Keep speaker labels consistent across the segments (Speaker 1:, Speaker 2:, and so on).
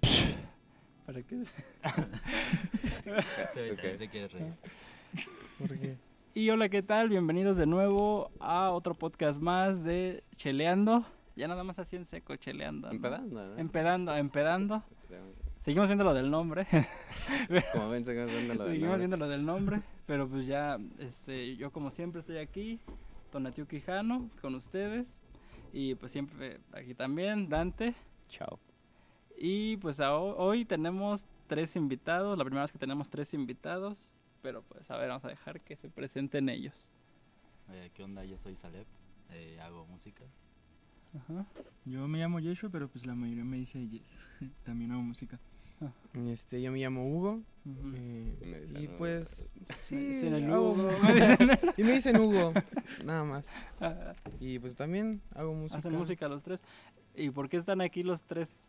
Speaker 1: ¿Para qué?
Speaker 2: Se ve,
Speaker 3: Ok.
Speaker 2: se quiere reír.
Speaker 1: Y hola, ¿qué tal? Bienvenidos de nuevo a otro podcast más de Cheleando. Ya nada más así en seco, Cheleando. ¿no?
Speaker 3: Empedando, ¿no? Este,
Speaker 1: Empedando, empedando. Seguimos viendo lo del nombre.
Speaker 3: Como ven, seguimos viendo lo de
Speaker 1: Seguimos
Speaker 3: nuevo.
Speaker 1: viendo lo del nombre. Pero pues ya, este, yo como siempre estoy aquí, Tonatiu Quijano, con ustedes. Y pues siempre aquí también, Dante.
Speaker 3: Chao.
Speaker 1: Y pues a- hoy tenemos tres invitados, la primera vez que tenemos tres invitados, pero pues a ver, vamos a dejar que se presenten ellos.
Speaker 2: Eh, ¿Qué onda? Yo soy Saleb, eh, hago música.
Speaker 1: Ajá,
Speaker 4: Yo me llamo Yeshua, pero pues la mayoría me dice Yes. También hago música.
Speaker 5: Este, yo me llamo Hugo.
Speaker 1: ujú.
Speaker 5: eh,
Speaker 3: Y me dicen
Speaker 5: y
Speaker 3: Hugo,
Speaker 5: pues, sí,
Speaker 1: dicen el
Speaker 5: hago-
Speaker 1: Hugo.
Speaker 5: y me dicen Hugo, nada más. Y pues también hago música.
Speaker 1: Ah, Hacen música los tres. ¿Y por qué están aquí los tres?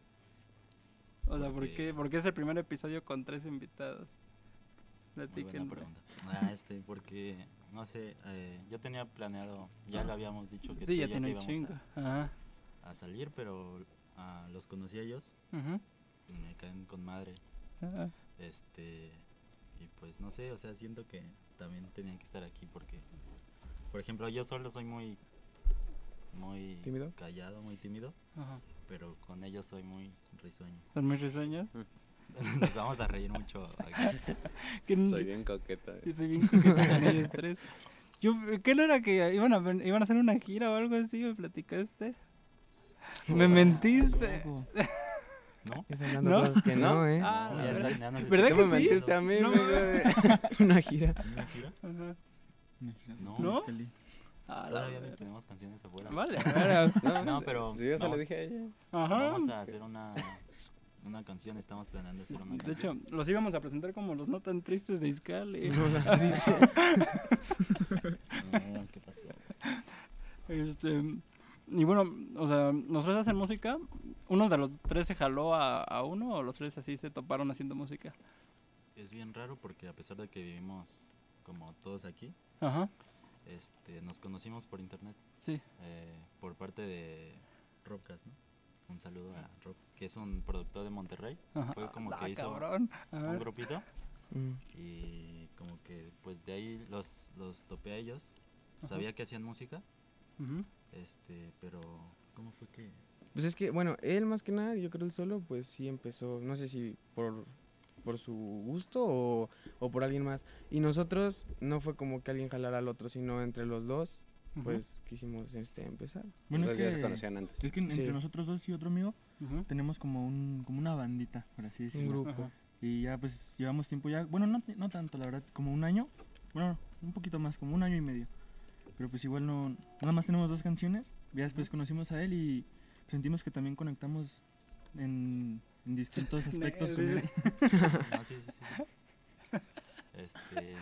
Speaker 1: O sea, ¿por
Speaker 2: Porque-
Speaker 1: qué, por qué es el primer episodio con tres invitados?
Speaker 2: Muy buena
Speaker 1: Platíquenme.
Speaker 2: pregunta. Ah, este, porque, no sé, eh, yo tenía planeado, ya lo habíamos dicho que tú
Speaker 1: Sí,
Speaker 2: y
Speaker 1: ya
Speaker 2: yo
Speaker 1: tiene
Speaker 2: que
Speaker 1: un
Speaker 2: íbamos
Speaker 1: chingo. Ah, Ajá.
Speaker 2: A, a salir, pero ah, los conocí a ellos,
Speaker 1: ujú, Ah,
Speaker 2: y me caen con madre.
Speaker 1: ajá.
Speaker 2: Este, y pues no sé, o sea, siento que también tenían que estar aquí porque, por ejemplo, yo solo soy muy, muy
Speaker 5: ¿Tímido?
Speaker 2: callado, muy tímido,
Speaker 1: Ajá.
Speaker 2: pero con ellos soy muy risueño.
Speaker 1: Son mis reseñas.
Speaker 2: Nos vamos a reír mucho aquí.
Speaker 1: Que n-
Speaker 3: Soy bien coqueta.
Speaker 1: Y soy bien coqueta con ellos tres. Yo, ¿Qué no era que iban a, ven- iban a hacer una gira o algo así? ¿Me platicaste? ¿Me mentiste?
Speaker 2: ¿No?
Speaker 5: Estás hablando
Speaker 1: ¿No?
Speaker 5: cosas que no,
Speaker 3: ¿No?
Speaker 5: ¿eh?
Speaker 1: Ah,
Speaker 2: No,
Speaker 1: la
Speaker 2: ya
Speaker 1: verdad.
Speaker 2: está- ya nos-
Speaker 1: ¿Verdad
Speaker 3: Tú
Speaker 1: que
Speaker 3: me
Speaker 1: sí?
Speaker 2: este
Speaker 3: mentiste a mí,
Speaker 1: No
Speaker 3: güey,
Speaker 1: mames.
Speaker 3: güey.
Speaker 5: Una gira.
Speaker 2: ¿Una gira?
Speaker 1: Ajá.
Speaker 4: Una gira de
Speaker 2: No.
Speaker 1: ¿No?
Speaker 4: Mezcalí.
Speaker 1: Ah, la
Speaker 2: Todavía ni
Speaker 1: verga.
Speaker 2: tenemos canciones afuera.
Speaker 1: Vale, a ver, a ver.
Speaker 2: No, pero
Speaker 3: Sí, yo se lo
Speaker 2: vamos-
Speaker 3: dije a ella.
Speaker 1: Ajá.
Speaker 2: Vamos a hacer una, una canción, estamos planeando hacer una
Speaker 1: De
Speaker 2: canción.
Speaker 1: hecho, los íbamos a presentar como los no tan tristes de Iscali.
Speaker 5: No, la risa.
Speaker 2: Eh, ¿Qué pasó?
Speaker 1: Este, y bueno, o sea, los tres hacen música. ¿Uno de los tres se jaló a, a uno o los tres así se toparon haciendo música?
Speaker 2: Es bien raro porque a pesar de que vivimos como todos aquí,
Speaker 1: Ajá,
Speaker 2: este, nos conocimos por internet,
Speaker 1: sí.
Speaker 2: eh, por parte de Robcast, ¿no? Un saludo a Rob, que es un productor de Monterrey.
Speaker 1: Ajá.
Speaker 2: Fue como
Speaker 1: Ah,
Speaker 2: que hizo
Speaker 1: cabrón. A
Speaker 2: un
Speaker 1: ver.
Speaker 2: grupito
Speaker 5: Mm.
Speaker 2: y como que pues de ahí los, los topé a ellos. Sabía que hacían música,
Speaker 1: Ujú.
Speaker 2: este, pero ¿cómo fue que...?
Speaker 5: Pues es que, bueno, él más que nada, yo creo él solo, pues sí empezó, no sé si por, por su gusto o, o por alguien más. Y nosotros no fue como que alguien jalara al otro, sino entre los dos,
Speaker 1: Ujú.
Speaker 5: pues quisimos este, empezar.
Speaker 4: Bueno,
Speaker 3: Ustedes
Speaker 4: es
Speaker 3: ya se
Speaker 4: que,
Speaker 3: conocían antes.
Speaker 4: es que entre
Speaker 5: Sí.
Speaker 4: nosotros dos y otro amigo
Speaker 1: Ujú.
Speaker 4: tenemos como, un, como una bandita, por así decirlo.
Speaker 5: Un grupo.
Speaker 1: Ajá.
Speaker 4: Y ya pues llevamos tiempo ya, bueno, no, no tanto, la verdad, como un año, bueno, un poquito más, como un año y medio. Pero pues igual no, nada más tenemos dos canciones, ya después conocimos a él y sentimos que también conectamos en, en distintos aspectos con él.
Speaker 2: No, sí, sí, sí, sí. Este.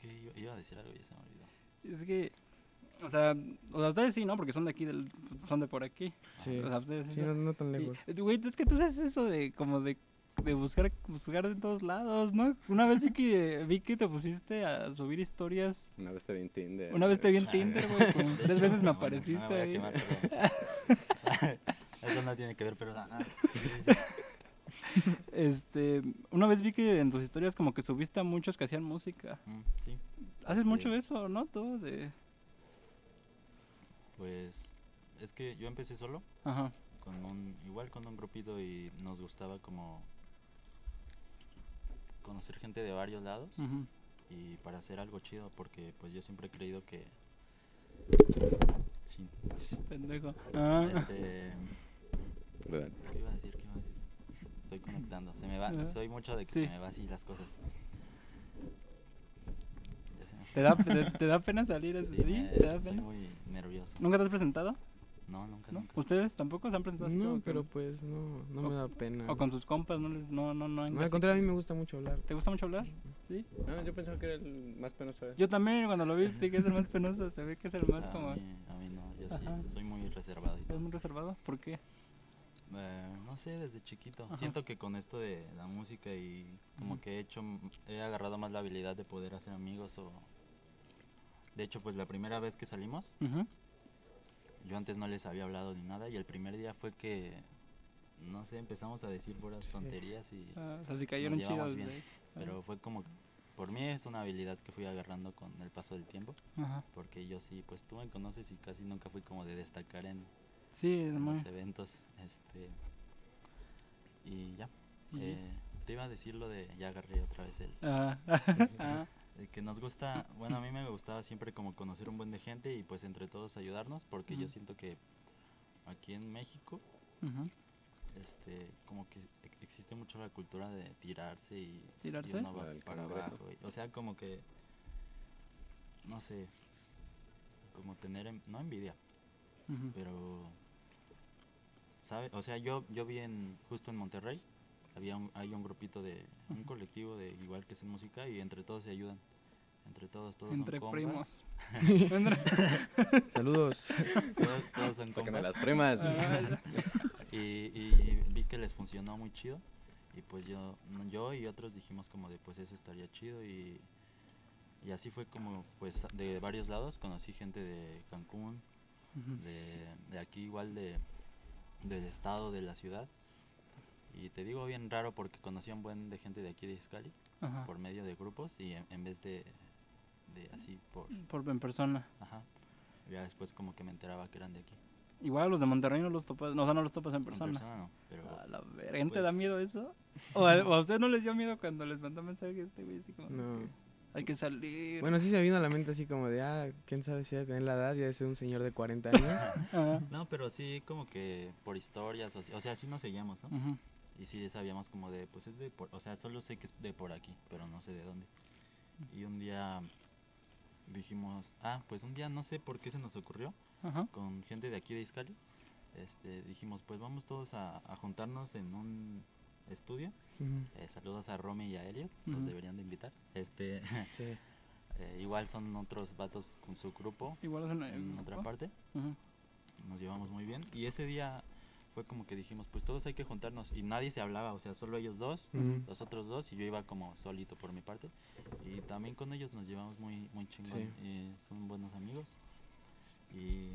Speaker 2: ¿Qué iba, iba a decir algo? Ya se me olvidó.
Speaker 1: Es que, o sea, o sea, ustedes sí, ¿no? Porque son de aquí, del, son de por aquí.
Speaker 5: Sí,
Speaker 1: O sea, ustedes sí.
Speaker 5: Sí, no, no tan lejos.
Speaker 1: Y, Güey, es que tú haces eso de como de, de buscar, buscar en todos lados, ¿no? Una vez vi que, vi que te pusiste a subir historias.
Speaker 3: Una vez te vi en Tinder.
Speaker 1: Una vez te vi en
Speaker 2: Ah,
Speaker 1: Tinder, güey. como
Speaker 2: De
Speaker 1: Tres veces
Speaker 2: hecho,
Speaker 1: me
Speaker 2: no, no, no
Speaker 1: apareciste
Speaker 2: voy a
Speaker 1: ahí.
Speaker 2: quemar, perdón. Eso no tiene que ver, pero. ah, sí, sí, sí.
Speaker 1: Este, una vez vi que en tus historias como que subiste a muchos que hacían música.
Speaker 2: Mm, sí,
Speaker 1: Haces mucho
Speaker 2: Sí.
Speaker 1: eso, ¿no? Tú de...
Speaker 2: pues. Es que yo empecé solo,
Speaker 1: Ajá.
Speaker 2: con un, igual con un grupito, y nos gustaba como. conocer gente de varios lados.
Speaker 1: ujú.
Speaker 2: y para hacer algo chido porque pues yo siempre he creído que Chin.
Speaker 1: Pendejo. Ah,
Speaker 2: este
Speaker 3: ¿Verdad?
Speaker 2: qué iba a decir qué iba a decir estoy conectando se me va
Speaker 1: Ajá.
Speaker 2: soy mucho de que
Speaker 1: Sí.
Speaker 2: se me va así las cosas ya se me
Speaker 1: ¿Te, da, te, te da pena salir así?
Speaker 2: sí, me-
Speaker 1: ¿Te da
Speaker 2: soy
Speaker 1: pena?
Speaker 2: muy nervioso
Speaker 1: ¿Nunca te has presentado?
Speaker 2: no nunca
Speaker 1: ¿No?
Speaker 2: nunca
Speaker 1: ¿Ustedes tampoco se han presentado? así
Speaker 5: No,
Speaker 1: como que-
Speaker 5: pero pues no, no me da pena.
Speaker 1: O con sus compas, no les... No, no, no.
Speaker 5: No,
Speaker 1: en
Speaker 5: al
Speaker 1: casa.
Speaker 5: contrario, a mí me gusta mucho hablar.
Speaker 1: ¿Te gusta mucho hablar? Sí.
Speaker 3: No, yo pensaba que era el más penoso. ¿eh?
Speaker 1: Yo también cuando lo vi dije que es el más penoso, se ve que es el más
Speaker 2: Ah, a,
Speaker 1: como...
Speaker 2: mí, a mí no yo sí
Speaker 1: Ajá.
Speaker 2: soy muy reservado y
Speaker 1: ¿Es
Speaker 2: todo.
Speaker 1: muy reservado? ¿Por qué?
Speaker 2: Eh, no sé desde chiquito
Speaker 1: Ajá.
Speaker 2: siento que con esto de la música y como
Speaker 1: Ujú.
Speaker 2: que he hecho m- he agarrado más la habilidad de poder hacer amigos o de hecho pues la primera vez que salimos
Speaker 1: Ujú.
Speaker 2: Yo antes no les había hablado ni nada y el primer día fue que no sé, empezamos a decir puras
Speaker 5: Sí.
Speaker 2: tonterías y...
Speaker 1: Ah, o sea, se cayeron
Speaker 2: llevamos
Speaker 1: chidas.
Speaker 2: bien.
Speaker 1: de-
Speaker 2: Pero fue como... que- Por mí es una habilidad que fui agarrando con el paso del tiempo.
Speaker 1: Ajá.
Speaker 2: Porque yo sí, pues tú me conoces y casi nunca fui como de destacar en,
Speaker 1: Sí, es
Speaker 2: en
Speaker 1: muy.
Speaker 2: los eventos. Este, y ya.
Speaker 1: Y-
Speaker 2: Eh, te iba a decir lo de... Ya agarré otra vez el...
Speaker 1: Ah, ah,
Speaker 2: el que nos gusta... Bueno, a mí me gustaba siempre como conocer un buen de gente y pues entre todos ayudarnos. Porque yo
Speaker 1: Ujú.
Speaker 2: siento que aquí en México
Speaker 1: ujú.
Speaker 2: este como que ex- existe mucho la cultura de tirarse y, y
Speaker 1: ¿Tirarse?
Speaker 2: uno va
Speaker 3: Al
Speaker 2: para
Speaker 3: concreto.
Speaker 2: abajo y- o sea como que no sé como tener en- no envidia
Speaker 1: Ujú.
Speaker 2: pero sabe o sea yo yo vi en justo en Monterrey había un, hay un grupito de un
Speaker 1: Ujú.
Speaker 2: colectivo de igual que es en música y entre todos se ayudan entre todos todos
Speaker 1: Entre
Speaker 2: son
Speaker 1: primos.
Speaker 2: compas
Speaker 1: Entre-
Speaker 5: Saludos.
Speaker 2: todos, todos son
Speaker 3: Sacan a
Speaker 2: compas.
Speaker 3: las primas.
Speaker 1: Ah, ya.
Speaker 2: y, y vi que les funcionó muy chido y pues yo no, yo y otros dijimos como de pues eso estaría chido y, y así fue como pues de varios lados conocí gente de Cancún
Speaker 1: Ujú.
Speaker 2: de, de aquí igual de del estado de la ciudad y te digo bien raro porque conocí a un buen de gente de aquí de Iscali
Speaker 1: Ajá.
Speaker 2: por medio de grupos y en, en vez de, de así por
Speaker 1: Por en persona.
Speaker 2: ajá ya después como que me enteraba que eran de aquí
Speaker 1: Igual los de Monterrey no los topas, no, o sea, no los topas en
Speaker 2: En
Speaker 1: persona. Ah,
Speaker 2: no, pero
Speaker 1: A la verga, ¿no te da
Speaker 2: Pues-
Speaker 1: miedo eso? ¿O a, o a usted no les dio miedo cuando les mandó mensaje este güey así como,
Speaker 5: No.
Speaker 1: hay que salir?
Speaker 5: Bueno, sí se me vino a la mente así como de, ah, quién sabe si ya tener la edad, ya de ser un señor de 40 años.
Speaker 1: Ajá.
Speaker 2: No, pero sí como que por historias, o, si- o sea, sí nos seguíamos, ¿no?
Speaker 1: Ujú.
Speaker 2: Y sí sabíamos como de, pues es de por, o sea, solo sé que es de por aquí, pero no sé de dónde. Y un día dijimos, ah, pues un día no sé por qué se nos ocurrió,
Speaker 1: Ajá.
Speaker 2: con gente de aquí de Iscali, este, dijimos, pues vamos todos a, a juntarnos en un estudio.
Speaker 5: Ujú,
Speaker 2: Eh, saludos a Romy y a Elliot, los
Speaker 1: Ujú.
Speaker 2: deberían de invitar. Este,
Speaker 5: sí.
Speaker 2: eh, igual son otros vatos con su grupo
Speaker 1: Igual hacen en
Speaker 2: en otra
Speaker 1: grupo.
Speaker 2: parte.
Speaker 1: Ujú.
Speaker 2: nos llevamos muy bien. Y ese día fue como que dijimos, pues todos hay que juntarnos. Y nadie se hablaba, o sea, solo ellos dos,
Speaker 5: Ujú.
Speaker 2: los otros dos, y yo iba como solito por mi parte. Y también con ellos nos llevamos muy, muy chingón.
Speaker 5: Sí.
Speaker 2: eh, son buenos amigos. Y,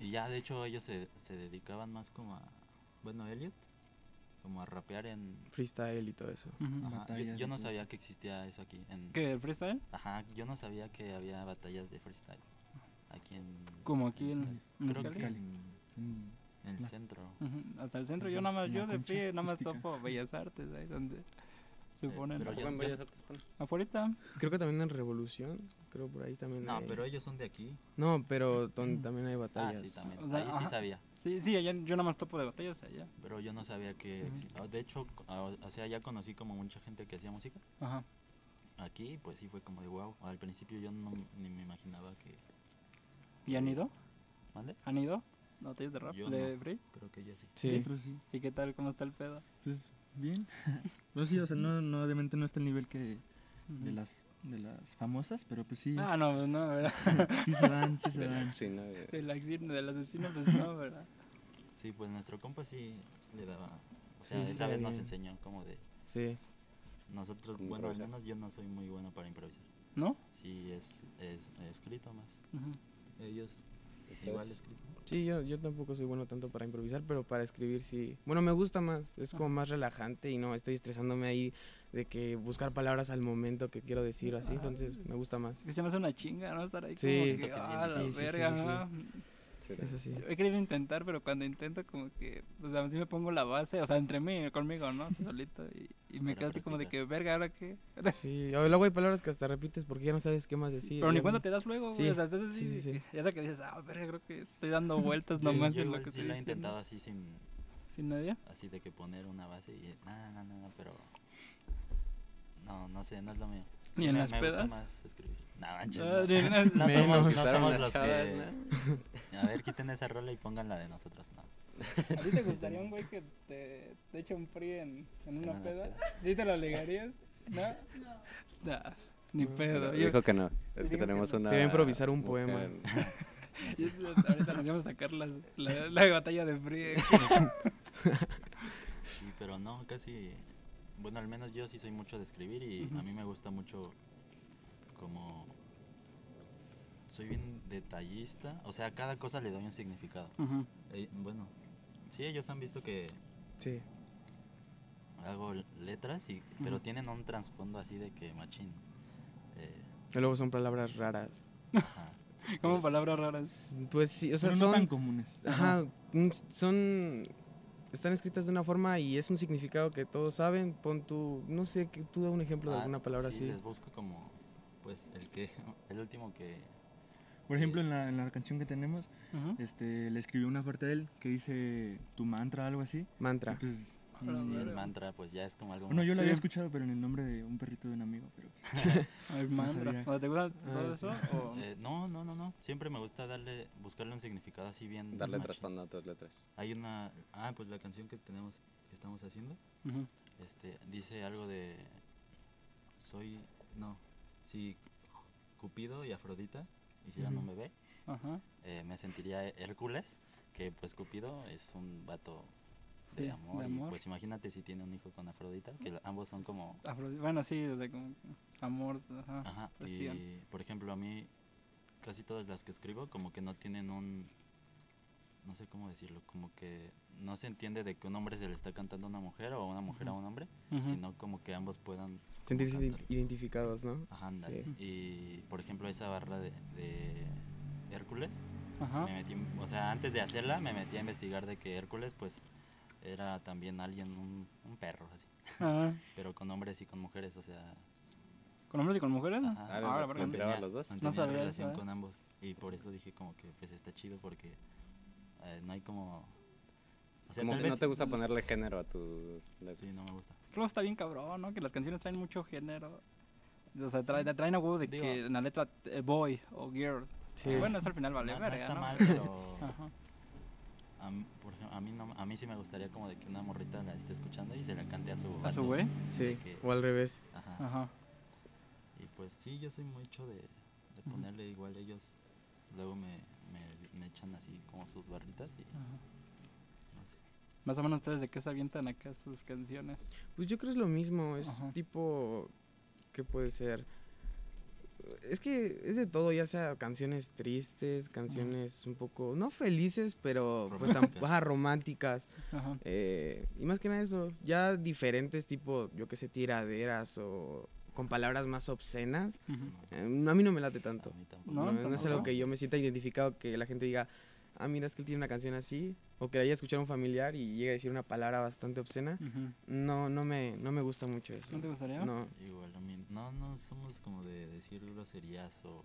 Speaker 2: y ya, de hecho, ellos se, se dedicaban más como a, bueno, Elliot, como a rapear en...
Speaker 5: Freestyle y todo eso.
Speaker 1: Ujú.
Speaker 2: ajá, yo- Yo,
Speaker 4: batallas y
Speaker 2: no
Speaker 4: todo
Speaker 2: sabía
Speaker 4: eso.
Speaker 2: que existía eso aquí. En,
Speaker 1: ¿Qué, el freestyle?
Speaker 2: Ajá, yo no sabía que había batallas de freestyle. Aquí en...
Speaker 1: Como aquí en-
Speaker 2: Izcali.
Speaker 1: en
Speaker 2: Creo que
Speaker 4: Izcali.
Speaker 2: en-
Speaker 4: Mm,
Speaker 2: en el
Speaker 4: La-
Speaker 2: centro.
Speaker 1: Ujú. Hasta el centro, yo
Speaker 4: Ujú.
Speaker 1: nada más,
Speaker 4: Una
Speaker 1: yo de
Speaker 4: concha
Speaker 1: pie nada más
Speaker 4: acústica.
Speaker 1: topo Bellas Artes, ahí donde se
Speaker 2: Eh,
Speaker 1: ponen.
Speaker 2: pero
Speaker 3: Tampoco en Bellas Artes ponen.
Speaker 1: Afuera,
Speaker 5: Creo que también en Revolución, creo por ahí también
Speaker 2: No,
Speaker 5: hay-
Speaker 2: pero ellos son de aquí.
Speaker 5: No, pero donde también hay batallas.
Speaker 2: Ah, sí, también.
Speaker 1: O sea,
Speaker 2: Ahí sí
Speaker 1: ajá.
Speaker 2: sabía,
Speaker 1: sí, sí, allá, yo nada más topo de batallas allá.
Speaker 2: pero yo no sabía que
Speaker 1: Ujú.
Speaker 2: exi- ah, De hecho, co- ah, o sea, ya conocí como mucha gente que hacía música.
Speaker 1: Ajá.
Speaker 2: Aquí, pues sí fue como de wow. Al principio yo no, ni me imaginaba que...
Speaker 1: ¿Y han ido?
Speaker 2: ¿Mande?
Speaker 1: ¿Han ido? ¿No te de rap?
Speaker 2: Yo
Speaker 1: ¿De
Speaker 2: no.
Speaker 1: free?
Speaker 2: Creo que yo sí.
Speaker 5: Sí.
Speaker 4: Nosotros sí.
Speaker 1: ¿Y qué tal? ¿Cómo está el pedo?
Speaker 4: Pues bien. Pero sí, o sea, no, no, obviamente no está el nivel que
Speaker 1: Ujú.
Speaker 4: de las, de las famosas, pero pues sí,
Speaker 1: Ah, no, pues no, ¿verdad?
Speaker 4: sí se dan, sí se dan.
Speaker 3: Sí, no, eh,
Speaker 1: Del asesino, del asesino, pues no, ¿verdad?
Speaker 2: Sí, pues nuestro compa sí, sí le daba... O sea,
Speaker 5: sí,
Speaker 2: esa vez
Speaker 5: le-
Speaker 2: nos enseñó como de...
Speaker 5: Sí.
Speaker 2: Nosotros,
Speaker 3: Como
Speaker 2: bueno, al
Speaker 3: improvisar.
Speaker 2: menos yo no soy muy bueno para improvisar.
Speaker 1: ¿No?
Speaker 2: Sí, es, es escrito más.
Speaker 1: Ujú.
Speaker 2: Ellos
Speaker 3: ¿ustedes?
Speaker 2: igual escrito.
Speaker 5: Sí, yo, yo tampoco soy bueno tanto para improvisar, pero para escribir sí. Bueno, me gusta más, es como más relajante y no estoy estresándome ahí de que buscar palabras al momento que quiero decir o así,
Speaker 1: Ah.
Speaker 5: entonces me gusta más.
Speaker 1: Es que se me hace una chinga, ¿no? Estar ahí
Speaker 5: Sí.
Speaker 1: como que,
Speaker 2: Siento que es bien
Speaker 1: ah, la
Speaker 5: difícil, sí, sí,
Speaker 1: verga,
Speaker 5: sí,
Speaker 1: ajá.
Speaker 3: Sí,
Speaker 5: Eso sí.
Speaker 1: Yo he querido intentar, pero cuando intento como que, o sea, sí me pongo la base, o sea, entre mí, conmigo, ¿no? Así solito, y, y me
Speaker 2: Para
Speaker 1: quedo así como de que,
Speaker 2: practicar.
Speaker 1: verga, ¿ahora qué?
Speaker 5: Sí, o luego hay palabras que hasta repites porque ya no sabes qué más decir.
Speaker 1: pero ni
Speaker 5: ya
Speaker 1: cuenta
Speaker 5: no-
Speaker 1: te das luego,
Speaker 5: Sí,
Speaker 1: güey, o sea, estás así,
Speaker 5: sí, sí, sí.
Speaker 1: ya sé que dices, ah, verga, creo que estoy dando vueltas
Speaker 5: Sí,
Speaker 1: nomás
Speaker 2: yo
Speaker 1: en lo
Speaker 2: igual
Speaker 1: que
Speaker 2: sí
Speaker 1: estoy
Speaker 2: lo he
Speaker 1: diciendo.
Speaker 2: intentado así sin...
Speaker 1: ¿Sin nadie?
Speaker 2: así de que poner una base y nada, nada, nada, pero no, no sé, no es lo mío.
Speaker 1: ¿Ni en
Speaker 2: me,
Speaker 1: las
Speaker 2: me
Speaker 1: pedas?
Speaker 2: gusta más escribir. No, manches,
Speaker 1: Ah,
Speaker 2: Pues
Speaker 1: ni
Speaker 2: no.
Speaker 1: en las-
Speaker 2: No
Speaker 5: Menos.
Speaker 2: somos, no
Speaker 3: Quitaron
Speaker 2: somos
Speaker 3: las
Speaker 2: los
Speaker 3: chavas,
Speaker 2: que...
Speaker 3: ¿no?
Speaker 2: A ver, quiten esa rola y pongan la de nosotros, no.
Speaker 1: ¿A ti te gustaría un güey que te, te eche un free en, en una
Speaker 2: una
Speaker 1: peda?
Speaker 2: peda.
Speaker 1: ¿Sí te lo alegarías? ¿No? No. ni pedo. Yo,
Speaker 3: Dijo que no. Es
Speaker 1: Dijo
Speaker 3: que
Speaker 1: que
Speaker 3: tenemos
Speaker 1: no.
Speaker 3: una.
Speaker 5: Te voy a improvisar un poema.
Speaker 3: mujer-
Speaker 1: yo- ahorita nos vamos a sacar las, la, la batalla de free.
Speaker 2: Sí, pero no, casi... Bueno, al menos yo sí soy mucho de escribir y
Speaker 1: Ujú.
Speaker 2: a mí me gusta mucho como... Soy bien detallista, o sea, a cada cosa le doy un significado. Eh, bueno, Sí, ellos han visto que
Speaker 5: Sí.
Speaker 2: hago l- letras, y, pero tienen un trasfondo así de que machín. Eh,
Speaker 5: Y luego son palabras raras.
Speaker 2: ajá.
Speaker 1: Como palabras raras.
Speaker 5: Pues sí, o sea,
Speaker 4: Pero no tan
Speaker 5: son...
Speaker 4: comunes.
Speaker 5: Ajá, mm, son... Están escritas de una forma y es un significado que todos saben. Pon tú, no sé, que tú da un ejemplo de
Speaker 2: Ah,
Speaker 5: alguna palabra
Speaker 2: sí,
Speaker 5: así.
Speaker 2: les busco como, pues, el que, el último que...
Speaker 4: Por ejemplo, en la, en la canción que tenemos,
Speaker 1: Ajá.
Speaker 4: este, le escribí una parte a él que dice tu mantra, algo así.
Speaker 5: Mantra.
Speaker 4: Y pues,
Speaker 1: Ah, la
Speaker 4: sí.
Speaker 2: sí, el
Speaker 1: madre.
Speaker 2: mantra, pues ya es como algo
Speaker 4: Bueno, yo
Speaker 2: más-
Speaker 4: lo
Speaker 1: Sí.
Speaker 4: había escuchado, pero en el nombre de un perrito de un amigo. Pero pues,
Speaker 1: Ay,
Speaker 4: No
Speaker 1: mantra.
Speaker 4: sabía.
Speaker 1: O sea, ¿Te gusta todo
Speaker 5: sí.
Speaker 1: eso? O...
Speaker 2: Eh, no, no, no, no. Siempre me gusta darle, buscarle un significado así bien.
Speaker 3: Darle
Speaker 2: machín.
Speaker 3: trasfondo a tus letras.
Speaker 2: Hay una, ah, pues la canción que tenemos, que estamos haciendo,
Speaker 1: Ujú.
Speaker 2: este, dice algo de, soy, no, si Cupido y Afrodita hicieran un
Speaker 5: Ujú.
Speaker 2: bebé,
Speaker 1: Ajá.
Speaker 2: eh, me sentiría Hé- Hércules, que pues Cupido es un vato de
Speaker 1: Sí,
Speaker 2: amor,
Speaker 1: de
Speaker 2: y,
Speaker 1: amor.
Speaker 2: pues imagínate si tiene un hijo con Afrodita, que la- ambos son como,
Speaker 1: Afrodita. Bueno, sí, o sea, como amor. Ajá.
Speaker 2: ajá,
Speaker 1: Ah, presión.
Speaker 2: y por ejemplo a mí casi todas las que escribo como que no tienen un, no sé cómo decirlo, como que no se entiende de que un hombre se le está cantando a una mujer o una mujer a un hombre,
Speaker 1: Ujú.
Speaker 2: sino como que ambos puedan
Speaker 5: Sentirse
Speaker 2: como
Speaker 5: ident-
Speaker 2: cantar.
Speaker 5: identificados, ¿no?
Speaker 2: Ajá, ándale.
Speaker 5: Sí.
Speaker 2: Y por ejemplo esa barra de, de Hércules,
Speaker 1: Ajá.
Speaker 2: me metí, o sea, antes de hacerla me metí a investigar de que Hércules pues era también alguien, un, un perro así,
Speaker 1: Ajá.
Speaker 2: pero con hombres y con mujeres, o sea,
Speaker 1: ¿Con hombres y con mujeres?
Speaker 2: ajá,
Speaker 3: Ah,
Speaker 1: Ahora,
Speaker 3: ¿lo
Speaker 1: verga.
Speaker 3: tiraba a los dos?
Speaker 2: mantenía
Speaker 1: sabía
Speaker 2: relación
Speaker 1: eso, ¿eh?
Speaker 2: con ambos y por eso dije como que pues está chido porque eh, no hay como... O sea,
Speaker 3: Como
Speaker 2: tal
Speaker 3: que no
Speaker 2: vez-
Speaker 3: te gusta ponerle género a tus letras.
Speaker 2: Sí, no me gusta.
Speaker 1: Creo que está bien cabrón, ¿no? Que las canciones traen mucho género. O sea, trae- te traen a huevo de
Speaker 2: Digo-
Speaker 1: que en la letra eh, boy o girl.
Speaker 5: Sí.
Speaker 1: Ah, Bueno, eso al final vale
Speaker 2: no, no
Speaker 1: verga,
Speaker 2: está
Speaker 1: ¿no?
Speaker 2: mal, pero...
Speaker 1: Ajá.
Speaker 2: A, m- por ejemplo, a, mí no- a mí sí me gustaría como de que una morrita la esté escuchando y se la cante a su
Speaker 1: ¿A su
Speaker 2: vato.
Speaker 1: güey? Ah,
Speaker 5: Sí,
Speaker 2: que-
Speaker 5: o al revés.
Speaker 2: Ajá.
Speaker 1: Ajá.
Speaker 2: Y pues sí, yo soy mucho de, de ponerle igual ellos. Luego me, me, me echan así como sus barritas y
Speaker 1: ajá.
Speaker 2: no sé.
Speaker 1: Más o menos ustedes de qué se avientan acá sus canciones.
Speaker 5: Pues yo creo es lo mismo, es
Speaker 1: Ajá.
Speaker 5: tipo que puede ser. Es que es de todo, ya sea canciones tristes, canciones un poco no felices, pero pues tam-
Speaker 2: Románticas.
Speaker 5: ajá, románticas.
Speaker 1: Ajá.
Speaker 5: eh, y más que nada eso, ya diferentes tipo, yo que sé, tiraderas o con palabras más obscenas.
Speaker 1: Ujú.
Speaker 2: No,
Speaker 5: eh, no, a mí no me late
Speaker 2: a
Speaker 5: tanto.
Speaker 2: mí tampoco.
Speaker 1: No,
Speaker 5: No, no es
Speaker 1: tampoco.
Speaker 5: algo que yo me sienta identificado, que la gente diga, ah, mira, es que él tiene una canción así, o que la haya escuchado un familiar y llega a decir una palabra bastante obscena.
Speaker 1: Ujú.
Speaker 5: No, no me, no me gusta mucho eso.
Speaker 1: ¿No te gustaría?
Speaker 5: No,
Speaker 2: Igual a mí. No, no somos como de decir groserías o.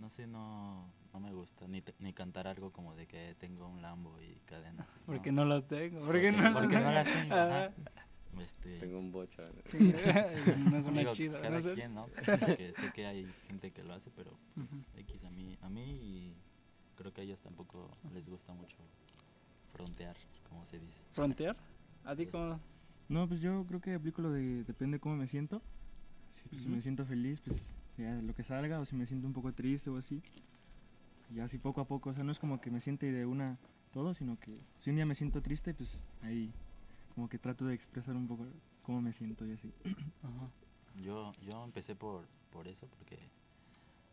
Speaker 2: No sé, no, no me gusta. Ni, te- ni cantar algo como de que tengo un lambo y cadenas.
Speaker 1: Porque no las tengo. Porque
Speaker 2: Porque-
Speaker 1: no,
Speaker 2: porque no las tengo, ajá.
Speaker 1: Ajá.
Speaker 2: Este,
Speaker 3: Tengo un bocho. ¿eh?
Speaker 1: no es
Speaker 2: Digo,
Speaker 1: una chida.
Speaker 2: cada
Speaker 1: No sé.
Speaker 2: quien, ¿no? Porque sé que hay gente que lo hace, pero pues,
Speaker 1: Ujú.
Speaker 2: X a mí, a mí y creo que a ellos tampoco les gusta mucho frontear, como se dice.
Speaker 1: ¿Frontear? ¿A ti
Speaker 2: Sí.
Speaker 1: cómo?
Speaker 4: no, pues yo creo que aplico lo de depende cómo me siento. Si, pues, si
Speaker 1: Ujú.
Speaker 4: me siento feliz, pues ya lo que salga, o si me siento un poco triste o así. Y así poco a poco, o sea, no es como que me siente de una todo, sino que si un día me siento triste, pues ahí como que trato de expresar un poco cómo me siento y así.
Speaker 1: Ajá.
Speaker 2: Yo, yo empecé por, por eso, porque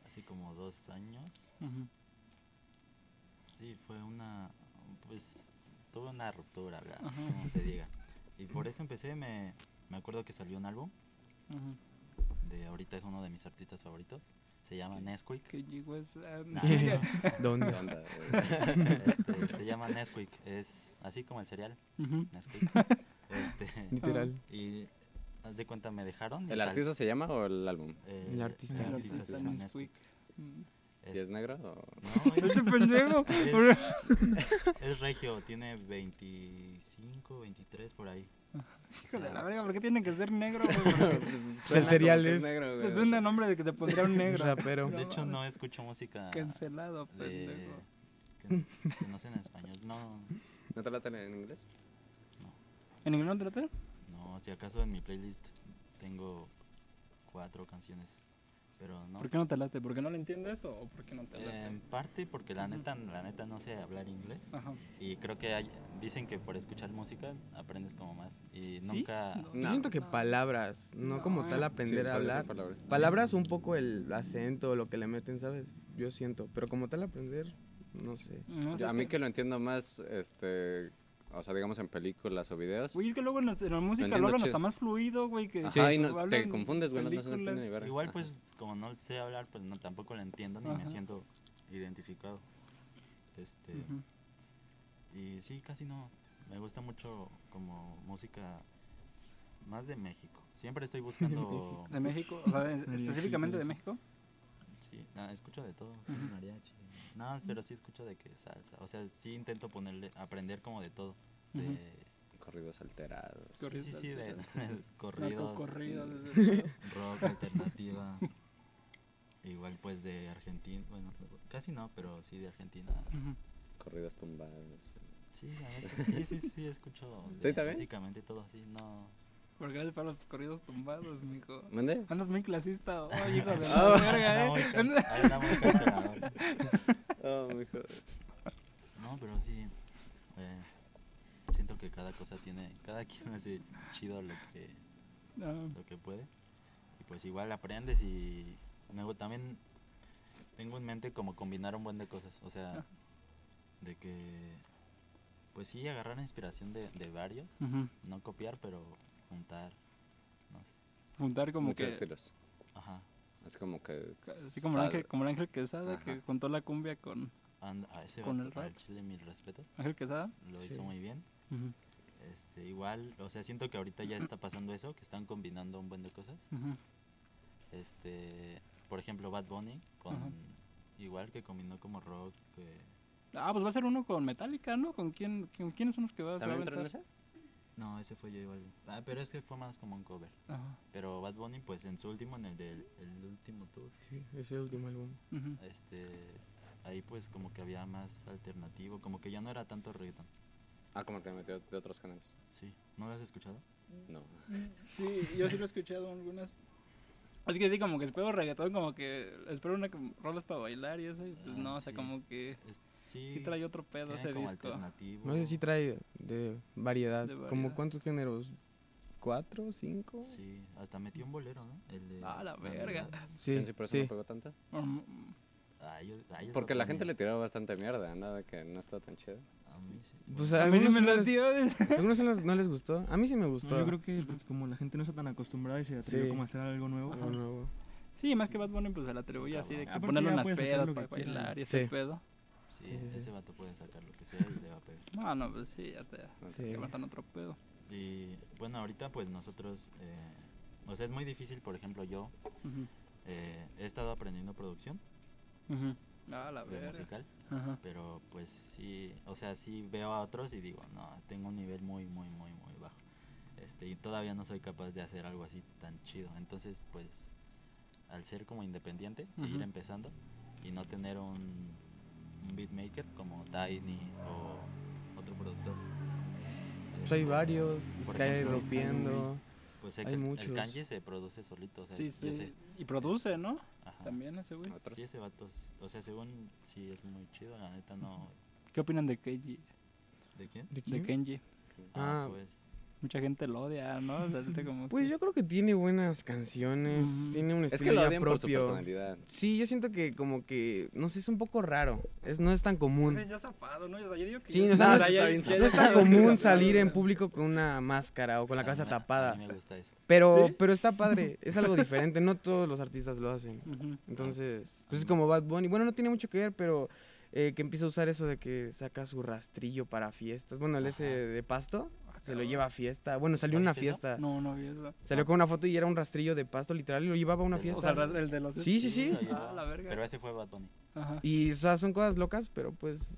Speaker 2: hace como dos años,
Speaker 1: Ujú.
Speaker 2: sí, fue una, pues, tuve una ruptura, ¿verdad?
Speaker 1: Ajá.
Speaker 2: como se diga. Y por eso empecé, me, me acuerdo que salió un álbum,
Speaker 1: Ujú.
Speaker 2: de ahorita es uno de mis artistas favoritos, se llama Nesquik.
Speaker 1: Que llegó esa-
Speaker 5: ¿dónde?
Speaker 2: Este, se llama Nesquik, es así como el cereal,
Speaker 1: Ujú.
Speaker 2: Nesquik. Este,
Speaker 5: Literal.
Speaker 2: y haz de cuenta me dejaron. y
Speaker 3: ¿El
Speaker 2: sal-
Speaker 3: artista se llama o el álbum?
Speaker 2: eh,
Speaker 5: El artista.
Speaker 1: El
Speaker 2: se
Speaker 1: artista
Speaker 2: llama
Speaker 1: Nesquik. Mm.
Speaker 2: Es-
Speaker 3: ¿Y es negro? o-
Speaker 2: no,
Speaker 1: Este pendejo.
Speaker 2: es, es regio, tiene 25, 23 por ahí. O
Speaker 1: Hijo de
Speaker 2: sea,
Speaker 1: la verga, ¿por qué tiene que ser negro? güey? Porque
Speaker 5: el
Speaker 3: Pues, como
Speaker 5: cereal
Speaker 3: que
Speaker 5: es-
Speaker 3: negro, pues güey,
Speaker 1: te
Speaker 3: o
Speaker 1: suena
Speaker 3: sea.
Speaker 1: el nombre de que te pondría un negro.
Speaker 5: Rapero.
Speaker 2: De hecho, no escucho música de,
Speaker 1: Cancelado, pendejo.
Speaker 2: que, que no sea en español. No,
Speaker 3: ¿No te latan en inglés?
Speaker 1: ¿En inglés no trata?
Speaker 2: no, si acaso en mi playlist tengo cuatro canciones, pero no.
Speaker 1: ¿Por qué no te late? ¿Porque no le entiendes o por qué no te
Speaker 2: Eh,
Speaker 1: late?
Speaker 2: En parte porque la neta, la neta no sé hablar inglés.
Speaker 1: Ajá.
Speaker 2: Y creo que hay- dicen que por escuchar música aprendes como más.
Speaker 1: ¿Sí?
Speaker 2: Y nunca...
Speaker 1: No.
Speaker 5: Yo siento que palabras, no, como
Speaker 1: No,
Speaker 5: tal
Speaker 1: eh.
Speaker 5: aprender
Speaker 3: Sí, podría
Speaker 5: a
Speaker 3: ser
Speaker 5: hablar.
Speaker 3: palabras.
Speaker 5: Palabras un poco el acento, lo que le meten, ¿sabes? Yo siento, pero como tal aprender, No sé.
Speaker 1: No sé,
Speaker 3: Yo- a
Speaker 1: es
Speaker 3: mí que lo entiendo más, este, o sea, digamos en películas o videos.
Speaker 1: Güey, es que luego en la, en la música
Speaker 3: entiendo
Speaker 1: luego no
Speaker 3: chido.
Speaker 1: está más fluido, güey. Que
Speaker 3: Ajá, y
Speaker 1: cuando
Speaker 3: no- te
Speaker 1: hablan
Speaker 3: confundes, güey, no, no se
Speaker 1: películas.
Speaker 3: entiende ni verga.
Speaker 2: Igual
Speaker 3: Ajá.
Speaker 2: pues como no sé hablar, pues no tampoco lo entiendo ni
Speaker 1: Ajá.
Speaker 2: me siento identificado. Este,
Speaker 1: Ujú.
Speaker 2: y sí, casi no. Me gusta mucho como música más de México. Siempre estoy buscando
Speaker 1: De México, o sea, en-
Speaker 4: Mariachi y
Speaker 1: específicamente
Speaker 4: todo
Speaker 1: de
Speaker 4: eso.
Speaker 1: México.
Speaker 2: Sí, no, escucho de todo, sí, mariachi. No, pero sí escucho de que salsa. O sea, sí intento ponerle, aprender como de todo.
Speaker 1: Ujú.
Speaker 2: De,
Speaker 3: Corridos alterados.
Speaker 2: sí, sí, sí, de, corridos,
Speaker 1: Narcocorridos,
Speaker 2: mm,
Speaker 1: de- de- de-
Speaker 2: rock, alternativa. Igual pues de Argentina, bueno, casi no, pero sí de Argentina.
Speaker 1: Ujú.
Speaker 3: Corridos tumbados.
Speaker 2: Sí, la neta, sí, sí, sí, sí, escucho
Speaker 3: ¿Sí,
Speaker 2: de
Speaker 3: también?
Speaker 2: básicamente todo así, no.
Speaker 1: Porque gracias para los corridos tumbados, mijo.
Speaker 3: ¿Mande?
Speaker 1: Andas muy clasista, oye, hijo de la
Speaker 3: Ah,
Speaker 1: verga,
Speaker 2: Andamos
Speaker 1: eh.
Speaker 2: can- andamos cancelados.
Speaker 3: Oh, mijo.
Speaker 2: No, pero sí. eh, siento que cada cosa tiene, cada quien hace chido lo que,
Speaker 1: No.
Speaker 2: lo que puede. Y pues igual aprendes y luego también tengo en mente como combinar un buen de cosas. O sea,
Speaker 1: Ajá.
Speaker 2: de que, pues sí, agarrar inspiración de, de varios.
Speaker 1: Ujú.
Speaker 2: No copiar, pero juntar. No sé.
Speaker 1: Juntar como
Speaker 3: Muchos
Speaker 1: que.
Speaker 3: estilos.
Speaker 2: Ajá.
Speaker 3: Así como que.
Speaker 1: Así como el,
Speaker 3: sal-
Speaker 1: ángel, como el Ángel Quesada que
Speaker 3: Ajá.
Speaker 1: contó la cumbia con
Speaker 2: And- a ese
Speaker 1: Con
Speaker 2: vato,
Speaker 1: el rap.
Speaker 2: al chile, mis respetos.
Speaker 1: Ángel Quesada.
Speaker 2: Lo
Speaker 5: Sí.
Speaker 2: hizo muy bien.
Speaker 1: Ujú,
Speaker 2: Este, igual, o sea, siento que ahorita ya está pasando eso, que están combinando un buen de cosas.
Speaker 1: ujú.
Speaker 2: Este, por ejemplo, Bad Bunny con
Speaker 1: Ajá.
Speaker 2: igual que combinó como rock, que-
Speaker 1: Ah, pues va a ser uno con Metallica, ¿no? ¿Con quién, con quiénes son los que va, se va a
Speaker 3: ¿También entró en
Speaker 1: aventar?
Speaker 3: ese?
Speaker 2: no, ese fue yo igual. Ah, pero es que fue más como un cover.
Speaker 1: Ajá,
Speaker 2: Pero Bad Bunny pues en su último en el del el último tour,
Speaker 5: Sí, ese último álbum.
Speaker 1: ujú.
Speaker 2: este ahí pues como que había más alternativo, como que ya no era tanto reggaeton.
Speaker 3: Ah, como que metió de otros canales.
Speaker 2: Sí, ¿no lo has escuchado?
Speaker 3: No.
Speaker 1: Sí, yo sí lo he escuchado en algunas. Así que sí, como que espero reggaetón, como que espero una como rolas para bailar y eso, y pues
Speaker 2: Ah,
Speaker 1: no, o sea,
Speaker 2: sí.
Speaker 1: como que
Speaker 2: Es- sí,
Speaker 1: sí trae otro pedo
Speaker 2: tiene
Speaker 1: ese
Speaker 2: como
Speaker 1: disco.
Speaker 2: alternativo.
Speaker 5: No sé si trae de variedad.
Speaker 1: De variedad.
Speaker 5: ¿Como cuántos géneros? ¿Cuatro? ¿Cinco? Sí.
Speaker 2: Sí, hasta metió un bolero, ¿no? El de
Speaker 1: Ah, la
Speaker 2: Navidad.
Speaker 1: verga.
Speaker 3: Sí. por eso
Speaker 5: sí.
Speaker 3: no pegó tanto?
Speaker 1: Mm,
Speaker 2: Ay, Ah, yo- ay, yo
Speaker 3: Porque
Speaker 2: lo
Speaker 3: la gente le
Speaker 2: ponía.
Speaker 3: tiraba bastante mierda, nada de que no está tan chido.
Speaker 2: A mí sí.
Speaker 5: Pues
Speaker 1: A mí sí
Speaker 5: algunos
Speaker 1: me
Speaker 5: sí
Speaker 1: lo
Speaker 5: les-
Speaker 1: dio.
Speaker 5: Algunos sí les- no les gustó. A mí sí me
Speaker 4: No,
Speaker 5: gustó.
Speaker 4: yo creo que pues, como la gente no está tan acostumbrada y se atrevió
Speaker 5: Sí.
Speaker 4: como a hacer algo nuevo.
Speaker 5: Algo nuevo.
Speaker 1: Sí, más que Bad Bunny, pues se la atribuye así de que
Speaker 4: Aparte
Speaker 1: ponerlo
Speaker 4: ya
Speaker 1: en las
Speaker 4: puede sacar
Speaker 1: pedas
Speaker 4: lo que
Speaker 1: para
Speaker 4: quiera.
Speaker 1: bailar y ese
Speaker 5: Sí.
Speaker 1: pedo.
Speaker 2: Sí,
Speaker 5: Sí, sí, sí.
Speaker 2: ese vato puede sacar lo que sea y le va a pegar.
Speaker 1: No, no, pues sí, ya te,
Speaker 5: Sí.
Speaker 1: te matan otro pedo.
Speaker 2: Y bueno, ahorita pues nosotros, eh, o sea, es muy difícil, por ejemplo, yo
Speaker 1: Ujú,
Speaker 2: eh, he estado aprendiendo producción
Speaker 1: ujú. Ah, la
Speaker 2: de
Speaker 1: verga.
Speaker 2: musical,
Speaker 1: Ajá.
Speaker 2: pero pues sí, o sea, sí veo a otros y digo, no, tengo un nivel muy, muy, muy, muy bajo. Este, y todavía no soy capaz de hacer algo así tan chido. Entonces, pues, al ser como independiente, e ir
Speaker 1: Ujú.
Speaker 2: empezando y no tener un, un beatmaker como Tiny o otro productor.
Speaker 5: Pues
Speaker 2: eh,
Speaker 5: hay varios.
Speaker 2: Por
Speaker 5: Sky
Speaker 2: ejemplo,
Speaker 5: rompiendo.
Speaker 2: Pues sé
Speaker 5: Hay
Speaker 2: que el- el
Speaker 5: muchos.
Speaker 2: kanji se produce solito, o sea,
Speaker 1: Sí,
Speaker 2: yo sé,
Speaker 1: sí. Y produce, ¿no?
Speaker 2: ajá.
Speaker 1: También ese güey.
Speaker 3: Otros.
Speaker 2: Sí, ese vato, es- o sea, según sí es muy chido, la neta no.
Speaker 1: ¿Qué opinan de Kenji?
Speaker 2: ¿De quién?
Speaker 5: ¿De
Speaker 1: De
Speaker 5: quién?
Speaker 1: Kenji.
Speaker 2: Ah,
Speaker 5: Ah.
Speaker 2: pues.
Speaker 1: Mucha gente lo odia, ¿no? O sea, ahorita como
Speaker 5: Pues
Speaker 1: que-
Speaker 5: yo creo que tiene buenas canciones.
Speaker 1: Ujú.
Speaker 5: Tiene un
Speaker 3: Es
Speaker 5: estilo
Speaker 3: que lo
Speaker 5: ya
Speaker 3: odian por su
Speaker 5: propio.
Speaker 3: personalidad.
Speaker 5: sí, yo siento que como que, no sé, es un poco raro. Es, no es tan común.
Speaker 1: ya zafado, ¿no? yo digo Pues, que
Speaker 5: Mm. Sí,
Speaker 1: ya-
Speaker 5: o sea, no
Speaker 1: ya- ya-
Speaker 5: es-
Speaker 3: está bien
Speaker 1: ya-
Speaker 3: zafado.
Speaker 5: No
Speaker 1: ya-
Speaker 5: es
Speaker 1: ya-
Speaker 5: tan
Speaker 1: ya-
Speaker 5: común
Speaker 1: ya-
Speaker 5: salir en público con una máscara o con la
Speaker 2: a
Speaker 5: cabeza
Speaker 2: mí me- Ah, A
Speaker 5: tapada.
Speaker 2: mí me gusta eso.
Speaker 5: Pero,
Speaker 1: ¿Sí?
Speaker 5: pero está padre, es algo diferente, no todos los artistas lo hacen.
Speaker 1: Ujú.
Speaker 5: Entonces, pues es
Speaker 2: Ah.
Speaker 5: como Bad Bunny. Bueno, no tiene mucho que ver, pero eh, que empieza a usar eso de que saca su rastrillo para fiestas. Bueno, el ese
Speaker 2: Ajá.
Speaker 5: de pasto se lo
Speaker 1: cabrón.
Speaker 5: lleva a fiesta. Bueno, salió en una
Speaker 2: ¿Cuál es
Speaker 5: fiesta.
Speaker 1: No, no vi eso.
Speaker 5: Salió con una foto y era un rastrillo de pasto, literal, y lo llevaba a una
Speaker 2: O sea,
Speaker 1: O
Speaker 5: fiesta.
Speaker 1: sea, el el de los...
Speaker 5: Sí, sí, sí.
Speaker 2: lo llevaba,
Speaker 1: Ah, la verga.
Speaker 2: Pero ese fue Bad Bunny.
Speaker 1: Ajá.
Speaker 5: Y, o sea, son cosas locas, pero pues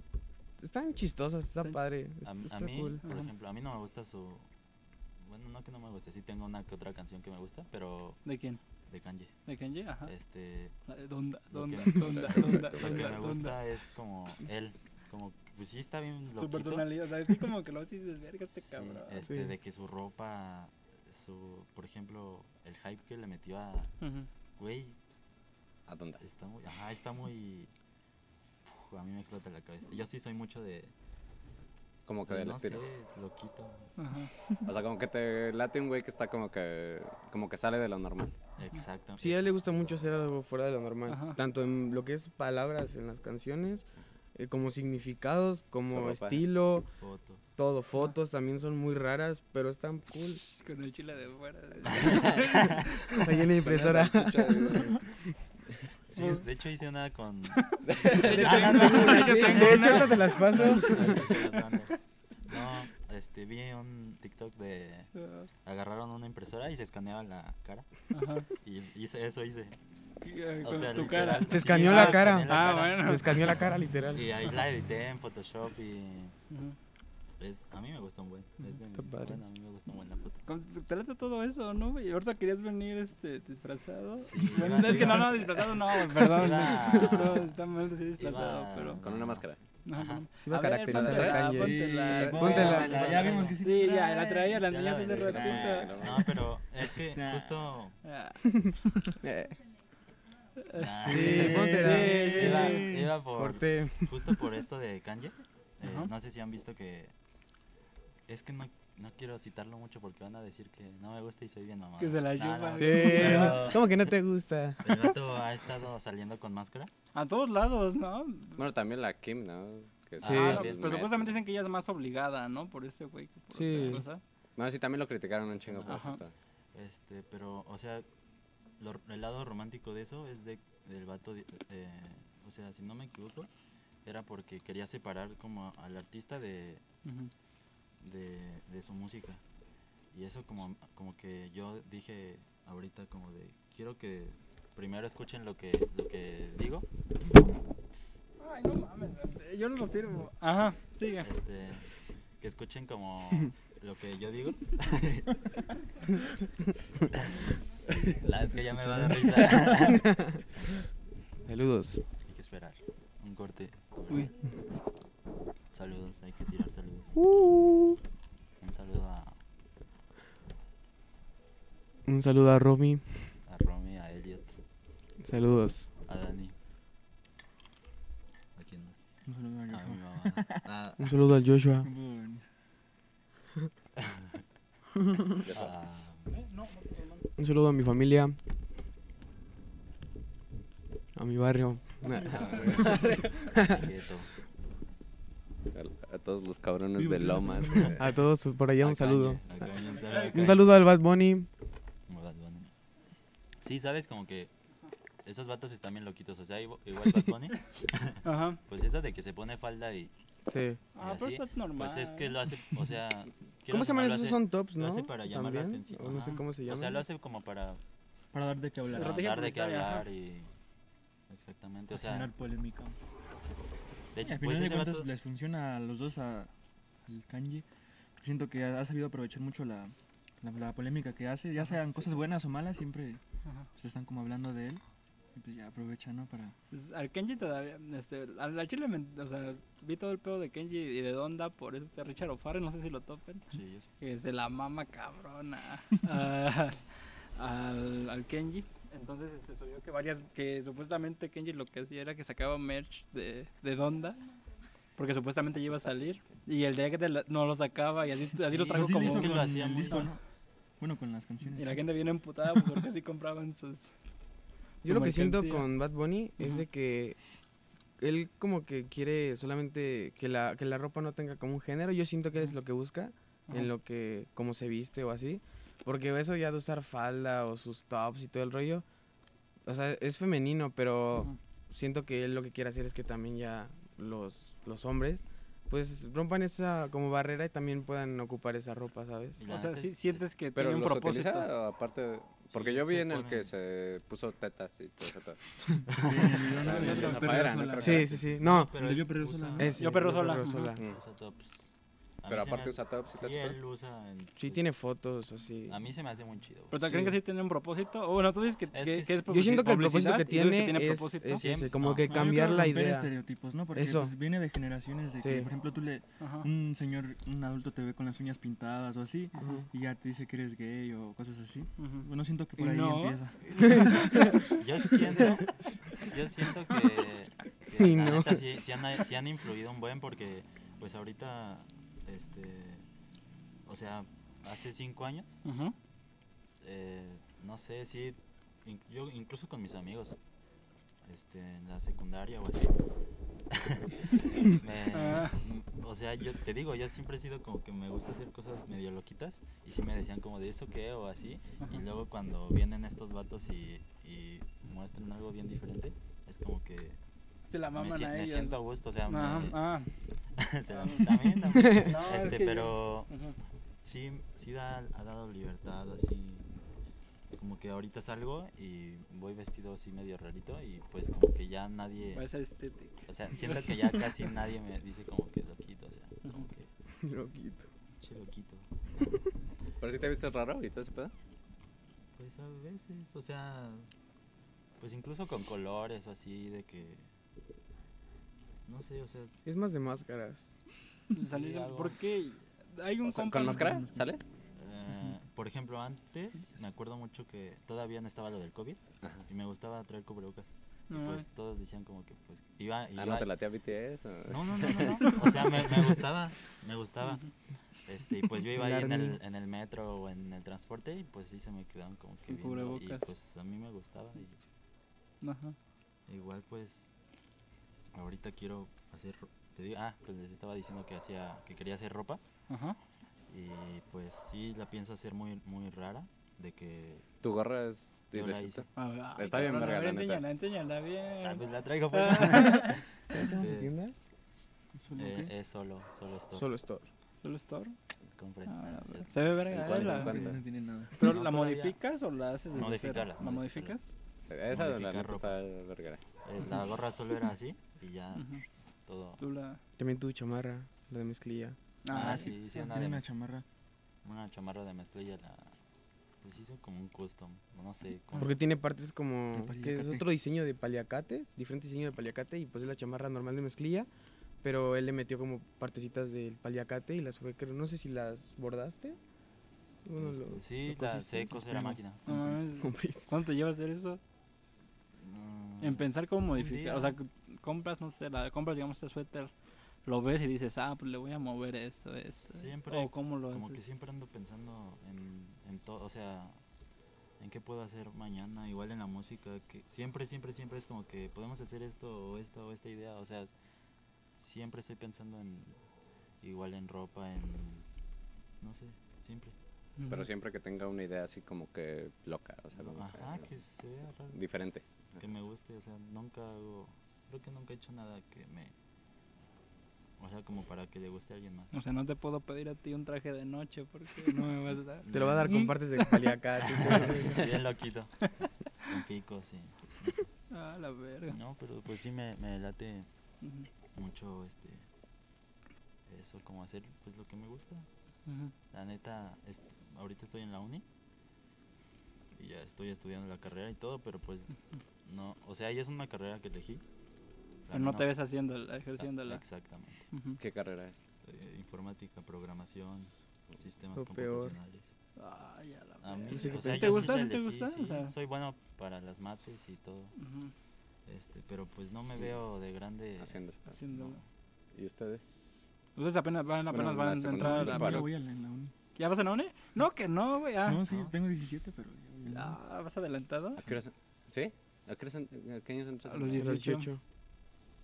Speaker 5: están chistosas, está
Speaker 1: Están
Speaker 5: padre,
Speaker 2: A,
Speaker 5: está,
Speaker 2: m- a
Speaker 5: Este está
Speaker 2: mí,
Speaker 5: cool.
Speaker 2: por
Speaker 1: Ajá.
Speaker 2: ejemplo, a mí no me gusta su. Bueno, no que no me guste, sí tengo una que otra canción que me gusta, pero
Speaker 1: ¿De quién?
Speaker 2: de kanji.
Speaker 1: ¿De Kenji? Ajá.
Speaker 5: Eh.
Speaker 2: Este,
Speaker 1: La de Donda,
Speaker 2: Lo
Speaker 1: Ah. Donda,
Speaker 2: que-
Speaker 1: Donda, Donda,
Speaker 3: lo que
Speaker 2: lo que me
Speaker 1: Donda, Donda.
Speaker 2: gusta es como él. Como, que, pues sí está bien
Speaker 1: Su
Speaker 2: loquito.
Speaker 1: personalidad, o sea, así como que lo haces y dices, verga este
Speaker 2: Sí,
Speaker 1: cabrón.
Speaker 2: este,
Speaker 5: Sí.
Speaker 2: de que su ropa, su, por ejemplo, el hype que le metió a,
Speaker 1: Ujú.
Speaker 2: güey,
Speaker 3: ¿A dónde?
Speaker 2: está muy, ajá, está muy, Uf, a mí me explota la cabeza. Yo sí soy mucho de,
Speaker 3: Como que del
Speaker 2: no
Speaker 3: estilo.
Speaker 2: sé, loquito,
Speaker 1: Ajá.
Speaker 3: O sea, como que te late un güey que está como que. Como que sale de lo normal.
Speaker 2: exacto.
Speaker 5: Sí, a él le gusta mucho hacer algo fuera de lo normal,
Speaker 1: Ajá.
Speaker 5: tanto en lo que es palabras en las canciones eh, como significados,
Speaker 3: Su
Speaker 5: como
Speaker 3: ropa.
Speaker 5: estilo,
Speaker 2: fotos.
Speaker 5: todo, fotos también son muy raras, pero están cool.
Speaker 1: Con el chile de fuera.
Speaker 5: Ahí en la impresora.
Speaker 2: Sí, de hecho hice una con...
Speaker 5: De
Speaker 2: Ah,
Speaker 5: hecho,
Speaker 2: no,
Speaker 5: sí tengo una,
Speaker 2: yo
Speaker 5: sí.
Speaker 2: tengo
Speaker 5: De hecho,
Speaker 2: una.
Speaker 5: ahorita te las paso.
Speaker 2: No, este, vi un TikTok de...
Speaker 1: eh,
Speaker 2: Agarraron una impresora y se escaneaba la cara.
Speaker 1: Ajá.
Speaker 2: Y hice eso, hice. O
Speaker 1: Con
Speaker 2: sea,
Speaker 1: tu
Speaker 2: literal.
Speaker 1: cara.
Speaker 5: Te escaneó
Speaker 2: Sí,
Speaker 5: la
Speaker 2: ah,
Speaker 5: cara.
Speaker 2: escaneé la
Speaker 1: Ah, bueno.
Speaker 5: Se escaneó la cara, literal.
Speaker 2: Y ahí la edité en Photoshop y...
Speaker 1: Ajá.
Speaker 2: Es, a mí me gusta un buen. Es de
Speaker 5: Está
Speaker 2: mi-
Speaker 5: padre.
Speaker 2: bueno, a mí me gusta un buen la foto.
Speaker 1: Con- Trata todo eso, ¿no? Y ahorita querías venir este, disfrazado.
Speaker 2: Sí,
Speaker 1: Bueno,
Speaker 2: iba-
Speaker 1: es que no,
Speaker 2: iba-
Speaker 1: no, disfrazado no, güey, perdón.
Speaker 2: Iba-
Speaker 1: No, está mal decir disfrazado,
Speaker 2: iba-
Speaker 1: pero.
Speaker 3: Con una máscara.
Speaker 1: No,
Speaker 2: Ajá.
Speaker 1: no.
Speaker 5: Sí va
Speaker 1: A ver,
Speaker 5: caracterizando
Speaker 1: ponte
Speaker 5: a
Speaker 1: la-
Speaker 5: Kanye.
Speaker 1: ponte la-
Speaker 5: Sí,
Speaker 1: ponte la-
Speaker 5: póntela.
Speaker 4: Ya vimos que sí.
Speaker 1: Sí,
Speaker 4: te
Speaker 1: ya
Speaker 4: trae.
Speaker 1: la traía las
Speaker 2: Ya
Speaker 1: niñas
Speaker 2: la
Speaker 1: hace
Speaker 2: vendí.
Speaker 1: ratito.
Speaker 2: No, pero es que
Speaker 4: Nah.
Speaker 2: justo.
Speaker 1: Ah,
Speaker 5: Eh,
Speaker 2: nah,
Speaker 5: Sí,
Speaker 2: Iba,
Speaker 5: póntela.
Speaker 2: iba por.
Speaker 5: Corte.
Speaker 2: Justo por esto de Kanye. Eh,
Speaker 1: Ajá.
Speaker 2: no sé si han visto que. Es que no, no quiero citarlo mucho porque van a decir que no me gusta y soy bien mamá.
Speaker 1: Que se la yupa.
Speaker 5: Sí,
Speaker 2: Pero-
Speaker 5: ¿no? ¿cómo que no te gusta?
Speaker 2: El vato ha estado saliendo con máscara.
Speaker 1: A todos lados, ¿no?
Speaker 3: Bueno, también la Kim, ¿no? Que
Speaker 2: Sí.
Speaker 3: se-
Speaker 1: Ah, no,
Speaker 3: el
Speaker 1: pero
Speaker 3: met-
Speaker 1: supuestamente dicen que ella es más obligada, ¿no? Por ese güey que por
Speaker 5: Sí.
Speaker 1: otra cosa.
Speaker 3: No, sí, también lo criticaron un chingo por
Speaker 1: Ajá.
Speaker 3: eso.
Speaker 2: Este, pero, o sea, lo r- el lado romántico de eso es de, del vato, de- eh, o sea, si no me equivoco, era porque quería separar como a- al artista de,
Speaker 1: Ujú.
Speaker 2: de, de su música. Y eso como, como que yo dije ahorita como de, quiero que primero escuchen lo que, lo que digo.
Speaker 1: Ay, no mames, eh, yo no lo sirvo. Ajá, sigue.
Speaker 2: Este, que escuchen como lo que yo digo. La es que ya me va de risa.
Speaker 5: Saludos.
Speaker 2: Hay que esperar. Un corte.
Speaker 1: Uy.
Speaker 2: Saludos, hay que tirar saludos. Un saludo a,
Speaker 5: Un saludo a Romy.
Speaker 2: a Romy, a Elliot,
Speaker 5: Saludos.
Speaker 2: a Dani. ¿A quién más?
Speaker 4: Un saludo a
Speaker 2: A mi
Speaker 4: Joshua.
Speaker 2: mamá. A,
Speaker 5: Un saludo al Joshua.
Speaker 4: No pudo venir.
Speaker 2: a-
Speaker 5: Un saludo a mi familia. A mi barrio.
Speaker 2: a Gueto,
Speaker 3: A, a todos los cabrones
Speaker 4: Digo,
Speaker 3: de
Speaker 4: ¿qué no
Speaker 3: Lomas.
Speaker 2: Ah,
Speaker 5: A todos por allá
Speaker 2: a
Speaker 5: un saludo.
Speaker 2: Kanye, a Kanye, un saludo. a
Speaker 5: Un
Speaker 2: Kanye.
Speaker 5: saludo al Bad Bunny.
Speaker 2: Como Bad Bunny. Sí, sabes, como que esos vatos están bien loquitos. O sea, igu- igual Bad Bunny,
Speaker 1: Ajá.
Speaker 2: pues eso de que se pone falda y,
Speaker 5: Sí.
Speaker 1: Ah,
Speaker 2: Y
Speaker 1: pero
Speaker 2: así,
Speaker 1: está normal.
Speaker 2: Pues es que lo hace, o sea...
Speaker 5: ¿Cómo
Speaker 2: quieras
Speaker 5: se
Speaker 2: o no,
Speaker 5: llaman
Speaker 2: lo
Speaker 5: esos?
Speaker 2: hace-
Speaker 5: Son tops,
Speaker 2: lo
Speaker 5: ¿no?
Speaker 2: hace para llamar la
Speaker 5: También,
Speaker 2: atención,
Speaker 5: o no sé
Speaker 2: ajá.
Speaker 5: cómo se
Speaker 2: O
Speaker 5: llaman.
Speaker 2: sea, lo hace como para,
Speaker 4: Para darte que hablar. Ah,
Speaker 2: para
Speaker 1: Estrategia
Speaker 2: dar de qué
Speaker 1: publicitaria, ajá.
Speaker 2: hablar y... Exactamente, o
Speaker 4: para
Speaker 2: sea...
Speaker 4: generar polémica.
Speaker 2: De
Speaker 4: Y al
Speaker 2: hecho,
Speaker 4: final
Speaker 2: pues
Speaker 4: de
Speaker 2: ese
Speaker 4: cuentas
Speaker 2: vato-
Speaker 4: les funciona a los dos, a, al Kanye. Siento que ha ha sabido aprovechar mucho la, la, la polémica que hace, ya sean cosas buenas o malas, siempre
Speaker 1: Ajá.
Speaker 4: se están como hablando de él. Y pues ya aprovechan, ¿no? Para...
Speaker 1: Pues, al Kenji todavía. Este, a la chile, me- o sea, vi todo el pedo de Kenji y de Donda por este Richard O'Farrell, no sé si lo topen.
Speaker 2: Sí, yo sé.
Speaker 1: que se la mama cabrona a- Ah, al, al Kenji. Entonces este, se subió que varias, que supuestamente Kenji lo que hacía era que sacaba merch de, de Donda, porque supuestamente ya iba a salir, y el día que te la- no lo sacaba, y así, así lo
Speaker 2: Sí,
Speaker 1: trajo
Speaker 2: así lo
Speaker 1: como...
Speaker 2: hizo
Speaker 4: que
Speaker 2: que
Speaker 4: lo hacía
Speaker 2: hacía
Speaker 4: el
Speaker 2: muy
Speaker 4: disco,
Speaker 2: mal.
Speaker 4: ¿no? Bueno, con las canciones.
Speaker 1: Y la
Speaker 4: sí.
Speaker 1: gente viene emputada porque así compraban sus...
Speaker 5: Yo lo que siento
Speaker 1: mercancía.
Speaker 5: con Bad Bunny es
Speaker 1: Ujú.
Speaker 5: de que él como que quiere solamente que la, que la ropa no tenga como un género. Yo siento que es lo que busca
Speaker 1: Ajá.
Speaker 5: en lo que, como se viste o así. Porque eso ya de usar falda o sus tops y todo el rollo, o sea, es femenino, pero
Speaker 1: Ujú.
Speaker 5: siento que él lo que quiere hacer es que también ya los, los hombres pues rompan esa como barrera y también puedan ocupar esa ropa, ¿sabes?
Speaker 2: Y la
Speaker 1: O sea,
Speaker 2: neta
Speaker 1: sí
Speaker 2: es-
Speaker 1: sientes que
Speaker 3: Pero
Speaker 1: tiene un
Speaker 3: los
Speaker 1: propósito.
Speaker 3: utiliza aparte. de- Porque
Speaker 2: Sí,
Speaker 3: yo vi
Speaker 2: se
Speaker 3: en el que
Speaker 2: ponen-
Speaker 3: se puso tetas y todo eso. todo.
Speaker 4: Sí, en el video,
Speaker 3: O sea,
Speaker 4: ¿no?
Speaker 3: en
Speaker 4: Yo
Speaker 3: el
Speaker 4: perreo
Speaker 3: Zapadera, ¿no?
Speaker 4: sola.
Speaker 3: Creo
Speaker 5: Sí, sí, sí. No,
Speaker 2: Pero
Speaker 4: Yo
Speaker 2: él
Speaker 4: perreo
Speaker 2: usa-
Speaker 4: sola.
Speaker 5: ese,
Speaker 1: Yo perreo
Speaker 5: yo
Speaker 1: sola,
Speaker 5: perreo
Speaker 1: ujú.
Speaker 5: sola.
Speaker 3: Mm.
Speaker 2: usa tops. A mí
Speaker 3: Pero
Speaker 2: se me
Speaker 3: aparte
Speaker 2: hace-
Speaker 3: usa tops y todo
Speaker 2: Sí,
Speaker 3: eso,
Speaker 2: él
Speaker 3: todo.
Speaker 2: usa... en-
Speaker 5: Sí
Speaker 2: pues,
Speaker 5: tiene fotos, así.
Speaker 2: A mí se me hace muy chido. güey.
Speaker 1: Pero ¿te creen que sí tiene un propósito? O bueno, tú dices que,
Speaker 2: Es
Speaker 1: que-
Speaker 2: que
Speaker 1: que es
Speaker 5: Yo siento que el
Speaker 1: publicidad,
Speaker 5: propósito que
Speaker 1: y tú dices
Speaker 5: tiene, es,
Speaker 1: propósito.
Speaker 5: es ese,
Speaker 2: Siempre-
Speaker 5: como
Speaker 2: no.
Speaker 5: que
Speaker 4: No, yo creo
Speaker 5: cambiar la
Speaker 4: romper
Speaker 5: idea.
Speaker 4: estereotipos, ¿no? Porque
Speaker 5: Eso.
Speaker 4: pues, viene de generaciones de que,
Speaker 5: Sí.
Speaker 4: por ejemplo, tú le...
Speaker 1: Ajá.
Speaker 4: Un señor, un adulto te ve con las uñas pintadas o así, y ya te dice que eres gay o cosas así.
Speaker 1: Ujú.
Speaker 4: Bueno, siento que por
Speaker 1: Y
Speaker 4: ahí
Speaker 1: no.
Speaker 4: empieza.
Speaker 2: Yo siento, yo siento que, que
Speaker 5: Y
Speaker 2: la
Speaker 5: no.
Speaker 2: neta sí, sí han, sí han influido un buen porque pues ahorita, este, o sea, hace cinco años,
Speaker 1: Ujú.
Speaker 2: eh, no sé, sí, in- yo incluso con mis amigos, este, en la secundaria o así. Me-
Speaker 1: Ah.
Speaker 2: o sea, yo te digo, yo siempre he sido como que me gusta hacer cosas medio loquitas y sí me decían como de eso qué o así. Y luego cuando vienen estos vatos y, y muestran algo bien diferente, es como que
Speaker 1: Se la
Speaker 2: me,
Speaker 1: maman
Speaker 2: sie-
Speaker 1: a
Speaker 2: me
Speaker 1: ellos.
Speaker 2: siento a gusto, o sea, me-
Speaker 1: Ajá, ah,
Speaker 2: se la- también, también.
Speaker 1: No, es
Speaker 2: este,
Speaker 1: que yo-
Speaker 2: pero
Speaker 1: ujú.
Speaker 2: sí, sí da- ha dado libertad, así como que ahorita salgo y voy vestido así medio rarito y pues como que ya nadie,
Speaker 1: Pues estética.
Speaker 2: o sea, siento que ya casi nadie me dice como que loquito, o sea, como que
Speaker 5: Loquito.
Speaker 2: che loquito.
Speaker 3: Pero si te viste raro ahorita ese pedo.
Speaker 2: Pues a veces, o sea, pues incluso con colores o así de que no sé, o sea,
Speaker 5: Es más de máscaras.
Speaker 1: Salir de-
Speaker 2: algo.
Speaker 1: Porque hay un
Speaker 3: O sea,
Speaker 1: compa-
Speaker 3: ¿Con máscara? ¿Sales? Ah,
Speaker 2: Eh, por ejemplo, antes me acuerdo mucho que todavía no estaba lo del COVID y me gustaba traer cubrebocas. Y
Speaker 1: No,
Speaker 2: pues todos decían como que pues iba, iba
Speaker 3: Ah, no te latea BTS. o-
Speaker 2: no, no, no, no, no. O sea, me, me gustaba, me gustaba. Este, y pues yo iba ahí en el, en el metro o en el transporte y pues sí se me quedaban como que
Speaker 1: Sin
Speaker 2: viendo,
Speaker 1: cubrebocas.
Speaker 2: Y pues a mí me gustaba y pues.
Speaker 1: Ajá.
Speaker 2: igual pues ahorita quiero hacer ro- te digo, ah, pues les estaba diciendo que hacía que quería hacer ropa
Speaker 1: Ajá.
Speaker 2: y pues sí la pienso hacer muy muy rara de que
Speaker 3: Tu gorra es
Speaker 2: Yo la
Speaker 3: ilegal.
Speaker 2: hice.
Speaker 1: Ah, ay,
Speaker 3: Está bien
Speaker 1: cabrón, a
Speaker 3: verga,
Speaker 1: ver,
Speaker 3: la neta.
Speaker 1: Enséñala, enséñala
Speaker 2: Ah, pues
Speaker 1: bien.
Speaker 2: la traigo pues.
Speaker 5: ¿Estás en su
Speaker 2: Este,
Speaker 5: tienda?
Speaker 4: ¿Solo
Speaker 2: eh,
Speaker 4: qué?
Speaker 2: es solo, solo esto.
Speaker 5: Solo Store.
Speaker 1: Solo store.
Speaker 2: Compré.
Speaker 1: Ah,
Speaker 2: Ah,
Speaker 1: bueno,
Speaker 2: sí.
Speaker 1: pero se ve verga.
Speaker 3: ¿Y cuál
Speaker 1: eh,
Speaker 3: les
Speaker 1: la-
Speaker 3: cuento?
Speaker 4: Este, No tiene nada.
Speaker 1: ¿Pero
Speaker 2: No,
Speaker 1: la
Speaker 2: todavía.
Speaker 1: modificas o la haces desde cero?
Speaker 2: Modificarla,
Speaker 1: ¿La
Speaker 2: modificarla.
Speaker 1: modificas?
Speaker 3: Esa de la
Speaker 2: Modificar
Speaker 3: neta
Speaker 2: ropa.
Speaker 3: está verga.
Speaker 2: Eh, la gorra solo era así y ya
Speaker 1: Ujú.
Speaker 2: todo.
Speaker 1: Tú la...
Speaker 5: También tu chamarra, la de mezclilla.
Speaker 2: Ah,
Speaker 1: Ah,
Speaker 2: sí,
Speaker 1: sí.
Speaker 2: hice una,
Speaker 4: Tiene
Speaker 2: de
Speaker 4: una
Speaker 2: mez-
Speaker 4: chamarra.
Speaker 2: una chamarra de mezclilla. La... Pues hice como un custom, no sé. con-
Speaker 5: Porque tiene partes
Speaker 4: De
Speaker 5: como que es
Speaker 4: paliacate.
Speaker 5: otro diseño de paliacate, diferente diseño de paliacate y pues es la chamarra normal de mezclilla, pero él le metió como partecitas del paliacate y las fue, creo, no sé si las bordaste. Bueno,
Speaker 2: este,
Speaker 5: lo
Speaker 2: sí,
Speaker 5: lo
Speaker 2: la
Speaker 5: cosiste.
Speaker 2: sé coser a máquina.
Speaker 1: No mames,
Speaker 5: compré.
Speaker 1: ¿Cuánto te lleva hacer eso?
Speaker 2: Mm,
Speaker 1: En pensar cómo modificar.
Speaker 2: día.
Speaker 1: O sea, c- compras, no sé, la, compras, digamos, este suéter. Lo ves y dices, ah, pues le voy a mover esto, esto.
Speaker 2: Siempre
Speaker 1: O cómo lo
Speaker 2: Como que
Speaker 1: haces.
Speaker 2: siempre ando pensando en, en todo, o sea, en qué puedo hacer mañana, igual en la música, que siempre, siempre, siempre es como que podemos hacer esto o esta o esta idea, o sea, siempre estoy pensando en, igual en ropa, en, no sé, siempre.
Speaker 1: Ujú.
Speaker 3: Pero siempre que tenga una idea así como que loca. O sea, como que-
Speaker 2: Ajá, que se vea raro,
Speaker 3: diferente.
Speaker 2: que me guste, o sea, nunca hago, creo que nunca he hecho nada que me, o sea, como para que le guste a alguien más.
Speaker 1: O sea, no te puedo pedir a ti un traje de noche porque no me vas a dar.
Speaker 5: Te lo va a dar con partes de paliacate.
Speaker 2: Bien loquito, con picos y...
Speaker 1: Ah, la verga.
Speaker 2: No, pero pues sí me, me late
Speaker 1: Ujú,
Speaker 2: mucho este eso, como hacer pues lo que me gusta.
Speaker 1: ujú.
Speaker 2: La neta, est- ahorita estoy en la uni y ya estoy estudiando la carrera y todo, pero pues no, o sea, ya es una carrera que elegí. La
Speaker 1: Pero no te
Speaker 2: menos- Ah,
Speaker 1: ves haciéndola,
Speaker 2: la-
Speaker 1: ejerciéndola.
Speaker 2: Exactamente.
Speaker 1: Ujú.
Speaker 3: ¿Qué carrera es?
Speaker 2: Eh, informática, programación, sistemas
Speaker 5: Lo peor.
Speaker 2: computacionales.
Speaker 1: Ay, a la
Speaker 2: A
Speaker 1: verga.
Speaker 2: mí,
Speaker 5: Dice que
Speaker 2: o sea,
Speaker 1: ¿Te
Speaker 2: yo sí
Speaker 1: gusta?
Speaker 2: la
Speaker 1: ¿Sí te
Speaker 2: elegí,
Speaker 1: gusta? O
Speaker 2: sí,
Speaker 1: sea.
Speaker 2: soy bueno para las mates y todo,
Speaker 1: Ujú,
Speaker 2: este, pero pues no me veo de grande.
Speaker 3: Haciendo ese pedo.
Speaker 1: haciéndola.
Speaker 3: ¿Y ustedes?
Speaker 1: Ustedes apenas van,
Speaker 3: Bueno,
Speaker 1: apenas
Speaker 3: la
Speaker 1: van a entrar
Speaker 3: secundaria,
Speaker 1: a Ah, la
Speaker 3: pero-
Speaker 1: prepa.
Speaker 4: Yo voy a la, en la uni.
Speaker 1: ¿Ya vas a la UNE? No, que no, güey. Ah,
Speaker 4: no, sí,
Speaker 2: no.
Speaker 4: tengo 17, pero. ya voy a la uni.
Speaker 1: Ah, ¿vas adelantado?
Speaker 3: ¿A qué horas? ¿Sí? ¿A qué, horas en- a qué años entras?
Speaker 1: A los
Speaker 5: Los
Speaker 1: 18.
Speaker 5: 18.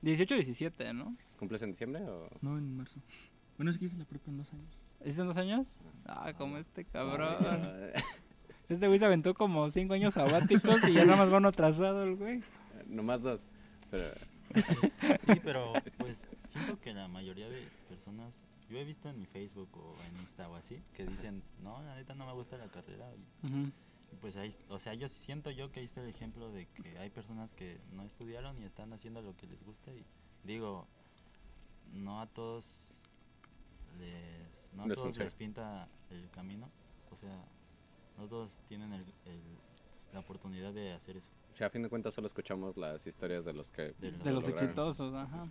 Speaker 1: 18 17, ¿no?
Speaker 3: ¿Cumples en diciembre o...?
Speaker 4: No, en marzo. Bueno, es que hice la prepa en dos años.
Speaker 1: ¿Hiciste dos años? Ah, como este
Speaker 2: Ah,
Speaker 1: cabrón.
Speaker 3: No,
Speaker 1: Este güey se aventó como cinco años sabáticos y ya nada más van atrasado el güey.
Speaker 3: Nomás dos. Pero
Speaker 2: Sí, pero pues siento que la mayoría de personas, yo he visto en mi Facebook o en Insta o así, que dicen, no, la neta no me gusta la carrera. Y,
Speaker 1: Ujú.
Speaker 2: y, pues ahí, o sea, yo siento yo que ahí está el ejemplo de que hay personas que no estudiaron y están haciendo lo que les gusta. Y digo, no a todos les, no a
Speaker 3: Les
Speaker 2: todos
Speaker 3: funciona.
Speaker 2: les pinta el camino. O sea, no todos tienen el- el- la oportunidad de hacer eso.
Speaker 3: o sea, a fin de cuentas solo escuchamos las historias de los que...
Speaker 1: De
Speaker 2: De
Speaker 3: lo
Speaker 1: los
Speaker 3: lograron.
Speaker 1: exitosos, ajá.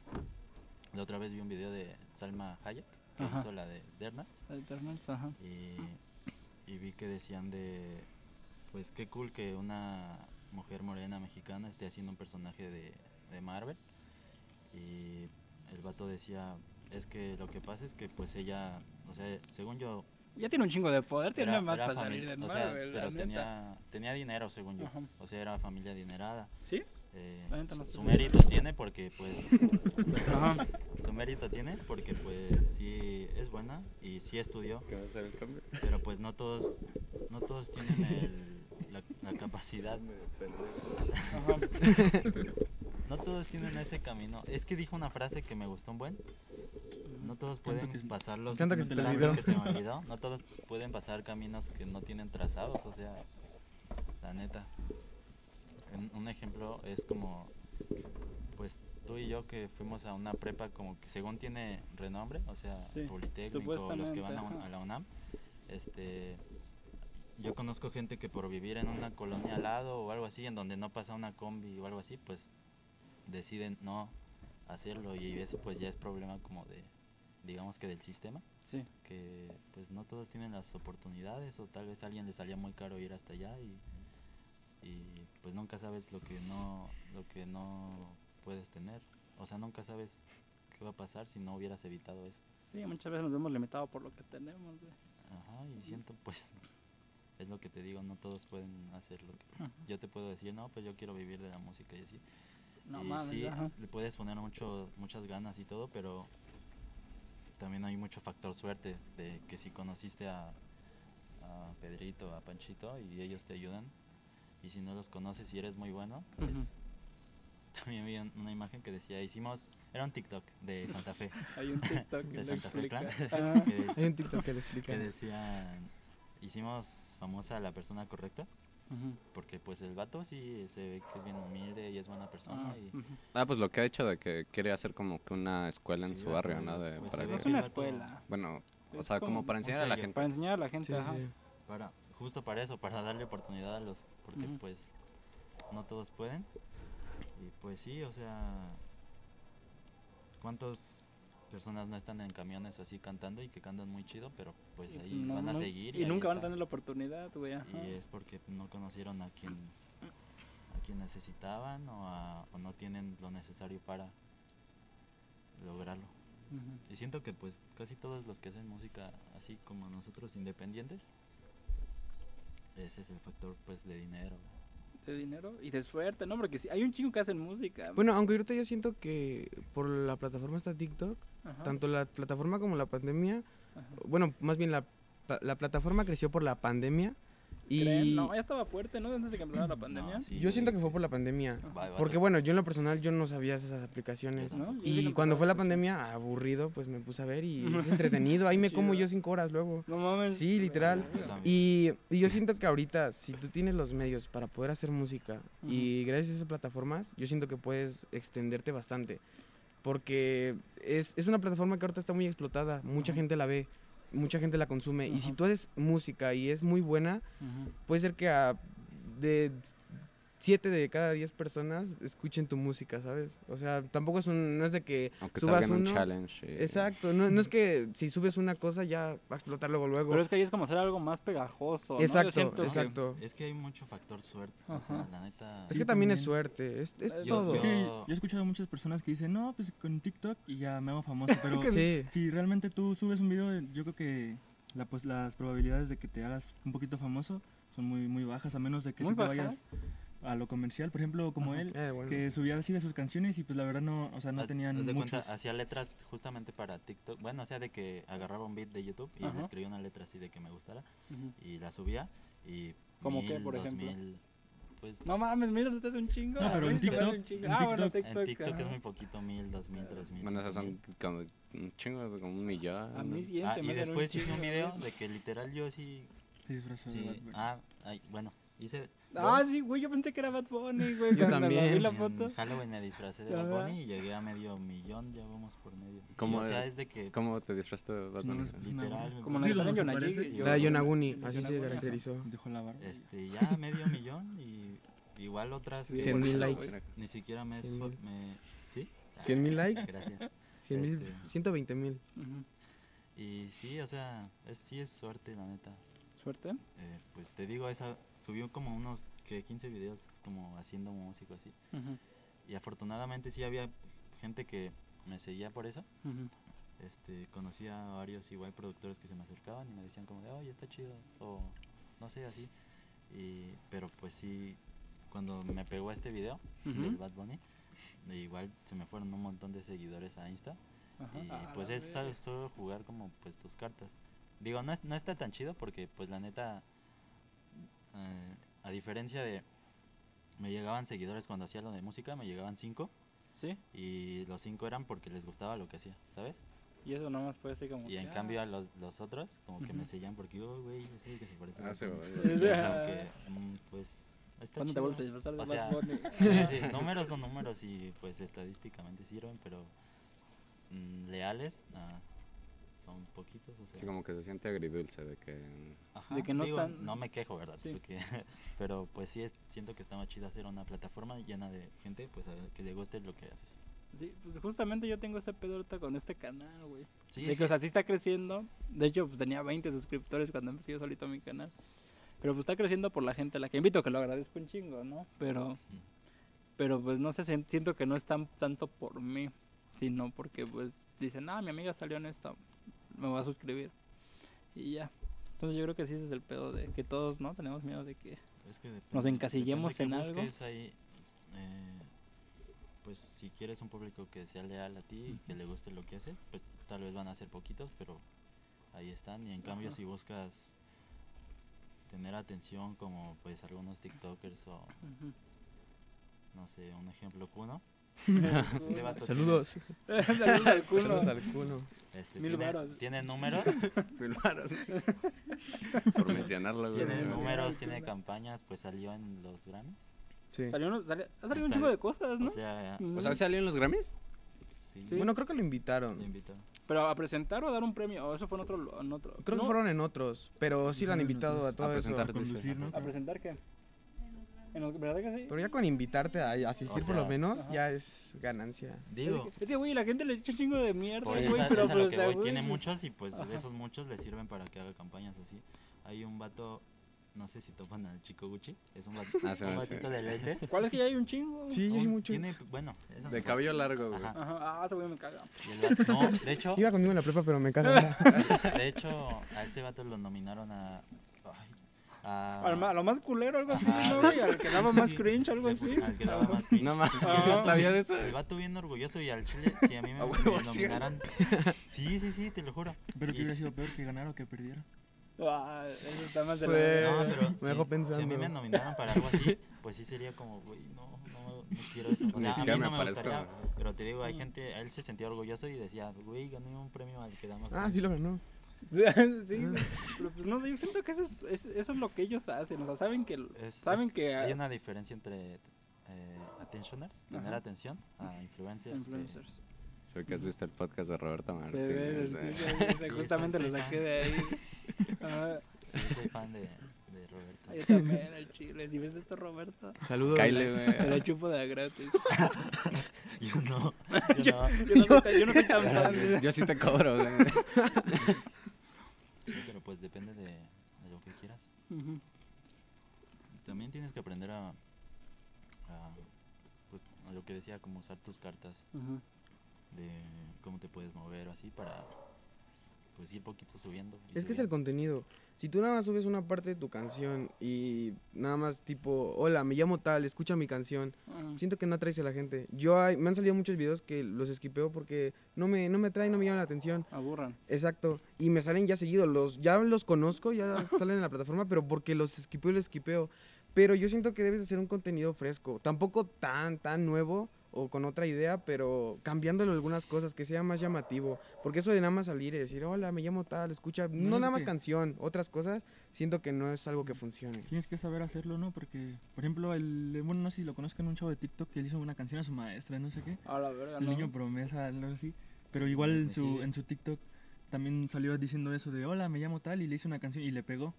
Speaker 2: La otra vez vi un video de Salma Hayek, que
Speaker 1: Ajá.
Speaker 2: hizo la de Dernats.
Speaker 1: Eternals, ajá.
Speaker 2: y, y vi que decían de pues qué cool que una mujer morena mexicana esté haciendo un personaje de, de Marvel y el vato decía es que lo que pasa es que pues ella o sea según yo
Speaker 1: Ya tiene un chingo de poder, tiene
Speaker 2: era-
Speaker 1: más
Speaker 2: era
Speaker 1: para
Speaker 2: fami-
Speaker 1: salir del
Speaker 2: o sea,
Speaker 1: Marvel, la
Speaker 2: pero
Speaker 1: neta.
Speaker 2: tenía tenía dinero según yo
Speaker 1: Ajá.
Speaker 2: o sea era familia adinerada
Speaker 1: ¿Sí?
Speaker 2: eh,
Speaker 1: La neta no sé.
Speaker 2: su mérito tiene porque pues
Speaker 1: Ajá.
Speaker 2: su mérito tiene porque pues sí es buena y sí estudió
Speaker 3: ¿Qué va a ser el cambio?
Speaker 2: pero pues no todos no todos tienen el- la, la capacidad no todos tienen ese camino es que dijo una frase que me gustó un buen no todos
Speaker 4: Tanto
Speaker 2: pueden
Speaker 4: que-
Speaker 2: pasar los
Speaker 5: tanto que
Speaker 2: no
Speaker 5: se te
Speaker 2: tanto
Speaker 5: olvidó.
Speaker 2: que se me olvidó, no todos pueden pasar caminos que no tienen trazados o sea la neta un- un ejemplo es como pues tú y yo que fuimos a una prepa como que según tiene renombre, o sea,
Speaker 1: Sí,
Speaker 2: Politécnico, los que van a, un-
Speaker 1: supuestamente,
Speaker 2: a la UNAM, este, yo conozco gente que por vivir en una colonia al lado o algo así, en donde no pasa una combi o algo así, pues deciden no hacerlo y eso pues ya es problema como de, digamos que del sistema,
Speaker 1: Sí.
Speaker 2: que pues no todos tienen las oportunidades o tal vez a alguien le salía muy caro ir hasta allá y y pues nunca sabes lo que no lo que no puedes tener o sea nunca sabes qué va a pasar si no hubieras evitado eso
Speaker 1: Sí, muchas veces nos vemos limitados por lo que tenemos, güey.
Speaker 2: ajá y siento pues es lo que te digo no todos pueden hacer lo que
Speaker 1: Ajá.
Speaker 2: yo te puedo decir no pues yo quiero vivir de la música y así
Speaker 1: No
Speaker 2: y
Speaker 1: mames,
Speaker 2: sí
Speaker 1: ajá.
Speaker 2: le puedes poner mucho muchas ganas y todo pero también hay mucho factor suerte de que si conociste a a Pedrito a Panchito y ellos te ayudan y si no los conoces y eres muy bueno pues
Speaker 1: Ujú.
Speaker 2: También vi un- una imagen que decía, hicimos, era un TikTok de Santa Fe,
Speaker 1: Hay un TikTok que
Speaker 2: de
Speaker 1: lo
Speaker 2: Santa Fe
Speaker 1: explica. Ah.
Speaker 2: Clan,
Speaker 1: Ajá.
Speaker 2: que,
Speaker 5: Hay un TikTok que lo explica.
Speaker 2: que decía, hicimos famosa a la persona correcta,
Speaker 1: Ujú.
Speaker 2: porque pues el vato sí se ve que es bien humilde y es buena persona.
Speaker 1: Ah,
Speaker 2: y
Speaker 1: ujú.
Speaker 3: Ah, pues lo que ha hecho de que quiere hacer como que una escuela en
Speaker 2: Sí,
Speaker 3: su
Speaker 2: va
Speaker 3: barrio,
Speaker 2: como-
Speaker 3: ¿no? De-
Speaker 2: pues
Speaker 3: para
Speaker 2: sí,
Speaker 1: Es
Speaker 3: que-
Speaker 2: sí,
Speaker 1: una
Speaker 2: va como-
Speaker 1: escuela.
Speaker 3: bueno, o
Speaker 1: es
Speaker 3: sea, como
Speaker 1: como
Speaker 3: para
Speaker 1: un
Speaker 3: enseñar a la
Speaker 2: sello.
Speaker 3: gente.
Speaker 1: Para enseñar a la gente,
Speaker 5: Sí,
Speaker 1: ajá.
Speaker 5: sí.
Speaker 2: para, justo para eso, para darle oportunidad a los, porque
Speaker 1: Ujú.
Speaker 2: pues no todos pueden. Y pues sí, o sea, ¿cuántas personas no están en camiones o así cantando y que cantan muy chido, pero pues
Speaker 1: Y
Speaker 2: ahí
Speaker 1: no-
Speaker 2: van a
Speaker 1: no-
Speaker 2: seguir?
Speaker 1: Y,
Speaker 2: ahí
Speaker 1: nunca van a
Speaker 2: están?
Speaker 1: tener la oportunidad, güey. ajá.
Speaker 2: y eh, es porque no conocieron a quien a quien necesitaban o, a- o no tienen lo necesario para lograrlo
Speaker 1: Ujú.
Speaker 2: y siento que pues casi todos los que hacen música así como nosotros independientes ese es el factor pues de dinero
Speaker 1: De dinero y de suerte, ¿no? Porque sí, hay un chingo que hacen música.
Speaker 5: Bueno, aunque ahorita yo siento que por la plataforma está TikTok,
Speaker 1: Ajá,
Speaker 5: tanto la plataforma como la pandemia,
Speaker 1: ajá.
Speaker 5: bueno, más bien la, pa- la plataforma creció por la pandemia y
Speaker 1: ¿Creen? No, ya estaba fuerte, ¿no? Antes de que empezara la
Speaker 2: No,
Speaker 1: pandemia.
Speaker 2: sí,
Speaker 5: yo siento
Speaker 2: güey.
Speaker 5: que fue por la pandemia.
Speaker 2: Va- va-
Speaker 5: Porque bueno, yo en lo personal yo no sabía esas aplicaciones.
Speaker 1: Ah, ¿No? Yo sí
Speaker 5: Y
Speaker 1: que
Speaker 5: cuando fue la
Speaker 1: empezaba.
Speaker 5: pandemia, aburrido, pues me puse a ver y
Speaker 1: Ujú.
Speaker 5: es entretenido. Ahí me como
Speaker 1: Chido.
Speaker 5: yo cinco horas luego.
Speaker 1: No mames.
Speaker 5: Sí, literal.
Speaker 2: Yo también.
Speaker 5: Y, y yo siento que ahorita, si tú tienes los medios para poder hacer música
Speaker 1: Ujú.
Speaker 5: y gracias a esas plataformas, yo siento que puedes extenderte bastante. Porque es, es una plataforma que ahorita está muy explotada, mucha
Speaker 1: Ujú.
Speaker 5: gente la ve, mucha gente la consume. Y si
Speaker 1: Ujú.
Speaker 5: tú haces música y es muy buena,
Speaker 1: Ujú.
Speaker 5: puede ser que a de 7 de cada 10 personas escuchen tu música, ¿sabes? O sea, tampoco es un, no es de que
Speaker 3: Aunque
Speaker 5: subas
Speaker 3: salga en un
Speaker 5: uno.
Speaker 3: challenge. y-
Speaker 5: Exacto, no, no es que si subes una cosa ya va a explotar luego luego.
Speaker 1: Pero es que ahí es como hacer algo más pegajoso. ¿no? Yo
Speaker 5: Exacto,
Speaker 1: siento que-
Speaker 2: No, es-
Speaker 5: exacto.
Speaker 2: es, que hay mucho factor suerte o sea,
Speaker 1: Ajá.
Speaker 2: la neta
Speaker 5: es
Speaker 4: Sí,
Speaker 5: que también es
Speaker 4: también.
Speaker 5: suerte, es, es
Speaker 1: Es-
Speaker 5: todo.
Speaker 4: Es que
Speaker 2: Yo-
Speaker 4: yo he escuchado a muchas personas que dicen, no, pues con TikTok y ya me hago famoso, pero
Speaker 5: Sí,
Speaker 4: si realmente tú subes un video, yo creo que la, pues, las probabilidades de que te hagas un poquito famoso son muy, muy bajas, a menos de que
Speaker 1: Muy
Speaker 4: sí te
Speaker 1: bajas.
Speaker 4: vayas a lo comercial, por ejemplo, como
Speaker 1: Ajá.
Speaker 4: él,
Speaker 5: eh, bueno.
Speaker 4: que subía así de sus canciones y pues la verdad no, o sea, no
Speaker 2: Haz-
Speaker 4: tenían
Speaker 2: haz de cuenta,
Speaker 4: muchos...
Speaker 2: hacía letras justamente para TikTok. Bueno, o sea, de que agarraba un beat de YouTube y
Speaker 1: Ajá.
Speaker 2: le escribía una letra así de que me gustara
Speaker 1: Ujú.
Speaker 2: y la subía y
Speaker 1: ¿Cómo
Speaker 2: mil,
Speaker 1: qué, por
Speaker 2: dos
Speaker 1: ejemplo?
Speaker 2: mil, pues
Speaker 1: No mames, mira, te hace un chingo.
Speaker 4: No, pero
Speaker 1: güey,
Speaker 4: en
Speaker 1: se me hace
Speaker 4: TikTok-
Speaker 1: un chingo.
Speaker 4: en
Speaker 1: Ah, bueno,
Speaker 2: en
Speaker 1: TikTok.
Speaker 2: TikTok es
Speaker 1: ajá.
Speaker 2: muy poquito, mil, dos mil, tres mil.
Speaker 3: Bueno,
Speaker 2: cinco
Speaker 3: esas son
Speaker 2: mil.
Speaker 3: como un chingo, como un millón.
Speaker 1: A mí
Speaker 3: ¿no?
Speaker 1: sí,
Speaker 2: Ah,
Speaker 1: se me
Speaker 2: y
Speaker 1: hacen un
Speaker 2: después hice un
Speaker 1: chingo,
Speaker 2: video
Speaker 1: güey.
Speaker 2: de que literal yo sí,
Speaker 4: Se disfrazó de
Speaker 2: sí,
Speaker 4: Bad Bunny.
Speaker 2: ah, ay, bueno, hice
Speaker 1: Ah, sí, güey, yo pensé que era Bad Bunny, güey.
Speaker 5: Yo
Speaker 1: cuando la vi
Speaker 5: también.
Speaker 1: la
Speaker 2: en
Speaker 1: foto.
Speaker 2: Halloween me disfracé de Bad
Speaker 1: Ajá.
Speaker 2: Bunny y llegué a medio millón, ya vamos por medio. Y,
Speaker 3: ¿Cómo
Speaker 2: o sea,
Speaker 3: es?
Speaker 2: es de que
Speaker 3: ¿Cómo te disfrazaste de Bad
Speaker 4: No,
Speaker 3: Bunny?
Speaker 4: es- es una
Speaker 2: pues, literal
Speaker 4: buena.
Speaker 2: me
Speaker 1: Como la
Speaker 2: puse-
Speaker 4: Sí,
Speaker 1: que sale en
Speaker 4: donde
Speaker 1: Yonaguni,
Speaker 4: aparece-
Speaker 1: yo-
Speaker 5: La de Yonaguni,
Speaker 1: Yonaguni,
Speaker 5: así se
Speaker 1: Yonaguni, ajá.
Speaker 5: caracterizó.
Speaker 4: Dejó la barba.
Speaker 2: Este, ya medio millón y igual otras que
Speaker 5: Cien mil likes.
Speaker 2: ni siquiera me,
Speaker 5: Cien
Speaker 2: esfor-
Speaker 5: mil.
Speaker 2: me- ¿sí? Ah,
Speaker 5: Cien mil likes.
Speaker 2: Gracias.
Speaker 5: 100 mil,
Speaker 2: Este.
Speaker 5: 120 mil.
Speaker 1: Ujú.
Speaker 2: Y sí, o sea, es, sí es suerte, la neta.
Speaker 1: Suerte.
Speaker 2: Eh, pues te digo, esa subió como unos que 15 videos como haciendo música así.
Speaker 1: Ujú,
Speaker 2: Y afortunadamente sí había gente que me seguía por eso.
Speaker 1: ujú.
Speaker 2: Este, conocía a varios igual productores que se me acercaban y me decían como de, "Oye, está chido" o no sé, así. Y pero pues sí cuando me pegó este video
Speaker 1: Ujú.
Speaker 2: del Bad Bunny, e igual se me fueron un montón de seguidores a Insta.
Speaker 1: Ajá.
Speaker 2: Y
Speaker 1: A
Speaker 2: pues
Speaker 1: la
Speaker 2: es
Speaker 1: verga.
Speaker 2: solo- solo jugar como pues tus cartas. Digo, no, es- no está tan chido porque pues la neta, eh, a diferencia de... Me llegaban seguidores cuando hacía lo de música, me llegaban cinco
Speaker 1: Sí,
Speaker 2: y los cinco eran porque les gustaba lo que hacía, ¿sabes?
Speaker 1: y eso nomás puede ser como.
Speaker 2: Y en
Speaker 1: que, ah,
Speaker 2: cambio a los, los otros como que
Speaker 1: Ujú.
Speaker 2: me seguían porque, oh, güey, ese que se parece. a
Speaker 3: Ah,
Speaker 2: Bad
Speaker 3: se
Speaker 2: Bunny".
Speaker 3: va,
Speaker 2: Y
Speaker 3: ya.
Speaker 2: es como
Speaker 1: Ajá.
Speaker 2: que, mm, pues... está
Speaker 1: ¿Cuándo te
Speaker 2: chido.
Speaker 1: vuelves a disfrazar de Bad
Speaker 2: O sea,
Speaker 1: Bunny?
Speaker 2: Sí, sí, números son números y pues estadísticamente sirven, pero mm, leales ah, son poquitos. O sea,
Speaker 3: Sí, como que se siente agridulce de que... mm,
Speaker 2: ajá,
Speaker 1: de que no
Speaker 2: digo,
Speaker 1: están-
Speaker 2: no me quejo, ¿verdad?
Speaker 1: Sí.
Speaker 2: Porque- pero pues sí, es- siento que está más chido hacer una plataforma llena de gente pues a ver, que le guste lo que haces.
Speaker 1: Sí, pues justamente yo tengo ese pedo ahorita con este canal, güey.
Speaker 2: Sí,
Speaker 1: de
Speaker 2: sí,
Speaker 1: que, o sea, sí está creciendo. De hecho, pues tenía 20 suscriptores cuando empecé yo solito mi canal. Pero pues está creciendo por la gente a la que invito, que lo agradezco un chingo, ¿no? Pero, pero pues no sé, sien- siento que no es tan, tanto por mí, sino porque pues dicen, ah, mi amiga salió en esto, me voy a suscribir. Y ya. Entonces yo creo que sí ese es el pedo de que todos, ¿no? Tenemos miedo de que...
Speaker 2: es que depende-
Speaker 1: encasillemos
Speaker 2: depende
Speaker 1: en
Speaker 2: qué
Speaker 1: algo.
Speaker 2: busques ahí, eh, pues si quieres un público que sea leal a ti y que le guste lo que haces, pues tal vez van a ser poquitos, pero ahí están. Y en cambio
Speaker 1: Ajá.
Speaker 2: si buscas tener atención como pues algunos TikTokers o no sé, un ejemplo Kuno. Este vato tiene-
Speaker 5: Saludos.
Speaker 1: Saludos al culo.
Speaker 5: Saludos al cuno.
Speaker 2: este,
Speaker 1: Mil
Speaker 2: tiene-
Speaker 1: varos.
Speaker 2: tiene números
Speaker 3: mil varas. Por mencionarlo, güey.
Speaker 2: Tiene
Speaker 1: Tiene
Speaker 2: números,
Speaker 1: números,
Speaker 2: tiene
Speaker 1: tiene-
Speaker 2: campañas, pues salió en los Grammys.
Speaker 5: Sí.
Speaker 1: Salió uno- salió- ha salido un
Speaker 2: Está
Speaker 1: chingo
Speaker 2: bien.
Speaker 1: de cosas,
Speaker 2: O
Speaker 1: ¿no?
Speaker 2: sea,
Speaker 3: O sea, ¿salió en los Grammys?
Speaker 2: sí,
Speaker 1: Sí.
Speaker 5: Bueno, creo que lo invitaron.
Speaker 2: lo invito.
Speaker 1: Pero a presentar o a dar un premio, o eso fue en otro. En otro
Speaker 5: Creo
Speaker 1: no,
Speaker 5: que fueron en otros, pero sí lo han
Speaker 4: Fueron en
Speaker 5: invitado
Speaker 4: otros.
Speaker 5: a todo
Speaker 3: A
Speaker 5: eso.
Speaker 3: presentar.
Speaker 4: A conducir, ¿no?
Speaker 1: ¿A presentar qué? En los, ¿Verdad que sí?
Speaker 5: Pero ya con invitarte a asistir
Speaker 2: O
Speaker 5: por
Speaker 2: sea,
Speaker 5: lo menos
Speaker 1: ajá.
Speaker 5: ya es ganancia.
Speaker 2: Digo,
Speaker 1: Es que- Es que, güey, la gente le echa un chingo de mierda,
Speaker 2: Por
Speaker 1: güey,
Speaker 2: eso,
Speaker 1: pero
Speaker 2: es a lo
Speaker 1: pues,
Speaker 2: que
Speaker 1: o sea,
Speaker 2: voy,
Speaker 1: güey,
Speaker 2: tiene
Speaker 1: pues,
Speaker 2: muchos y pues
Speaker 1: ajá.
Speaker 2: de esos muchos le sirven para que haga campañas así. Hay un vato, no sé si topan al Chico Gucci, es un, vato,
Speaker 3: Ah, se
Speaker 2: un
Speaker 3: me hace.
Speaker 2: vatito de lentes.
Speaker 1: ¿Cuál es que ya hay un chingo?
Speaker 5: Sí, hay
Speaker 2: Un-
Speaker 5: muchos.
Speaker 2: tiene- bueno, eso
Speaker 3: De
Speaker 2: no-
Speaker 3: cabello largo, güey.
Speaker 2: Ajá.
Speaker 1: Ajá, ah, ese güey me caga.
Speaker 2: y el vato- no, de hecho,
Speaker 5: Iba conmigo en la prepa, pero me caga.
Speaker 2: de hecho, a ese vato lo nominaron a... ay, a-
Speaker 1: Al ma- A lo más culero, algo así,
Speaker 2: Ajá.
Speaker 1: ¿no, güey? Al que daba más
Speaker 2: Ah. Sí,
Speaker 1: cringe, algo
Speaker 2: le
Speaker 1: así.
Speaker 2: pus- al que daba más cringe.
Speaker 3: No mames,
Speaker 1: Ah.
Speaker 3: ¿sabía de eso?
Speaker 2: El vato bien orgulloso y al chile, si a mí me,
Speaker 3: A huevo,
Speaker 2: me
Speaker 3: sí.
Speaker 2: nominaran... Sí, sí, sí, te lo juro.
Speaker 4: Pero que
Speaker 2: Y
Speaker 4: hubiera
Speaker 2: sí-
Speaker 4: sido peor que ganar o que perdiera.
Speaker 1: Ah, eso está más de la
Speaker 5: Fue-
Speaker 1: verga.
Speaker 2: No, pero
Speaker 5: Me
Speaker 2: sí,
Speaker 5: dejó
Speaker 2: Si a mí
Speaker 5: pensando.
Speaker 2: me nominaran para algo así, pues sí sería como, güey, no, no, no quiero eso. O
Speaker 3: Ni
Speaker 2: sea, a
Speaker 3: siquiera
Speaker 2: mí
Speaker 3: me
Speaker 2: no me
Speaker 3: aparezco.
Speaker 2: gustaría, pero te digo, hay gente, él se sentía orgulloso y decía, güey, gané un premio al que damos.
Speaker 5: ah, sí lo ganó.
Speaker 1: Sí, sí, güey. Pero pues no sé, yo siento que eso es, es- eso es lo que ellos hacen. O sea, saben que.
Speaker 2: Es-
Speaker 1: saben
Speaker 2: Eh, es-
Speaker 1: que.
Speaker 2: Hay
Speaker 1: ah,
Speaker 2: una diferencia entre eh, attentioners, tener
Speaker 1: Ajá.
Speaker 2: atención, a influencers. que-
Speaker 1: influencers.
Speaker 3: Se ve que has visto el podcast de Roberto
Speaker 5: Ah,
Speaker 1: Se ve,
Speaker 3: Martínez.
Speaker 1: se
Speaker 3: eh.
Speaker 1: escucha, se-
Speaker 2: Sí,
Speaker 1: justamente
Speaker 2: soy-
Speaker 1: lo
Speaker 2: soy
Speaker 1: saqué
Speaker 2: fan.
Speaker 1: de ahí. Ah,
Speaker 2: Sí, soy fan de, de Roberto.
Speaker 1: yo también, el chile. Si ves esto, Roberto,
Speaker 5: Saludos.
Speaker 3: Kyle,
Speaker 1: te la
Speaker 3: güey.
Speaker 1: chupo de a gratis.
Speaker 2: Yo no, yo no.
Speaker 1: Yo no soy tan- yo no soy tan fan de-
Speaker 3: Yo sí te cobro, güey.
Speaker 2: Sí, pero pues depende de, de lo que quieras.
Speaker 1: Ujú.
Speaker 2: También tienes que aprender a, a, pues, a lo que decía, como usar tus cartas
Speaker 1: Ujú.
Speaker 2: de cómo te puedes mover o así para pues ir poquito subiendo. y
Speaker 5: Es que es el
Speaker 2: subiendo.
Speaker 5: contenido. Si tú nada más subes una parte de tu canción y nada más tipo, hola, me llamo tal, escucha mi canción,
Speaker 1: Ujú.
Speaker 5: siento que no atraes a la gente. Yo hay- me han salido muchos videos que los esquipeo porque no me, no me atraen, no me llaman la atención.
Speaker 1: Aburran.
Speaker 5: Exacto. Y me salen ya seguido. Los, ya los conozco, ya salen en la plataforma, pero porque los esquipeo y los esquipeo. Pero yo siento que debes hacer un contenido fresco. Tampoco tan, tan nuevo o con otra idea, pero cambiándole algunas cosas, que sea más llamativo. Porque eso de nada más salir y decir, hola, me llamo tal, escucha, no
Speaker 4: digo
Speaker 5: nada más
Speaker 4: que-
Speaker 5: canción, otras cosas, siento que no es algo que funcione.
Speaker 4: Tienes que saber hacerlo, ¿no? Porque, por ejemplo, el, bueno, no sé si lo conozcan, un chavo de TikTok que le hizo una canción a su maestra, no sé qué.
Speaker 1: A la verga,
Speaker 4: El
Speaker 1: no.
Speaker 4: niño promesa, algo así. Pero igual en
Speaker 2: Me
Speaker 4: su,
Speaker 2: sigue.
Speaker 4: en su TikTok también salió diciendo eso de, hola, me llamo tal, y le hizo una canción y le pegó.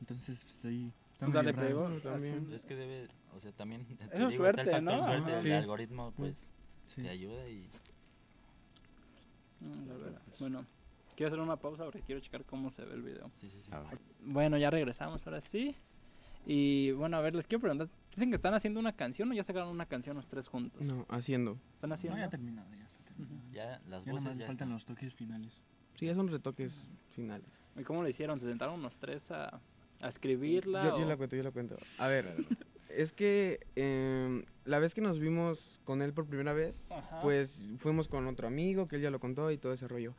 Speaker 4: Entonces, pues ahí... está
Speaker 1: O sea, le
Speaker 4: medio raro.
Speaker 1: pegó.
Speaker 5: Yo también.
Speaker 1: así.
Speaker 2: Es que debe, o sea, también te
Speaker 1: Eso es
Speaker 2: digo, está
Speaker 1: suerte,
Speaker 2: el factor
Speaker 1: ¿no?
Speaker 2: suerte,
Speaker 1: Ajá.
Speaker 2: el
Speaker 5: Sí.
Speaker 2: algoritmo
Speaker 5: Mm,
Speaker 2: pues
Speaker 4: Sí.
Speaker 2: te ayuda y
Speaker 1: Mm, la verga. Bueno, quiero hacer una pausa porque quiero checar cómo se ve el video.
Speaker 2: sí, sí, sí.
Speaker 3: A ver.
Speaker 1: Bueno, ya regresamos ahora sí. Y bueno, a ver, les quiero preguntar. Dicen que están haciendo una canción o ya sacaron una canción los tres juntos.
Speaker 5: No, haciendo.
Speaker 1: ¿Están haciendo?
Speaker 4: No, ya terminado, ya está terminado.
Speaker 1: Ujú.
Speaker 2: Ya las
Speaker 4: Ya nada
Speaker 2: voces
Speaker 4: más
Speaker 2: ya
Speaker 4: faltan
Speaker 2: están.
Speaker 4: los toques finales.
Speaker 5: Sí, ya son retoques finales.
Speaker 1: ¿Y cómo lo hicieron? ¿Se sentaron los tres a, a escribirla?
Speaker 5: Yo, yo
Speaker 1: o-
Speaker 5: la cuento, yo la cuento. A ver, es que em, la vez que nos vimos con él por primera vez,
Speaker 4: Ajá.
Speaker 5: pues fuimos con otro amigo que él ya lo contó y todo ese rollo.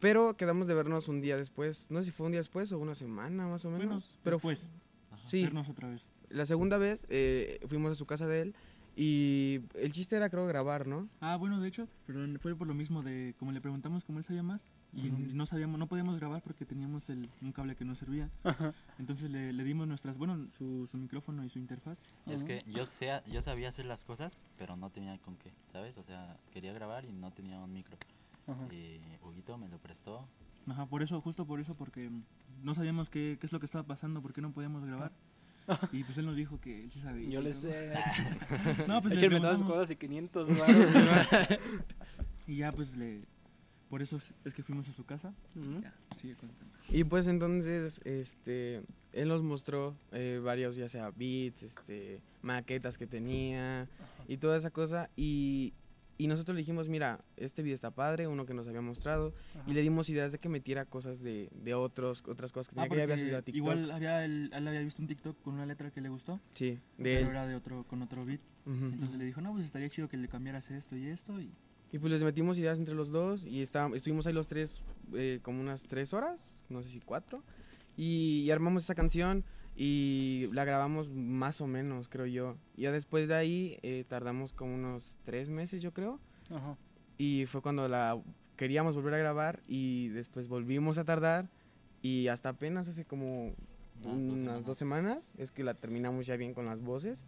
Speaker 5: Pero quedamos de vernos un día después. No sé si fue un día después o una semana más o menos.
Speaker 4: Bueno,
Speaker 5: pero
Speaker 4: después,
Speaker 2: Ajá.
Speaker 5: pues, sí,
Speaker 4: vernos otra vez.
Speaker 5: la segunda vez eh, fuimos a su casa de él y el chiste era creo grabar, ¿no?
Speaker 4: Ah, bueno, de hecho, perdón, fue por lo mismo de como le preguntamos como él sabía más y
Speaker 5: Ujú.
Speaker 4: no sabíamos, no podíamos grabar porque teníamos el, un cable que no servía. Entonces le, le dimos nuestras, bueno, su, su micrófono y su interfaz.
Speaker 2: Es
Speaker 1: Ujú.
Speaker 2: que yo, sea, yo sabía hacer las cosas, pero no tenía con qué, ¿sabes? O sea, quería grabar y no tenía un micro.
Speaker 1: Ajá.
Speaker 2: Y Huguito me lo prestó.
Speaker 4: Ajá, por eso, justo por eso, porque mm, no sabíamos qué, qué es lo que estaba pasando, por qué no podíamos grabar. Y pues él nos dijo que él sí sabía.
Speaker 1: Yo
Speaker 4: y
Speaker 1: les
Speaker 4: todo.
Speaker 1: sé.
Speaker 4: No, pues le
Speaker 1: Échenme todas sus
Speaker 4: preguntamos
Speaker 1: cosas y 500 varos.
Speaker 4: y ya pues le... Por eso es- es que fuimos a su casa.
Speaker 1: Ujú.
Speaker 4: Ya, sigue contando.
Speaker 5: Y pues entonces, este, él nos mostró eh, varios, ya sea beats, este, maquetas que tenía y toda esa cosa. Y, y nosotros le dijimos, mira, este video está padre, uno que nos había mostrado.
Speaker 1: Ajá.
Speaker 5: Y le dimos ideas de que metiera cosas de, de otros, otras cosas que tenía
Speaker 4: Ah,
Speaker 5: que ya había
Speaker 4: porque
Speaker 5: subido a TikTok.
Speaker 4: Igual había el- él había visto un TikTok con una letra que le gustó,
Speaker 5: Sí, de
Speaker 4: pero
Speaker 5: él.
Speaker 4: era de otro, con otro beat.
Speaker 5: Ujú.
Speaker 4: Entonces le dijo, no, pues estaría chido que le cambiaras esto y esto. Y
Speaker 5: Y pues les metimos ideas entre los dos y está- estuvimos ahí los tres eh, como unas tres horas, no sé si cuatro, y, y armamos esa canción y la grabamos más o menos, creo yo. Ya después de ahí eh, tardamos como unos tres meses, yo creo,
Speaker 1: Ajá.
Speaker 5: y fue cuando la queríamos volver a grabar y después volvimos a tardar y hasta apenas hace como
Speaker 2: Unas dos
Speaker 5: unas dos semanas es que la terminamos ya bien con las voces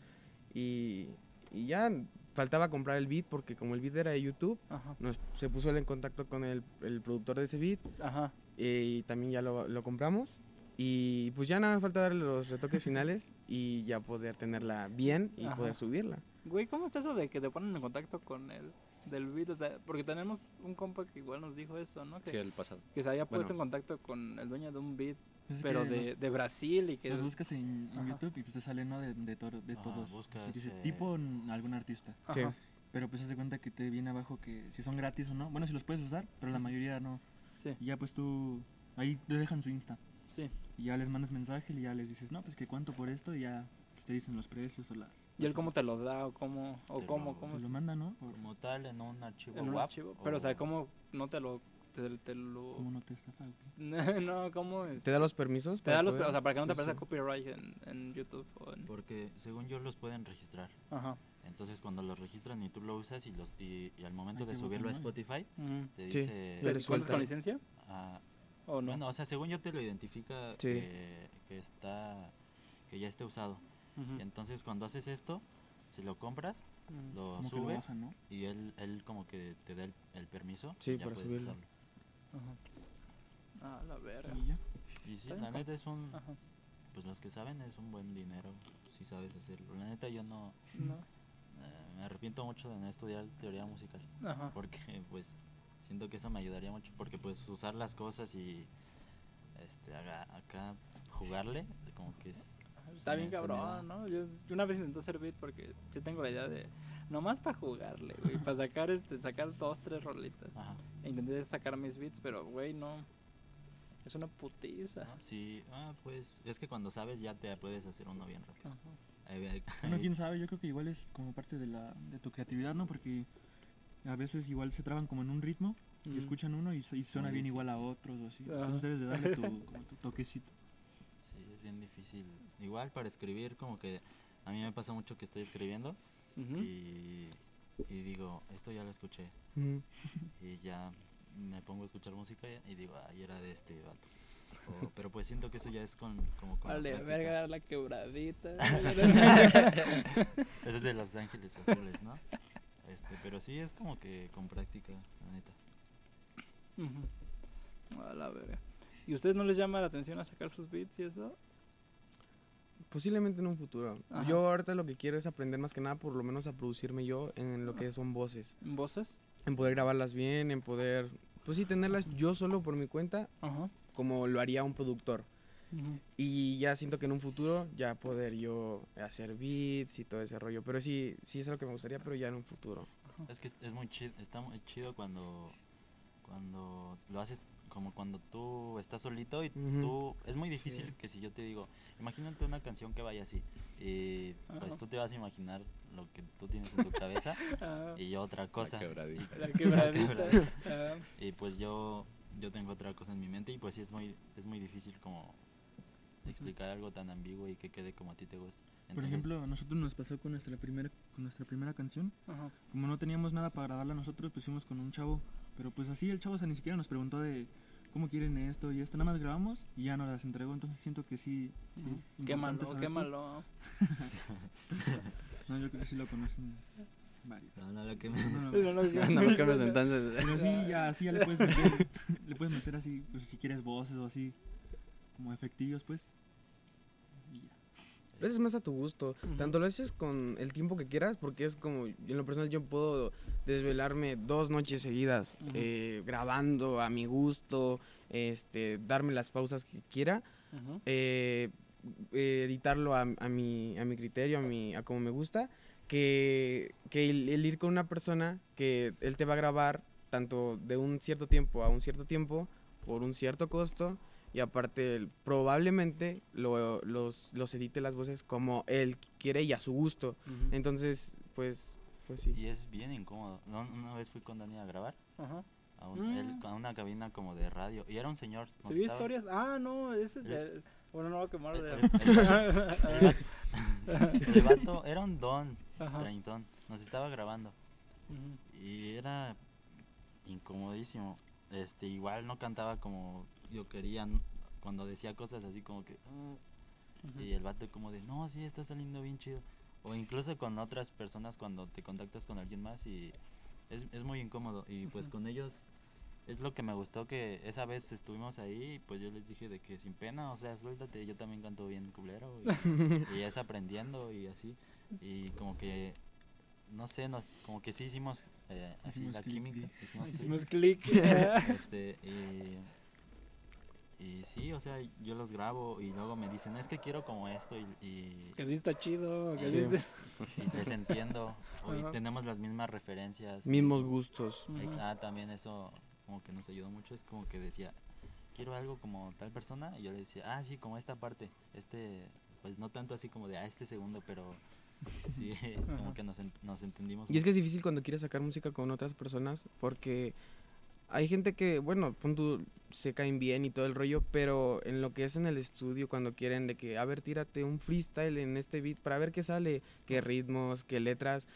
Speaker 5: y, y ya faltaba comprar el beat porque como el beat era de YouTube,
Speaker 1: Ajá.
Speaker 5: nos, se puso él en contacto con el, el productor de ese beat
Speaker 1: Ajá.
Speaker 5: eh, y también ya lo, lo compramos. Y pues ya nada más falta darle los retoques finales y ya poder tenerla bien y
Speaker 1: Ajá.
Speaker 5: poder subirla.
Speaker 1: Güey, ¿cómo está eso de que te ponen en contacto con el del beat? O sea, porque tenemos un compa que igual nos dijo eso, ¿no? Que,
Speaker 3: Sí, el pasado.
Speaker 1: que se había puesto
Speaker 3: bueno.
Speaker 1: en contacto con el dueño de un beat,
Speaker 4: pues, es
Speaker 1: pero
Speaker 4: que
Speaker 1: de,
Speaker 4: los-
Speaker 1: de Brasil y que...
Speaker 4: los buscas en, en
Speaker 1: Ajá.
Speaker 4: YouTube y pues te salen ¿no? de, de, toro- de
Speaker 2: Ajá,
Speaker 4: todos.
Speaker 2: Ah, buscas,
Speaker 4: Así que dice,
Speaker 2: eh,
Speaker 4: tipo en algún artista.
Speaker 5: Sí.
Speaker 1: Ajá,
Speaker 4: Pero pues se cuenta que te viene abajo que si son gratis o no. Bueno, si los puedes usar, pero la mayoría no.
Speaker 1: sí,
Speaker 4: Y ya pues tú, ahí te dejan su Insta.
Speaker 1: sí.
Speaker 4: Y ya les mandas mensaje y ya les dices, no, pues que cuánto por esto y ya pues, te dicen los precios o las...
Speaker 1: ¿Y él
Speaker 4: las
Speaker 1: cómo te lo da o cómo? ¿O
Speaker 2: Te
Speaker 1: cómo?
Speaker 2: lo-
Speaker 1: cómo
Speaker 4: Te lo
Speaker 1: es-
Speaker 4: manda, ¿no? Por-
Speaker 2: Como tal, en un archivo
Speaker 1: en un
Speaker 2: WAP
Speaker 1: archivo? Pero, o sea, ¿cómo no te lo... Te, te
Speaker 4: ¿Cómo
Speaker 1: lo...
Speaker 4: no te estafa? o qué?
Speaker 1: no, ¿cómo es?
Speaker 5: ¿Te da los permisos?
Speaker 1: Te da los...
Speaker 5: poder?
Speaker 1: O sea, para que no te
Speaker 5: Sí,
Speaker 1: aparezca
Speaker 5: sí.
Speaker 1: copyright en, en YouTube o en...
Speaker 2: Porque según yo los pueden registrar.
Speaker 1: Ajá.
Speaker 2: Entonces cuando los registran y tú lo usas y, los, y, y al momento
Speaker 4: Ay,
Speaker 2: de
Speaker 4: qué
Speaker 2: subirlo a
Speaker 4: guacamaya.
Speaker 2: Spotify,
Speaker 1: ujú.
Speaker 2: te
Speaker 5: Sí,
Speaker 2: dice...
Speaker 1: ¿Y
Speaker 5: ya le
Speaker 1: cuentas con
Speaker 5: sueltan.
Speaker 1: licencia
Speaker 2: ah,
Speaker 1: o no?
Speaker 2: Bueno, o sea, según yo te lo identifica
Speaker 5: Sí.
Speaker 2: que, que está... Que ya esté usado.
Speaker 1: Ujú,
Speaker 2: Y entonces cuando haces esto, si lo compras,
Speaker 1: ujú.
Speaker 2: lo
Speaker 4: Como que lo
Speaker 2: subes
Speaker 4: bajan, ¿no?
Speaker 2: y él, él como que te da el, el permiso.
Speaker 5: Sí,
Speaker 2: y ya
Speaker 5: para
Speaker 2: puedes
Speaker 5: subirlo.
Speaker 2: usarlo.
Speaker 1: Ajá. Ah, la verga.
Speaker 4: Y ya.
Speaker 2: Y sí,
Speaker 1: Está bien,
Speaker 2: la
Speaker 1: compa.
Speaker 2: neta es un...
Speaker 1: Ajá.
Speaker 2: Pues los que saben es un buen dinero si sabes hacerlo. La neta yo no...
Speaker 1: No.
Speaker 2: eh, me arrepiento mucho de no estudiar teoría musical.
Speaker 1: Ajá.
Speaker 2: porque pues siento que eso me ayudaría mucho porque pues usar las cosas y este haga- acá jugarle como que es
Speaker 1: Está
Speaker 2: se
Speaker 1: bien
Speaker 2: me- se me da.
Speaker 1: cabrón, ¿no? Yo, yo una vez intenté hacer beat porque sí tengo la idea de... Nomás para jugarle, güey. Para sacar, este, sacar dos, tres rolitas.
Speaker 2: ajá
Speaker 1: E intenté sacar mis beats, pero, güey, no. Es una putiza.
Speaker 2: ¿no? sí ah, pues es que cuando sabes ya te puedes hacer uno bien rápido
Speaker 1: Ajá.
Speaker 2: Ahí ve-
Speaker 4: Bueno,
Speaker 2: ahí
Speaker 4: quién sabe, yo creo que igual es como parte de, la, de tu creatividad, ¿no? Porque a veces igual se traban como en un ritmo y
Speaker 1: Mm.
Speaker 4: escuchan uno y, s- y suena
Speaker 2: Muy
Speaker 4: bien
Speaker 2: bien.
Speaker 4: igual a otros o así.
Speaker 1: Ajá.
Speaker 4: Entonces debes de darle tu, como tu toquecito.
Speaker 2: sí es bien difícil igual para escribir como que a mí me pasa mucho que estoy escribiendo
Speaker 1: Ujú.
Speaker 2: y, y digo esto ya lo escuché
Speaker 5: Ujú.
Speaker 2: y ya me pongo a escuchar música y digo ay era de este vato O- pero pues siento que eso ya es con como con la
Speaker 1: Vale,
Speaker 2: práctica.
Speaker 1: verga, la quebradita.
Speaker 2: Ese es de Los Ángeles Azules, ¿no? Este, pero sí es como que con práctica, la neta.
Speaker 1: Ujú. A la verga. ¿Y ustedes no les llama la atención a sacar sus beats y eso?
Speaker 5: Posiblemente en un futuro.
Speaker 1: Ajá.
Speaker 5: Yo ahorita lo que quiero es aprender más que nada, por lo menos a producirme yo en lo que son voces.
Speaker 1: ¿En voces?
Speaker 5: En poder grabarlas bien, en poder, pues sí, tenerlas yo solo por mi cuenta,
Speaker 1: Ajá.
Speaker 5: como lo haría un productor.
Speaker 1: Ujú.
Speaker 5: Y ya siento que en un futuro ya poder yo hacer beats y todo ese rollo. Pero sí, sí es algo que me gustaría, pero ya en un futuro.
Speaker 2: Es que es, es muy chido, está muy chido cuando, cuando lo haces como cuando tú estás solito y
Speaker 5: Ujú.
Speaker 2: tú... Es muy difícil que si yo te digo, imagínate una canción que vaya así, y pues
Speaker 1: Ajá.
Speaker 2: tú te vas a imaginar lo que tú tienes en tu cabeza
Speaker 1: Ah,
Speaker 2: y yo otra cosa.
Speaker 3: quebradita.
Speaker 1: la quebradita.
Speaker 2: quebradita.
Speaker 1: Ah,
Speaker 2: Y pues yo, yo tengo otra cosa en mi mente y pues sí es muy, es muy difícil como explicar algo tan ambiguo y que quede como a ti te gusta.
Speaker 4: Por
Speaker 2: Entonces,
Speaker 4: ejemplo, a nosotros nos pasó con nuestra primera con nuestra primera canción.
Speaker 1: Ah, ajá.
Speaker 4: Como no teníamos nada para grabarla nosotros, pues fuimos con un chavo. Pero pues así el chavo o sea, ni siquiera nos preguntó de cómo quieren esto y esto. Nada más grabamos y ya nos las entregó. Entonces siento que sí. sí es importante
Speaker 1: Quémalo,
Speaker 4: saber
Speaker 1: quémalo.
Speaker 4: tú. No, yo creo que sí lo conocen varios.
Speaker 2: No, no, lo que me-
Speaker 4: No, no,
Speaker 1: No lo
Speaker 3: no lo quemes entonces.
Speaker 4: Pero sí, ya, así ya le puedes meter, le puedes meter así, pues si quieres voces o así, como efectivos, pues. Y ya.
Speaker 5: Lo haces más a tu gusto.
Speaker 1: Ujú.
Speaker 5: Tanto lo haces con el tiempo que quieras, porque es como, en lo personal yo puedo desvelarme dos noches seguidas
Speaker 1: Ujú.
Speaker 5: eh, grabando a mi gusto, este, darme las pausas que quiera,
Speaker 1: Ujú.
Speaker 5: eh, eh, editarlo a, a mi, a mi criterio, a, mi, a como me gusta, que, que el, el ir con una persona que él te va a grabar tanto de un cierto tiempo a un cierto tiempo, por un cierto costo, y aparte él probablemente lo- los, los edite las voces como él quiere y a su gusto.
Speaker 1: Ujú.
Speaker 5: Entonces, pues, pues sí.
Speaker 2: Y es bien incómodo. No, una vez fui con Dani a grabar
Speaker 1: Ajá.
Speaker 2: a, un- él-
Speaker 1: Mm.
Speaker 2: a una cabina como de radio y era un señor. nos
Speaker 1: ¿Te dio
Speaker 2: estaba-
Speaker 1: historias? Ah, no, ese es
Speaker 2: El-
Speaker 1: del... Bueno, no lo voy a quemar
Speaker 2: el-
Speaker 1: de...
Speaker 2: el vato- el vato era un don,
Speaker 1: Ajá.
Speaker 2: treintón. Nos estaba grabando
Speaker 1: Ujú.
Speaker 2: y era incomodísimo. Este, igual no cantaba como yo quería. n- Cuando decía cosas así como que. "Ah",
Speaker 1: Ujú.
Speaker 2: Y el vato como de, no, sí, está saliendo bien chido. O incluso con otras personas cuando te contactas con alguien más y es, es muy incómodo. Y pues con ellos es lo que me gustó que esa vez estuvimos ahí y pues yo les dije de que sin pena, o sea, suéltate, yo también canto bien culero. Y, y es aprendiendo y así. Y como que, no sé, nos, como que sí hicimos eh, así
Speaker 4: Hicimos
Speaker 2: la
Speaker 4: clic,
Speaker 2: química.
Speaker 4: di.
Speaker 2: hicimos clic.
Speaker 1: Hicimos clic.
Speaker 2: Este, y, y sí, o sea, yo los grabo y luego me dicen, es que quiero como esto y, y-
Speaker 1: que sí está chido, que
Speaker 2: Sí.
Speaker 1: sí está...
Speaker 2: y les entiendo. o y
Speaker 1: Ajá.
Speaker 2: tenemos las mismas referencias.
Speaker 5: Mismos gustos.
Speaker 2: Ex-
Speaker 1: Ujú.
Speaker 2: Ah, también eso como que nos ayudó mucho. Es como que decía, quiero algo como tal persona. Y yo le decía, ah, sí, como esta parte. Este, pues no tanto así como de, ah, este segundo, pero sí, como
Speaker 1: Ajá.
Speaker 2: que nos, en- nos entendimos.
Speaker 5: Y es que es difícil cuando quieres sacar música con otras personas porque hay gente que, bueno, pon tú, se caen bien y todo el rollo, pero en lo que es en el estudio, cuando quieren de que, a ver, tírate un freestyle en este beat para ver qué sale, qué ritmos, qué letras.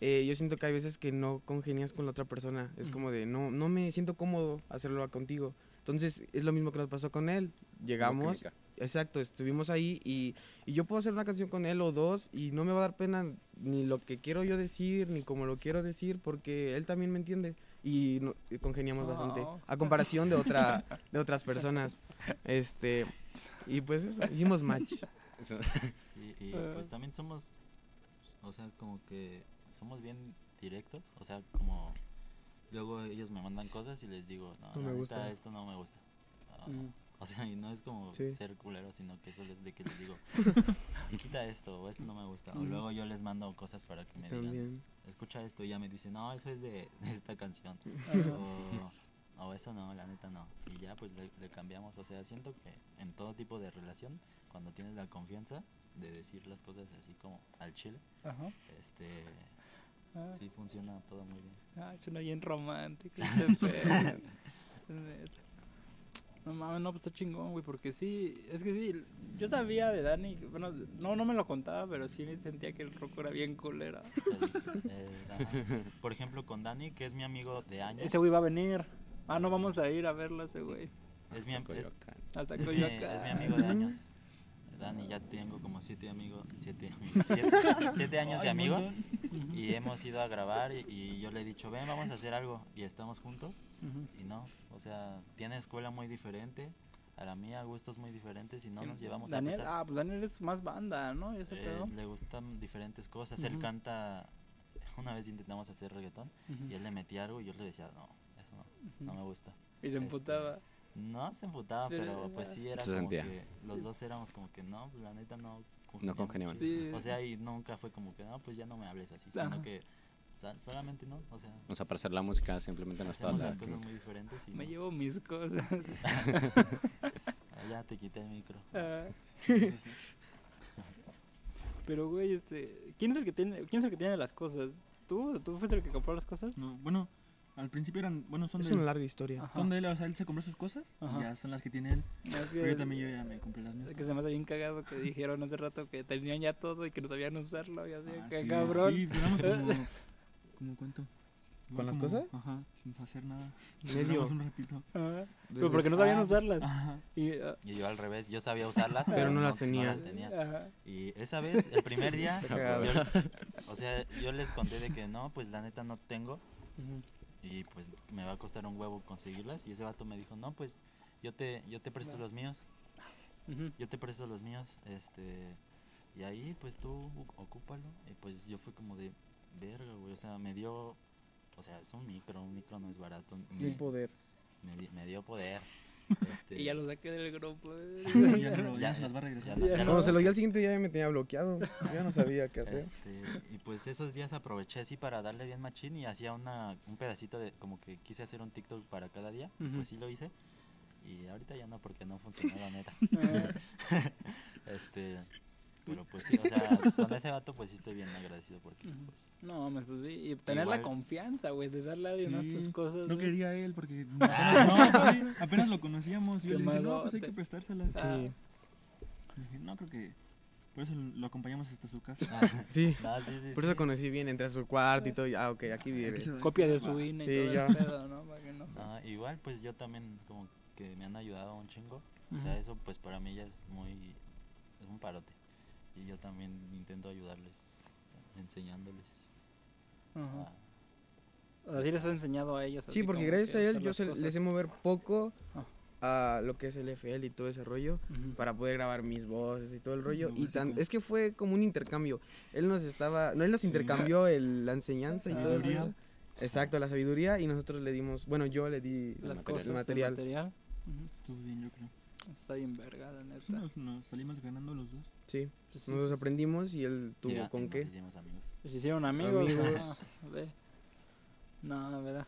Speaker 5: eh, yo siento que hay veces que no congenias con la otra persona. Es
Speaker 1: Ujú.
Speaker 5: como de, no, no me siento cómodo hacerlo contigo. Entonces, es lo mismo que nos pasó con él. Llegamos,
Speaker 3: Química.
Speaker 5: Exacto, estuvimos ahí y, y yo puedo hacer una canción con él o dos y no me va a dar pena ni lo que quiero yo decir ni como lo quiero decir porque él también me entiende y, no- y congeniamos bastante
Speaker 1: Oh.
Speaker 5: a comparación de otra de otras personas. Este y pues eso, hicimos match.
Speaker 3: Eso-
Speaker 2: Sí, y
Speaker 1: Ah.
Speaker 5: Eh.
Speaker 2: pues también somos, o sea, como que somos bien directos, o sea, como luego ellos me mandan cosas y les digo, no,
Speaker 5: No
Speaker 2: la
Speaker 5: me
Speaker 2: neta,
Speaker 5: gusta". Mm.
Speaker 2: esto no me gusta. Ah,
Speaker 1: Ujú.
Speaker 2: O sea, y no es como
Speaker 5: Sí.
Speaker 2: ser culero, sino que solo es de que les digo, quita esto, o esto no me gusta. O luego yo les mando cosas para que me digan,
Speaker 5: Mm. También.
Speaker 2: escucha esto, y ya me dicen, no, eso es de, de esta canción. O, o eso no, la neta no. Y ya pues le, le cambiamos. O sea, siento que en todo tipo de relación, cuando tienes la confianza de decir las cosas así como al chile,
Speaker 1: Ajá.
Speaker 2: este
Speaker 1: Ah,
Speaker 2: sí funciona todo muy bien.
Speaker 1: ah, suena bien romántico. este pedo. Neta. No mames, no, pues está chingón, güey, porque sí, es que sí, yo sabía de Dani, bueno, no, no me lo contaba, pero sí sentía que el roco era bien culero.
Speaker 2: El- el- ajá. Eh, ah, Por ejemplo, con Dani, que es mi amigo de años.
Speaker 1: Ese güey va a venir. Ah, no vamos a ir a verlo ese güey.
Speaker 2: es mi, am- eh, es-
Speaker 3: Coyoacán.
Speaker 1: Hasta
Speaker 2: es mi-
Speaker 1: Coyoacán.
Speaker 2: es mi amigo de años. Dani, ya tengo como siete amigos, siete, amigos, siete, siete años de
Speaker 4: Ay, un
Speaker 2: amigos
Speaker 4: montón.
Speaker 2: y hemos ido a grabar y, y yo le he dicho, ven, vamos a hacer algo y estamos juntos
Speaker 1: Ujú.
Speaker 2: Y no, o sea, tiene escuela muy diferente, a la mía gustos muy diferentes y no nos llevamos a
Speaker 1: Daniel,
Speaker 2: pesar.
Speaker 1: ah, pues Daniel es más banda, ¿no? Y ese
Speaker 2: Eh,
Speaker 1: pedo.
Speaker 2: le gustan diferentes cosas, él
Speaker 1: Ujú.
Speaker 2: canta, una vez intentamos hacer reggaetón
Speaker 1: Ujú.
Speaker 2: y él le metía algo y yo le decía, no, eso no, no me este, gusta.
Speaker 1: Y se emputaba.
Speaker 2: No se emputaba,
Speaker 1: Sí,
Speaker 2: pero
Speaker 1: era-
Speaker 2: pues sí, era
Speaker 3: Se
Speaker 2: como
Speaker 3: sentía.
Speaker 2: que los dos éramos como que no, pues, la neta no
Speaker 3: congeniaban.
Speaker 2: chido".
Speaker 1: Sí.
Speaker 2: O sea, y nunca fue como que no, pues ya no me hables así,
Speaker 1: Ajá.
Speaker 2: sino que sa- solamente no, o sea,
Speaker 3: O sea, para hacer la música simplemente no está
Speaker 2: hacemos
Speaker 3: la
Speaker 2: las cosas muy diferentes y
Speaker 1: Me
Speaker 2: no.
Speaker 1: llevo mis cosas.
Speaker 2: Ah, ya te quité el micro.
Speaker 1: Ah,
Speaker 2: Sí, sí.
Speaker 1: Pero, güey, este, ¿quién es el que tiene, quién es el que tiene las cosas? ¿Tú? ¿Tú fuiste el que compró las cosas?
Speaker 4: No, bueno, al principio eran, bueno, son
Speaker 5: Es
Speaker 4: de
Speaker 5: una
Speaker 4: él.
Speaker 5: larga historia.
Speaker 1: Ajá.
Speaker 4: Son de él, o sea, él se compró sus cosas
Speaker 1: Ajá.
Speaker 4: y ya son las que tiene él.
Speaker 1: Es que-
Speaker 4: Pero yo también yo ya me compré las
Speaker 1: Es
Speaker 4: mías.
Speaker 1: que se me hace bien cagado que dijeron hace rato que tenían ya todo y que no sabían usarlo. Y así,
Speaker 4: Ah,
Speaker 1: que
Speaker 4: sí,
Speaker 1: cabrón.
Speaker 4: Sí, duramos como, como cuánto.
Speaker 5: ¿Con las
Speaker 4: Como-
Speaker 5: cosas?
Speaker 4: Ajá, sin hacer nada.
Speaker 5: Medio.
Speaker 4: Duramos un ratito.
Speaker 1: Ajá.
Speaker 5: Desde-
Speaker 1: Pero porque pues, no sabían
Speaker 2: pues,
Speaker 5: Ah,
Speaker 1: usarlas.
Speaker 4: Ajá.
Speaker 1: Y, ah,
Speaker 2: Y yo al revés, yo sabía usarlas,
Speaker 5: Pero no las tenía.
Speaker 2: las tenía.
Speaker 1: ajá.
Speaker 2: Y esa vez, el primer día,
Speaker 5: Está cagado.
Speaker 2: yo- o sea, yo les conté de que no, pues la neta no tengo
Speaker 5: Ujú.
Speaker 2: y pues me va a costar un huevo conseguirlas. Y ese vato me dijo, no, pues yo te, yo te presto
Speaker 1: Va.
Speaker 2: los míos,
Speaker 1: Ujú.
Speaker 2: yo te presto los míos, este, y ahí pues tú u- ocúpalo. Y pues yo fui como de, verga, güey, o sea, me dio, o sea, es un micro, un micro no es barato,
Speaker 5: Sin
Speaker 2: me,
Speaker 5: poder.
Speaker 2: me di- me dio poder. este,
Speaker 1: Y ya lo saqué del grupo. eh.
Speaker 4: ya, no, lo- ya se las va a
Speaker 2: ya
Speaker 4: regresar.
Speaker 2: no- ya no-
Speaker 5: Cuando se lo di al siguiente día ya me tenía bloqueado. Ya no sabía qué
Speaker 1: ¿eh?
Speaker 5: hacer.
Speaker 2: Este, y pues esos días aproveché así para darle bien machín y hacía una, un pedacito de, como que quise hacer un TikTok para cada día, y
Speaker 1: Ujú.
Speaker 2: pues sí lo hice. Y ahorita ya no, porque no funcionó la neta. este, pero pues sí, o sea, con ese vato pues sí estoy bien agradecido porque
Speaker 1: Ujú.
Speaker 2: pues...
Speaker 1: No, mames, pues sí. Y tener
Speaker 2: Igual.
Speaker 1: la confianza, güey, de darle a alguien más tus
Speaker 4: Sí,
Speaker 1: cosas.
Speaker 4: No
Speaker 1: güey.
Speaker 4: quería él porque apenas, no, pues sí, apenas lo conocíamos. Yo
Speaker 1: Qué
Speaker 4: le dije, no, pues
Speaker 1: malote.
Speaker 4: hay que prestárselas.
Speaker 1: Ah.
Speaker 5: Sí.
Speaker 4: Le dije, no, creo que por eso lo acompañamos hasta su casa.
Speaker 2: Ah,
Speaker 5: Sí.
Speaker 2: no, sí, sí,
Speaker 5: Por eso
Speaker 2: sí.
Speaker 5: conocí bien, entré a su cuarto y todo. y, Ah, ok, aquí vive.
Speaker 4: Aquí se va.
Speaker 1: Copia de su
Speaker 4: Va.
Speaker 1: INE
Speaker 5: Sí,
Speaker 1: y todo
Speaker 5: ya.
Speaker 1: el pedo, ¿no? Para que no.
Speaker 2: Ah, igual pues yo también como que me han ayudado un chingo. O
Speaker 1: Ujú.
Speaker 2: sea, eso pues para mí ya es muy... es un parote. Y yo también intento ayudarles, enseñándoles.
Speaker 1: Ajá.
Speaker 2: a-
Speaker 1: O sea, sí les has enseñado a ellos.
Speaker 5: Sí,
Speaker 1: así
Speaker 5: porque
Speaker 1: como
Speaker 5: gracias
Speaker 1: que
Speaker 5: a él
Speaker 1: hacer
Speaker 5: yo
Speaker 1: las
Speaker 5: se-
Speaker 1: cosas.
Speaker 5: les sé mover poco
Speaker 1: Ah.
Speaker 5: a lo que es el FL y todo ese rollo
Speaker 1: Ujú.
Speaker 5: para poder grabar mis voces y todo el rollo.
Speaker 4: Lo
Speaker 5: Y tan,
Speaker 4: básico.
Speaker 5: es que fue como un intercambio. Él nos estaba, no, él nos
Speaker 4: Sí.
Speaker 5: intercambió el- la enseñanza y todo el
Speaker 4: Sabiduría.
Speaker 5: rollo. Exacto, la sabiduría y nosotros le dimos, bueno, yo le di
Speaker 1: Las
Speaker 3: material.
Speaker 1: cosas.
Speaker 5: el
Speaker 1: el
Speaker 5: material.
Speaker 1: material. Ujú.
Speaker 4: Estuvo bien, yo creo. Pues
Speaker 1: Está bien verga, la neta.
Speaker 4: Sí, nos, nos salimos ganando los dos.
Speaker 5: Sí,
Speaker 1: Pues sí,
Speaker 5: nosotros
Speaker 1: sí, sí.
Speaker 5: aprendimos y él tuvo
Speaker 2: Ya, y
Speaker 5: con
Speaker 2: nos
Speaker 5: qué.
Speaker 2: hicimos amigos.
Speaker 1: Pues, Se hicieron amigos.
Speaker 5: Amigos.
Speaker 1: ajá, ve. No, verdad.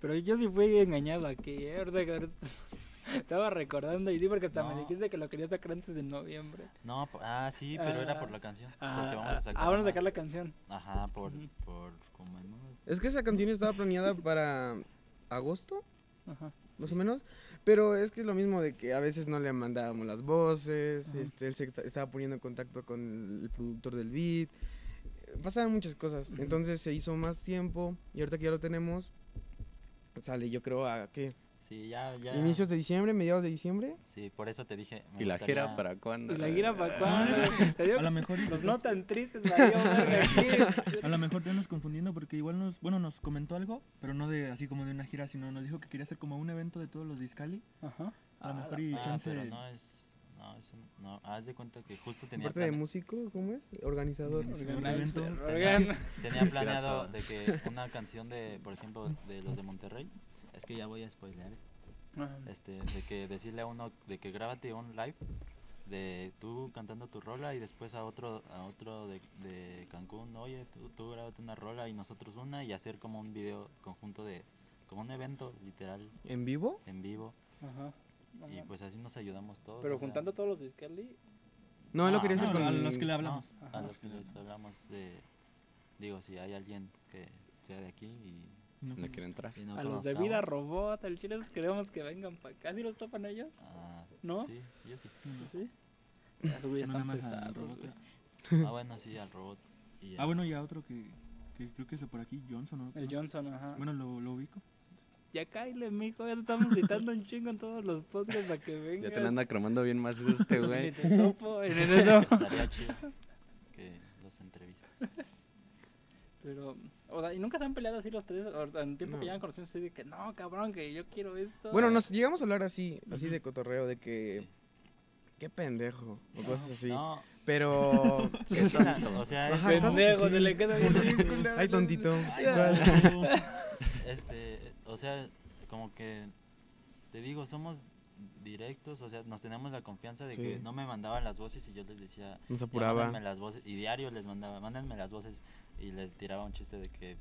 Speaker 1: Pero yo sí fui engañado aquí, ¿eh? Ahorita que- ahorita- Estaba recordando y sí, porque hasta me
Speaker 2: No.
Speaker 1: dijiste que lo querías sacar antes de noviembre.
Speaker 2: No, po- ah, sí, pero era por
Speaker 1: Ah,
Speaker 2: la canción.
Speaker 1: Ah,
Speaker 2: porque vamos a sacar.
Speaker 1: ah, van a
Speaker 2: una-
Speaker 1: sacar la canción.
Speaker 2: Ajá, por,
Speaker 1: Ujú.
Speaker 2: por como en unos.
Speaker 5: Es que esa canción estaba planeada para agosto,
Speaker 1: Ajá.
Speaker 5: más o menos. Pero es que es lo mismo de que a veces no le mandábamos las voces,
Speaker 1: Ajá.
Speaker 5: este, él se esta- estaba poniendo en contacto con el productor del beat, eh, pasaban muchas cosas.
Speaker 1: Ujú.
Speaker 5: Entonces se hizo más tiempo y ahorita que ya lo tenemos, sale yo creo a qué,
Speaker 2: Sí, ya, ya.
Speaker 5: inicios de diciembre, mediados de diciembre.
Speaker 2: Sí, por eso te dije. me
Speaker 3: ¿Y la gira
Speaker 2: gustaría-
Speaker 3: para cuándo? eh,
Speaker 1: ¿Y la gira para
Speaker 4: Ah,
Speaker 1: cuándo? Te digo
Speaker 4: A lo mejor.
Speaker 1: que Los
Speaker 4: estás-
Speaker 1: no tan tristes, valió verga aquí.
Speaker 4: A lo mejor ya nos confundiendo porque igual nos, bueno, nos comentó algo, pero no de así como de una gira, sino nos dijo que quería hacer como un evento de todos los discali.
Speaker 1: Ajá.
Speaker 4: A
Speaker 1: Ah,
Speaker 4: lo mejor
Speaker 1: la-
Speaker 4: y
Speaker 2: Ah,
Speaker 4: chance.
Speaker 2: pero no es. No, es un- no, haz de cuenta que justo tenía.
Speaker 5: Aparte de
Speaker 2: plane-
Speaker 5: músico, ¿cómo es? Organizador.
Speaker 4: Organizador.
Speaker 5: Organizador.
Speaker 1: Organizer,
Speaker 4: evento.
Speaker 1: organ-
Speaker 2: Tenía planeado
Speaker 3: todo.
Speaker 2: de que una canción de, por ejemplo, de los de Monterrey. Es que ya voy a spoilear. ¿eh?
Speaker 1: Ajá.
Speaker 2: Este, de que decirle a uno de que grábate un live de tú cantando tu rola y después a otro a otro de, de Cancún, oye, tú, tú grábate una rola y nosotros una y hacer como un video conjunto de como un evento literal
Speaker 5: ¿En vivo?
Speaker 2: en vivo
Speaker 1: Ajá. No
Speaker 2: y
Speaker 1: mames.
Speaker 2: pues así nos ayudamos todos.
Speaker 1: Pero
Speaker 2: o sea,
Speaker 1: juntando todos los discali.
Speaker 5: No, él lo
Speaker 2: No,
Speaker 5: quería
Speaker 2: Ah, no,
Speaker 5: hacer
Speaker 4: No,
Speaker 5: con
Speaker 4: a
Speaker 5: el-
Speaker 4: los que le
Speaker 2: no,
Speaker 4: hablamos.
Speaker 2: a
Speaker 4: Ajá.
Speaker 2: los que les hablamos de digo si hay alguien que sea de aquí y,
Speaker 4: No,
Speaker 3: No quiere entrar.
Speaker 2: y no
Speaker 1: a los de vida
Speaker 2: conozcamos.
Speaker 1: robot, al chile esos queremos que vengan para acá. ¿Sí los topan ellos?
Speaker 2: Ah,
Speaker 1: ¿No?
Speaker 2: Sí, yo sí.
Speaker 1: ¿Sí? Esos güeyes
Speaker 4: no nada
Speaker 1: están
Speaker 4: más al
Speaker 1: pesados,
Speaker 4: robot,
Speaker 1: güey.
Speaker 2: Ah, bueno, sí, al robot. y
Speaker 4: Ah,
Speaker 2: a-
Speaker 4: bueno, y a otro que, que creo que es de por aquí, Johnson. ¿no?
Speaker 1: El
Speaker 4: No sé.
Speaker 1: Johnson, ajá.
Speaker 4: Bueno, lo, lo ubico.
Speaker 1: Ya cáile, mijo. Ya te estamos citando un chingo en todos los podcasts para que vengas.
Speaker 3: Ya te la anda cromando bien más
Speaker 1: Ni
Speaker 3: este güey.
Speaker 1: te topo, en el no.
Speaker 2: Estaría chido que los entrevistas.
Speaker 5: Pues,
Speaker 1: Pero, o sea, ¿y nunca se han peleado así los tres? O sea, en el tiempo
Speaker 5: No.
Speaker 1: que llevan conociendo así de que, no, cabrón, que yo quiero esto.
Speaker 5: Bueno, nos llegamos a hablar así, así
Speaker 4: Ujú.
Speaker 5: de cotorreo, de que...
Speaker 2: Sí.
Speaker 5: Qué pendejo, o cosas así.
Speaker 2: No,
Speaker 5: Pero...
Speaker 2: ¿qué opinan? o sea, es
Speaker 5: Pues, Ajá,
Speaker 2: como,
Speaker 5: cosas
Speaker 1: Pendejo,
Speaker 5: así.
Speaker 1: se le queda bien ridículo.
Speaker 5: Ay, tontito.
Speaker 2: este, o sea, como que te digo, somos directos, o sea, nos teníamos la confianza de
Speaker 5: Sí.
Speaker 2: que no me mandaban las voces y yo les decía,
Speaker 5: Nos
Speaker 2: "Ya,
Speaker 5: apuraba.
Speaker 2: mándenme las voces, y diario les mandaba, mándenme las voces, y les tiraba un chiste de que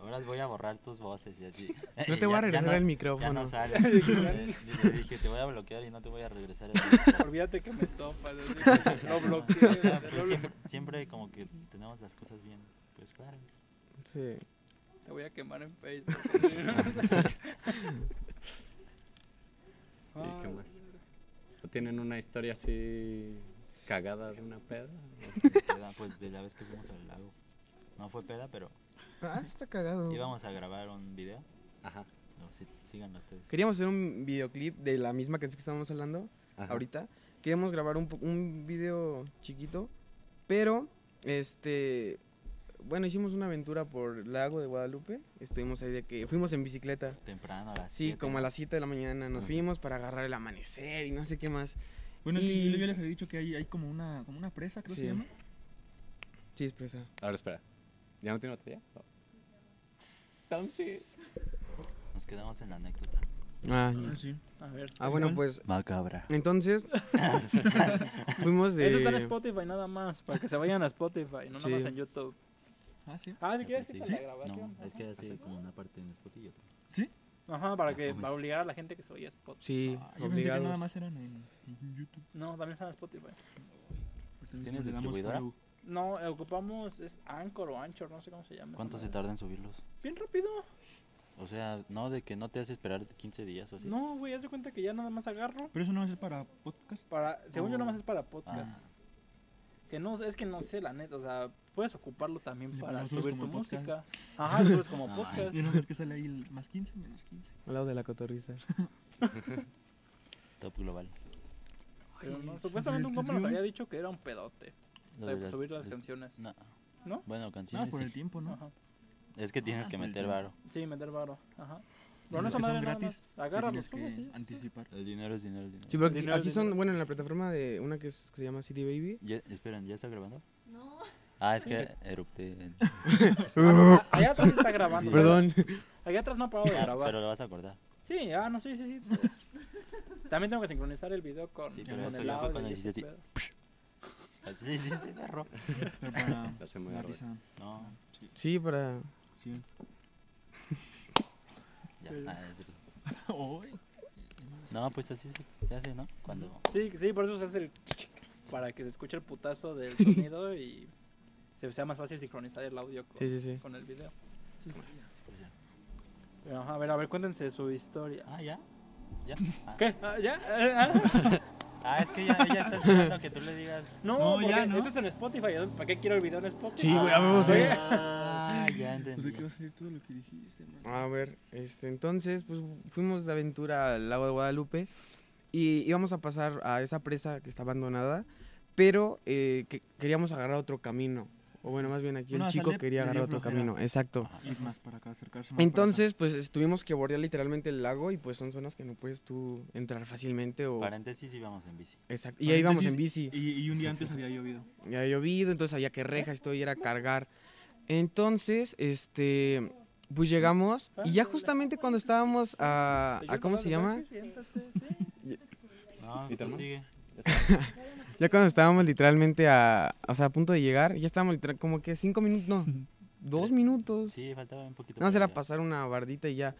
Speaker 2: ahora voy a borrar tus voces y así.
Speaker 5: No
Speaker 2: Y
Speaker 5: te voy
Speaker 2: ya- ya
Speaker 5: a regresar
Speaker 2: no-
Speaker 5: el
Speaker 2: Ya no
Speaker 5: micrófono.
Speaker 2: sales. le, le dije, te voy a bloquear y no te voy a regresar. el-
Speaker 1: Olvídate que me topas. así, No bloquees.
Speaker 2: O
Speaker 1: no
Speaker 2: sea, pues
Speaker 1: bloquees.
Speaker 2: siempre, siempre como que tenemos las cosas bien, pues claro.
Speaker 5: Sí.
Speaker 1: Te voy a quemar en Facebook.
Speaker 3: ¿Y qué más? ¿No ¿Tienen una historia así cagada de una peda?
Speaker 2: Peda, Pues de la vez que fuimos al lago. No fue peda, pero
Speaker 5: Ah, sí está
Speaker 1: Oh.
Speaker 5: cagado.
Speaker 2: íbamos a grabar un video.
Speaker 3: Ajá.
Speaker 2: No, sí, síganlo ustedes.
Speaker 5: Queríamos hacer un videoclip de la misma canción que estábamos hablando
Speaker 3: Ajá.
Speaker 5: ahorita. Queríamos grabar un, po- un video chiquito, pero, este, bueno, hicimos una aventura por el lago de Guadalupe. Estuvimos ahí de que fuimos en bicicleta.
Speaker 2: Temprano, a las
Speaker 5: Sí,
Speaker 2: siete,
Speaker 5: como a
Speaker 2: ¿no?
Speaker 5: las 7 de la mañana nos
Speaker 3: Ujú.
Speaker 5: fuimos para agarrar el amanecer y no sé qué más.
Speaker 4: Bueno, es que
Speaker 5: Y-
Speaker 4: yo- yo les había dicho que hay, hay como, una, como una presa, creo que
Speaker 5: Sí.
Speaker 4: se llama.
Speaker 5: Sí, expresa.
Speaker 3: A ver, espera. ¿Ya no tiene batería? Oh, No.
Speaker 2: Nos quedamos en la anécdota.
Speaker 5: Ah,
Speaker 4: Ah, sí.
Speaker 1: A ver.
Speaker 5: ah bueno, pues
Speaker 2: Macabra.
Speaker 5: entonces fuimos de...
Speaker 1: Eso está en Spotify nada más, para que se vayan a Spotify, no
Speaker 5: pues, eh, Sí.
Speaker 1: nada más en YouTube.
Speaker 4: Ah, sí.
Speaker 1: Ah, si quieres
Speaker 2: Sí,
Speaker 1: quítale
Speaker 2: sí.
Speaker 1: la grabación.
Speaker 2: No, es que hace como una parte en Spotify y otra.
Speaker 1: Ajá, Ajá, para que
Speaker 2: Ah,
Speaker 1: para obligar a la gente que se vaya a Spotify.
Speaker 5: Sí,
Speaker 4: Ah, yo pensé que
Speaker 5: obligados.
Speaker 4: nada más eran en, en YouTube.
Speaker 1: No, también está en Spotify.
Speaker 4: porque nosotros
Speaker 2: ¿Tienes
Speaker 4: le damos
Speaker 2: distribuidora?
Speaker 4: follow.
Speaker 1: No, eh, ocupamos es Anchor o Anchor, no sé cómo se llama. esa
Speaker 2: ¿Cuánto se
Speaker 1: madre.
Speaker 2: tarda en subirlos?
Speaker 1: Bien rápido.
Speaker 2: O sea, no de que no te hace esperar 15 días o así.
Speaker 1: No, güey, haz de cuenta que ya nada más agarro
Speaker 4: Pero eso no es para podcast.
Speaker 1: para según yo nada más es para podcast.
Speaker 2: Ah,
Speaker 1: Que no, es que no sé, la neta, o sea, puedes ocuparlo también
Speaker 4: Le
Speaker 1: para
Speaker 4: lo subes
Speaker 1: subir tu
Speaker 4: como podcast.
Speaker 1: música. Ajá, lo subes como
Speaker 2: Ay.
Speaker 1: podcast.
Speaker 4: Y no es que sale ahí el más 15, menos 15.
Speaker 5: Al lado de la cotorriza.
Speaker 2: top global.
Speaker 1: Pero no,
Speaker 4: Ay,
Speaker 1: supuestamente un compa nos
Speaker 4: ¿serio?
Speaker 1: había dicho que era un pedote. O
Speaker 2: Lo
Speaker 1: sea, pues,
Speaker 2: de las-
Speaker 1: subir las
Speaker 2: las-
Speaker 1: canciones.
Speaker 2: No.
Speaker 1: ¿No?
Speaker 2: Bueno,
Speaker 4: Nada más
Speaker 2: canciones
Speaker 4: por el
Speaker 2: sí.
Speaker 4: tiempo, ¿no?
Speaker 1: Ajá.
Speaker 2: Es que tienes
Speaker 4: Ah,
Speaker 2: que
Speaker 4: por el
Speaker 2: meter
Speaker 4: tiempo.
Speaker 2: varo.
Speaker 1: Sí, meter varo. Ajá.
Speaker 4: Y
Speaker 1: Pero no
Speaker 4: los
Speaker 1: esa
Speaker 4: que
Speaker 1: madre
Speaker 4: son
Speaker 1: nada
Speaker 4: gratis,
Speaker 1: más. Agarra
Speaker 4: te
Speaker 1: los
Speaker 4: tienes que
Speaker 1: subes, sí.
Speaker 4: anticipar.
Speaker 2: El dinero es dinero, es dinero.
Speaker 5: Sí, pero aquí,
Speaker 1: Dinero es
Speaker 5: aquí son,
Speaker 1: dinero.
Speaker 5: bueno, en la plataforma de una que, es- que se llama City Baby.
Speaker 2: Ya- esperen, ¿ya está grabando?
Speaker 6: No,
Speaker 2: Ah, es que erupté. en-
Speaker 1: Ah, no, Allá atrás está grabando.
Speaker 5: Perdón.
Speaker 1: Allá atrás no ha parado de
Speaker 2: Ah,
Speaker 1: grabar.
Speaker 2: pero lo vas a acordar.
Speaker 1: Sí, ah, no, sí, sí, sí. También tengo que sincronizar el video con,
Speaker 2: Sí,
Speaker 4: pero
Speaker 1: con
Speaker 4: eso
Speaker 1: el
Speaker 4: ya
Speaker 2: fue
Speaker 1: audio.
Speaker 2: cuando
Speaker 1: y
Speaker 2: hiciste
Speaker 1: ese
Speaker 2: así.
Speaker 1: pedo.
Speaker 2: Así le hiciste, perro.
Speaker 4: Pero para
Speaker 3: Ya soy muy
Speaker 4: la
Speaker 3: raro.
Speaker 4: risa.
Speaker 2: No,
Speaker 5: Sí, para...
Speaker 4: Sí.
Speaker 2: ya.
Speaker 1: Pero-
Speaker 2: ah, es-
Speaker 4: Ay.
Speaker 2: No, pues así se, se hace, ¿no? Cuando.
Speaker 1: Sí, sí, por eso se hace el... Para que se escuche el putazo del sonido y se sea más fácil sincronizar el audio con,
Speaker 5: Sí, sí, sí.
Speaker 1: con el video.
Speaker 4: Sí.
Speaker 1: Pero, ajá, a ver, a ver, cuéntense su historia.
Speaker 2: Ah, ya. ¿Ya? Ah.
Speaker 1: ¿Qué? Ah, ¿Ya? Ah, ah.
Speaker 2: Ah, es que ya ella está esperando que tú le digas.
Speaker 1: No,
Speaker 4: No,
Speaker 1: porque
Speaker 4: ya, ¿no?
Speaker 1: esto es en Spotify. ¿no? ¿Para qué quiero el video en Spotify?
Speaker 5: Sí, güey, a huevo, sí.
Speaker 2: Ah, ya
Speaker 4: O sea, que
Speaker 2: entendí.
Speaker 4: va a salir todo lo que dijiste, man.
Speaker 5: A ver, este, entonces, pues fuimos de aventura al lago de Guadalupe y íbamos a pasar a esa presa que está abandonada, pero eh, que queríamos agarrar otro camino. O bueno, más bien aquí
Speaker 4: Bueno,
Speaker 5: el
Speaker 4: a
Speaker 5: chico
Speaker 4: Salep
Speaker 5: quería
Speaker 4: le dio
Speaker 5: agarrar otro
Speaker 4: flojera. Ah,
Speaker 5: camino, exacto.
Speaker 2: Ajá.
Speaker 4: Ir más para acá, acercarse más para acá.
Speaker 5: Entonces, pues es- tuvimos que bordear literalmente el lago y pues son zonas que no puedes tú entrar fácilmente o...
Speaker 2: Paréntesis íbamos en bici.
Speaker 5: Exacto. Y ahí íbamos en
Speaker 4: Paréntesis,
Speaker 5: bici.
Speaker 4: Y, y un día antes había llovido.
Speaker 5: ya había llovido, entonces había que rejas y todo, y era cargar. Entonces, este, pues llegamos y ya justamente cuando estábamos
Speaker 1: Ah,
Speaker 5: a, a Ah, ¿cómo se llama?
Speaker 2: Ah, No,
Speaker 3: ¿Y
Speaker 2: tú
Speaker 3: Talma?
Speaker 2: sigue.
Speaker 5: Ya cuando estábamos literalmente a, o sea, a punto de llegar, ya estábamos literal- como que cinco minutos, no, dos minutos.
Speaker 2: Sí, faltaba un poquito.
Speaker 5: No,
Speaker 2: para
Speaker 5: será
Speaker 2: llegar.
Speaker 5: pasar una bardita y ya.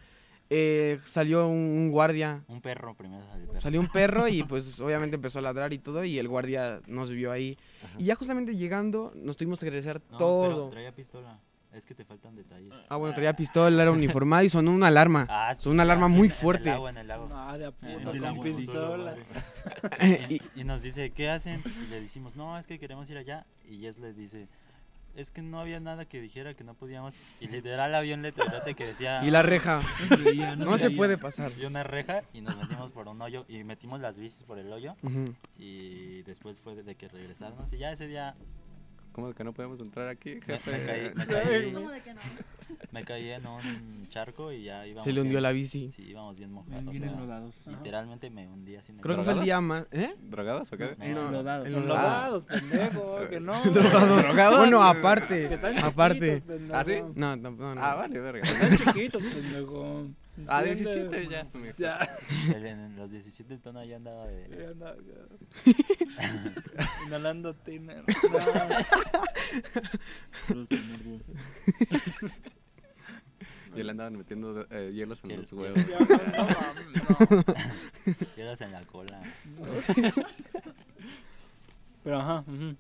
Speaker 5: Eh, salió un, un guardia,
Speaker 2: Un perro primero sale el perro.
Speaker 5: salió un perro y pues obviamente empezó a ladrar y todo y el guardia nos vio ahí. Y ya justamente llegando nos tuvimos que regresar
Speaker 2: No,
Speaker 5: todo.
Speaker 2: pero traía pistola. Es que te faltan detalles.
Speaker 5: Ah, bueno, traía pistola, era uniformado y sonó una alarma.
Speaker 2: Ah,
Speaker 5: Sonó una alarma
Speaker 2: sí,
Speaker 5: muy
Speaker 2: en-
Speaker 5: fuerte.
Speaker 2: En el lago, en el lago.
Speaker 1: No, Ah, de a
Speaker 4: el
Speaker 1: puto,
Speaker 4: del
Speaker 1: con
Speaker 4: agua.
Speaker 1: pistola.
Speaker 2: Y, y nos dice, ¿qué hacen? Y le decimos, no, es que queremos ir allá. Y Jess les dice, es que no había nada que dijera que no podíamos. Y literal había un letrerote que decía...
Speaker 5: Y la reja,
Speaker 4: No se veía,
Speaker 5: no se
Speaker 4: veía.
Speaker 5: puede pasar.
Speaker 2: Y una reja y nos metimos por un hoyo y metimos las bicis por el hoyo
Speaker 5: Ujú.
Speaker 2: y después fue de que regresarnos y ya ese día
Speaker 3: ¿Cómo que no podemos entrar aquí,
Speaker 2: me,
Speaker 3: jefe?
Speaker 2: me caí, me
Speaker 1: Ay,
Speaker 2: caí,
Speaker 6: ¿cómo de que no?
Speaker 2: me caí en un charco y ya íbamos
Speaker 5: Se le hundió
Speaker 2: bien-
Speaker 5: la bici.
Speaker 2: Sí, íbamos bien mojados.
Speaker 4: Bien,
Speaker 2: o
Speaker 4: bien
Speaker 2: sea,
Speaker 4: enlodados.
Speaker 2: literalmente me hundí así en el
Speaker 5: Creo que fue el día más, ¿eh?
Speaker 3: ¿Drogados o qué?
Speaker 2: No,
Speaker 4: Enlodados.
Speaker 5: el-
Speaker 1: Enlodados, pendejo, que no.
Speaker 5: Drogados. Bueno,
Speaker 1: Que
Speaker 5: aparte,
Speaker 1: están
Speaker 5: aparte.
Speaker 1: chiquitos, pendejo.
Speaker 3: ¿Ah, sí?
Speaker 5: No, no, no, no.
Speaker 3: Ah, vale, verga.
Speaker 1: Están chiquitos, pendejo. Ah,
Speaker 3: Ah,
Speaker 1: 17
Speaker 3: 17
Speaker 1: ya.
Speaker 3: ya.
Speaker 1: Ya.
Speaker 2: El- en los 17 tonos ya andaba
Speaker 1: ya
Speaker 2: de...
Speaker 1: no, ya. Inhalando tiner.
Speaker 4: Solo tener, güey.
Speaker 3: Yo le andaban metiendo eh, hielos en
Speaker 2: Hiel-
Speaker 3: los huevos.
Speaker 1: Ya, no, no, mames, no.
Speaker 2: Piedras en la cola.
Speaker 1: Pero ajá. ujú.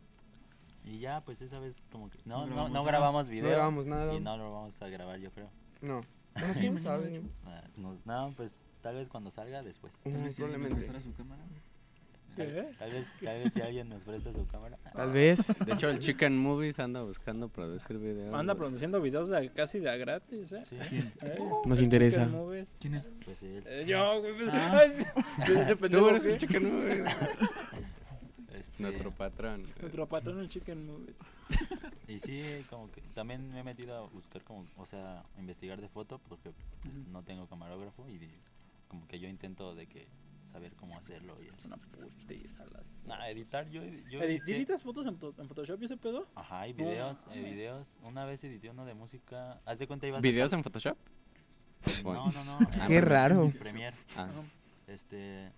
Speaker 2: Y ya, pues esa vez como que... No,
Speaker 4: No
Speaker 2: no, no
Speaker 4: grabamos nada.
Speaker 2: grabamos
Speaker 5: No
Speaker 2: video.
Speaker 5: grabamos nada.
Speaker 2: Y no lo vamos a grabar, yo creo.
Speaker 5: No. Bueno, quién sabe.
Speaker 2: Ah, No, no, pues tal vez cuando salga después.
Speaker 4: Tal
Speaker 5: Muy
Speaker 4: vez si alguien nos prestara
Speaker 5: Probablemente.
Speaker 4: su cámara.
Speaker 1: ¿Qué?
Speaker 2: Tal, tal vez, tal vez si alguien nos presta su cámara. ah,
Speaker 5: Tal vez.
Speaker 3: De hecho, el Chicken Movies anda buscando producir videos.
Speaker 1: Anda
Speaker 3: güey.
Speaker 1: produciendo videos de, casi de a gratis, ¿eh?
Speaker 2: Sí,
Speaker 1: Eh,
Speaker 5: Nos
Speaker 1: el
Speaker 5: interesa.
Speaker 1: Chicken Movies.
Speaker 4: ¿Quién es?
Speaker 2: pues él.
Speaker 1: Eh, yo, güey. pues,
Speaker 4: Ah.
Speaker 1: ese
Speaker 3: Tú
Speaker 1: pendejo
Speaker 3: eres
Speaker 1: que-
Speaker 3: el Chicken Movies.
Speaker 2: este,
Speaker 3: Nuestro patrón. eh,
Speaker 1: Nuestro patrón el Chicken Movies.
Speaker 2: Y sí, como que también me he metido a buscar como, o sea, a investigar de foto porque pues,
Speaker 1: Ujú.
Speaker 2: no tengo camarógrafo y de- como que yo intento de que saber cómo hacerlo y
Speaker 1: Es
Speaker 2: así.
Speaker 1: una putiza. La...
Speaker 2: No, editar yo, edi- yo
Speaker 1: Edit-
Speaker 2: edité-
Speaker 1: ¿Editas fotos en, to- en Photoshop y ese pedo?
Speaker 2: Ajá, y
Speaker 1: No
Speaker 2: videos, eh,
Speaker 1: mames.
Speaker 2: videos. Una vez edité uno de música. Haz de cuenta ibas
Speaker 3: ¿Videos en Photoshop?
Speaker 2: No,
Speaker 3: Bueno.
Speaker 2: no, no.
Speaker 3: Ah,
Speaker 5: Qué
Speaker 2: en
Speaker 5: raro.
Speaker 2: Premiere.
Speaker 3: Ah,
Speaker 2: Este,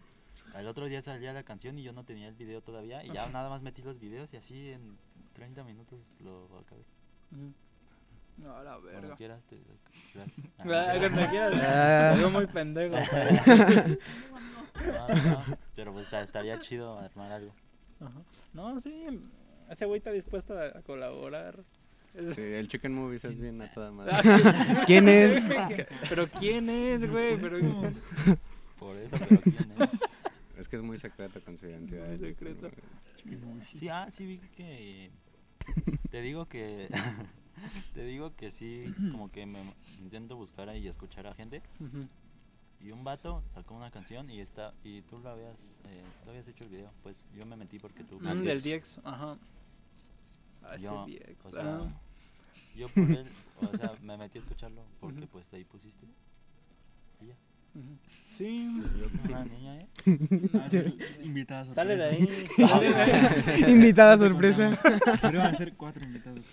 Speaker 2: al otro día salía la canción y yo no tenía el video todavía y ya nada más metí los videos y así en 30 minutos lo acabé.
Speaker 1: Ujú. No, a la
Speaker 2: Como
Speaker 1: verga.
Speaker 2: quieras, te gracias. Ah, no,
Speaker 1: Ah,
Speaker 2: sí.
Speaker 1: cuando quieras.
Speaker 5: Ah.
Speaker 1: Te veo muy pendejo.
Speaker 2: No, no, no, Pero pues ah, estaría chido armar algo.
Speaker 1: Ajá. No, sí. Ese güey está dispuesto a, a colaborar. Es-
Speaker 3: sí, el Chicken Movies es bien a toda madre.
Speaker 1: Ah,
Speaker 5: ¿Quién es?
Speaker 1: Pero quién es, güey. Pero
Speaker 2: Por eso, pero ¿quién es?
Speaker 3: Es que es muy secreto con su identidad.
Speaker 1: Muy
Speaker 3: el Chicken
Speaker 1: secreto.
Speaker 3: Movies.
Speaker 2: Sí, ah, sí vi que. Te digo que. Te digo que sí, como que me intento buscar ahí y escuchar a gente.
Speaker 1: Ujú.
Speaker 2: Y un vato sacó una canción y está y tú lo habías, eh, tú habías hecho el video. Pues yo me metí porque tú.
Speaker 1: Mm, del Diex. Ajá. Ah, ese
Speaker 2: Yo,
Speaker 1: Diex.
Speaker 2: o sea,
Speaker 1: ah.
Speaker 2: yo por él, o sea, me metí a escucharlo porque
Speaker 1: Ujú.
Speaker 2: pues ahí pusiste. Y ya.
Speaker 1: Ujú. Sí.
Speaker 2: Yo como una niña, ¿eh?
Speaker 4: Ah, sí, sí, Invitada sorpresa.
Speaker 1: Sale de ahí. Sale de ahí.
Speaker 5: Invitada sorpresa.
Speaker 4: Pero van a ser cuatro invitados.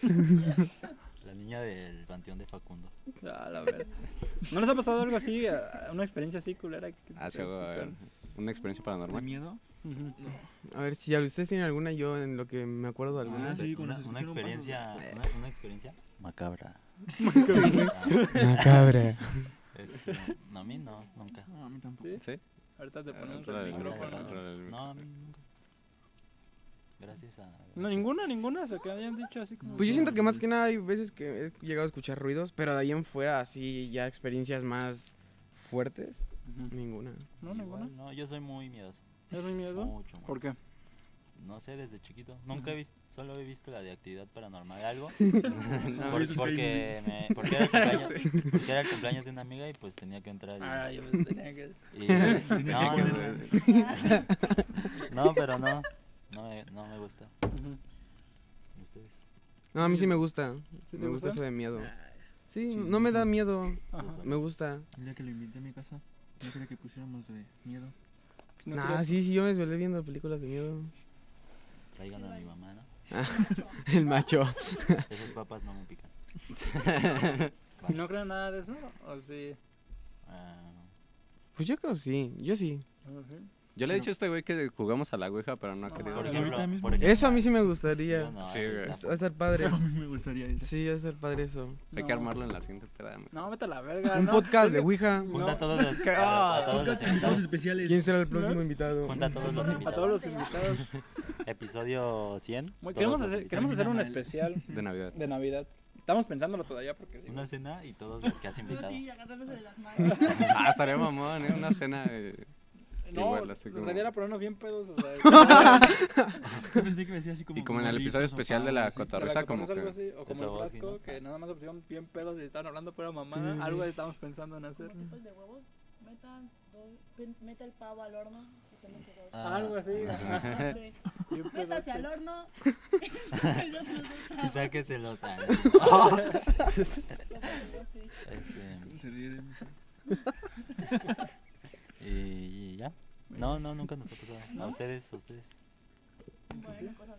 Speaker 2: La niña del panteón de Facundo.
Speaker 1: Ah, la verga. ¿No les ha pasado algo así? a- Una experiencia así culera. que-
Speaker 3: Ah, sí,
Speaker 1: así
Speaker 3: güey, a ver,
Speaker 1: con-
Speaker 3: Una experiencia
Speaker 4: ¿De
Speaker 3: paranormal.
Speaker 4: miedo?
Speaker 1: Ujú.
Speaker 5: A ver, si ustedes tienen alguna, yo en lo que me acuerdo de
Speaker 4: Ah,
Speaker 5: alguna.
Speaker 4: sí, cuando
Speaker 2: una,
Speaker 4: se
Speaker 2: una
Speaker 4: escucharon pasos,
Speaker 2: experiencia,
Speaker 4: güey.
Speaker 2: una, una experiencia macabra. ah,
Speaker 5: Macabra.
Speaker 2: Este, no, a mí no, nunca.
Speaker 4: No, a mí tampoco.
Speaker 1: Sí.
Speaker 3: Sí.
Speaker 1: Ahorita te
Speaker 3: Ah,
Speaker 1: ponemos
Speaker 3: otra
Speaker 1: el
Speaker 3: vez,
Speaker 2: Nunca,
Speaker 3: micrófono,
Speaker 2: jamás.
Speaker 1: micrófono.
Speaker 3: otra vez,
Speaker 2: No, a mí nunca. Gracias a...
Speaker 1: No, ninguna, ninguna, se que habían dicho así como.
Speaker 5: Pues yo siento que más que nada hay veces que he llegado a escuchar ruidos, pero de ahí en fuera, así ya experiencias más fuertes,
Speaker 1: Ujú.
Speaker 5: ninguna.
Speaker 1: No,
Speaker 2: Igual,
Speaker 1: ninguna.
Speaker 2: no, yo soy muy miedoso.
Speaker 1: ¿Es muy miedo?
Speaker 2: Mucho, mucho.
Speaker 1: ¿Por qué?
Speaker 2: No sé, desde chiquito. Nunca he
Speaker 1: Ujú.
Speaker 2: visto, solo he visto la de actividad paranormal algo.
Speaker 4: No,
Speaker 2: por-
Speaker 4: eso es
Speaker 2: porque, me- porque, era el cumpleaños, porque era el cumpleaños de una amiga y pues tenía que entrar. y-
Speaker 1: Ah, yo pues tenía que.
Speaker 2: y-
Speaker 4: tenía
Speaker 2: no,
Speaker 4: que
Speaker 2: no,
Speaker 4: entrar.
Speaker 2: no, pero no. No me, no me gusta.
Speaker 1: Ujú.
Speaker 2: Ustedes.
Speaker 5: No, a mí sí me gusta.
Speaker 1: ¿Sí te
Speaker 5: me gusta
Speaker 1: gusta? Ah,
Speaker 5: eso de miedo. Sí,
Speaker 4: sí,
Speaker 5: no me da
Speaker 4: sí.
Speaker 5: miedo.
Speaker 1: Ajá.
Speaker 5: Me gusta.
Speaker 4: El día que lo invité a mi casa, no quería que pusiéramos de miedo.
Speaker 1: No
Speaker 5: nah,
Speaker 1: creo-
Speaker 5: sí, sí, yo me desvelé viendo películas de miedo.
Speaker 2: Traigan a mi mamá, ¿no?
Speaker 5: El macho.
Speaker 2: Esas papas no me pican.
Speaker 1: ¿Y no creen nada de eso? ¿O sí?
Speaker 2: Ah,
Speaker 5: Pues yo creo sí, yo sí.
Speaker 1: Ujú.
Speaker 3: Yo le he dicho a este güey que jugamos a la Ouija, pero no ha
Speaker 1: No,
Speaker 3: querido.
Speaker 2: por
Speaker 1: Ahora,
Speaker 2: ejemplo,
Speaker 4: ahorita mismo.
Speaker 2: por ejemplo,
Speaker 5: Eso a mí sí me
Speaker 2: yo
Speaker 5: gustaría.
Speaker 2: no,
Speaker 3: Sí,
Speaker 2: esa-
Speaker 3: güey.
Speaker 5: Va a estar padre.
Speaker 4: Pero a mí me gustaría eso.
Speaker 5: Sí, va a estar padre eso.
Speaker 3: Hay que
Speaker 1: No.
Speaker 3: armarlo en la siguiente peda. man.
Speaker 1: No, vete a la verga.
Speaker 5: Un
Speaker 1: ¿no?
Speaker 5: podcast de
Speaker 1: Es que-
Speaker 5: Ouija.
Speaker 2: Junta
Speaker 1: No.
Speaker 2: a todos los,
Speaker 1: Que-
Speaker 2: a- a
Speaker 1: ah,
Speaker 2: todos los
Speaker 4: Invitados
Speaker 2: invitados.
Speaker 4: especiales.
Speaker 5: ¿Quién será el próximo invitado?
Speaker 2: Junta a todos los
Speaker 1: A todos
Speaker 2: invitados.
Speaker 1: los invitados.
Speaker 2: Episodio 100.
Speaker 1: Muy-
Speaker 2: todos
Speaker 1: queremos,
Speaker 2: los
Speaker 1: hacer,
Speaker 2: invitados.
Speaker 1: queremos hacer un
Speaker 4: Termina mal.
Speaker 1: especial
Speaker 3: De Navidad.
Speaker 1: de Navidad. Estamos pensándolo todavía porque. digo,
Speaker 2: Una cena y todos los que has
Speaker 6: Pero
Speaker 2: invitado.
Speaker 6: sí, agarrándose de las manos.
Speaker 3: Ah, estaría mamón, ¿eh? Una cena. eh,
Speaker 1: No,
Speaker 3: igual, así como-
Speaker 1: en realidad era ponernos bien pedos. O sea,
Speaker 4: Yo pensé que me decía así como.
Speaker 3: Y como en el episodio
Speaker 4: gorritos,
Speaker 3: especial de la
Speaker 4: sopa,
Speaker 1: De
Speaker 4: así.
Speaker 1: la
Speaker 3: cotorriza,
Speaker 1: que
Speaker 3: como
Speaker 1: pones algo
Speaker 3: que.
Speaker 1: así, o como el
Speaker 2: Estaba así,
Speaker 1: frasco,
Speaker 2: ¿no?
Speaker 1: que nada más se pusieron bien pedos y estaban hablando pura mamada. Algo estamos pensando en hacer.
Speaker 6: Como tipos de huevos. Metan, do- pen- meta el pavo al horno. y tomen su huevo.
Speaker 2: Ah.
Speaker 1: Algo así. ajá,
Speaker 6: Hombre,
Speaker 1: bien
Speaker 6: Métase
Speaker 1: pedotes.
Speaker 6: al horno. Y yo se los doy
Speaker 2: Y
Speaker 6: trabajo.
Speaker 2: sáqueselos a- este,
Speaker 4: Se ríe de mí.
Speaker 2: y ya. No, no, nunca nos ha pasado. A ustedes, a ustedes.
Speaker 6: Bueno, cosas.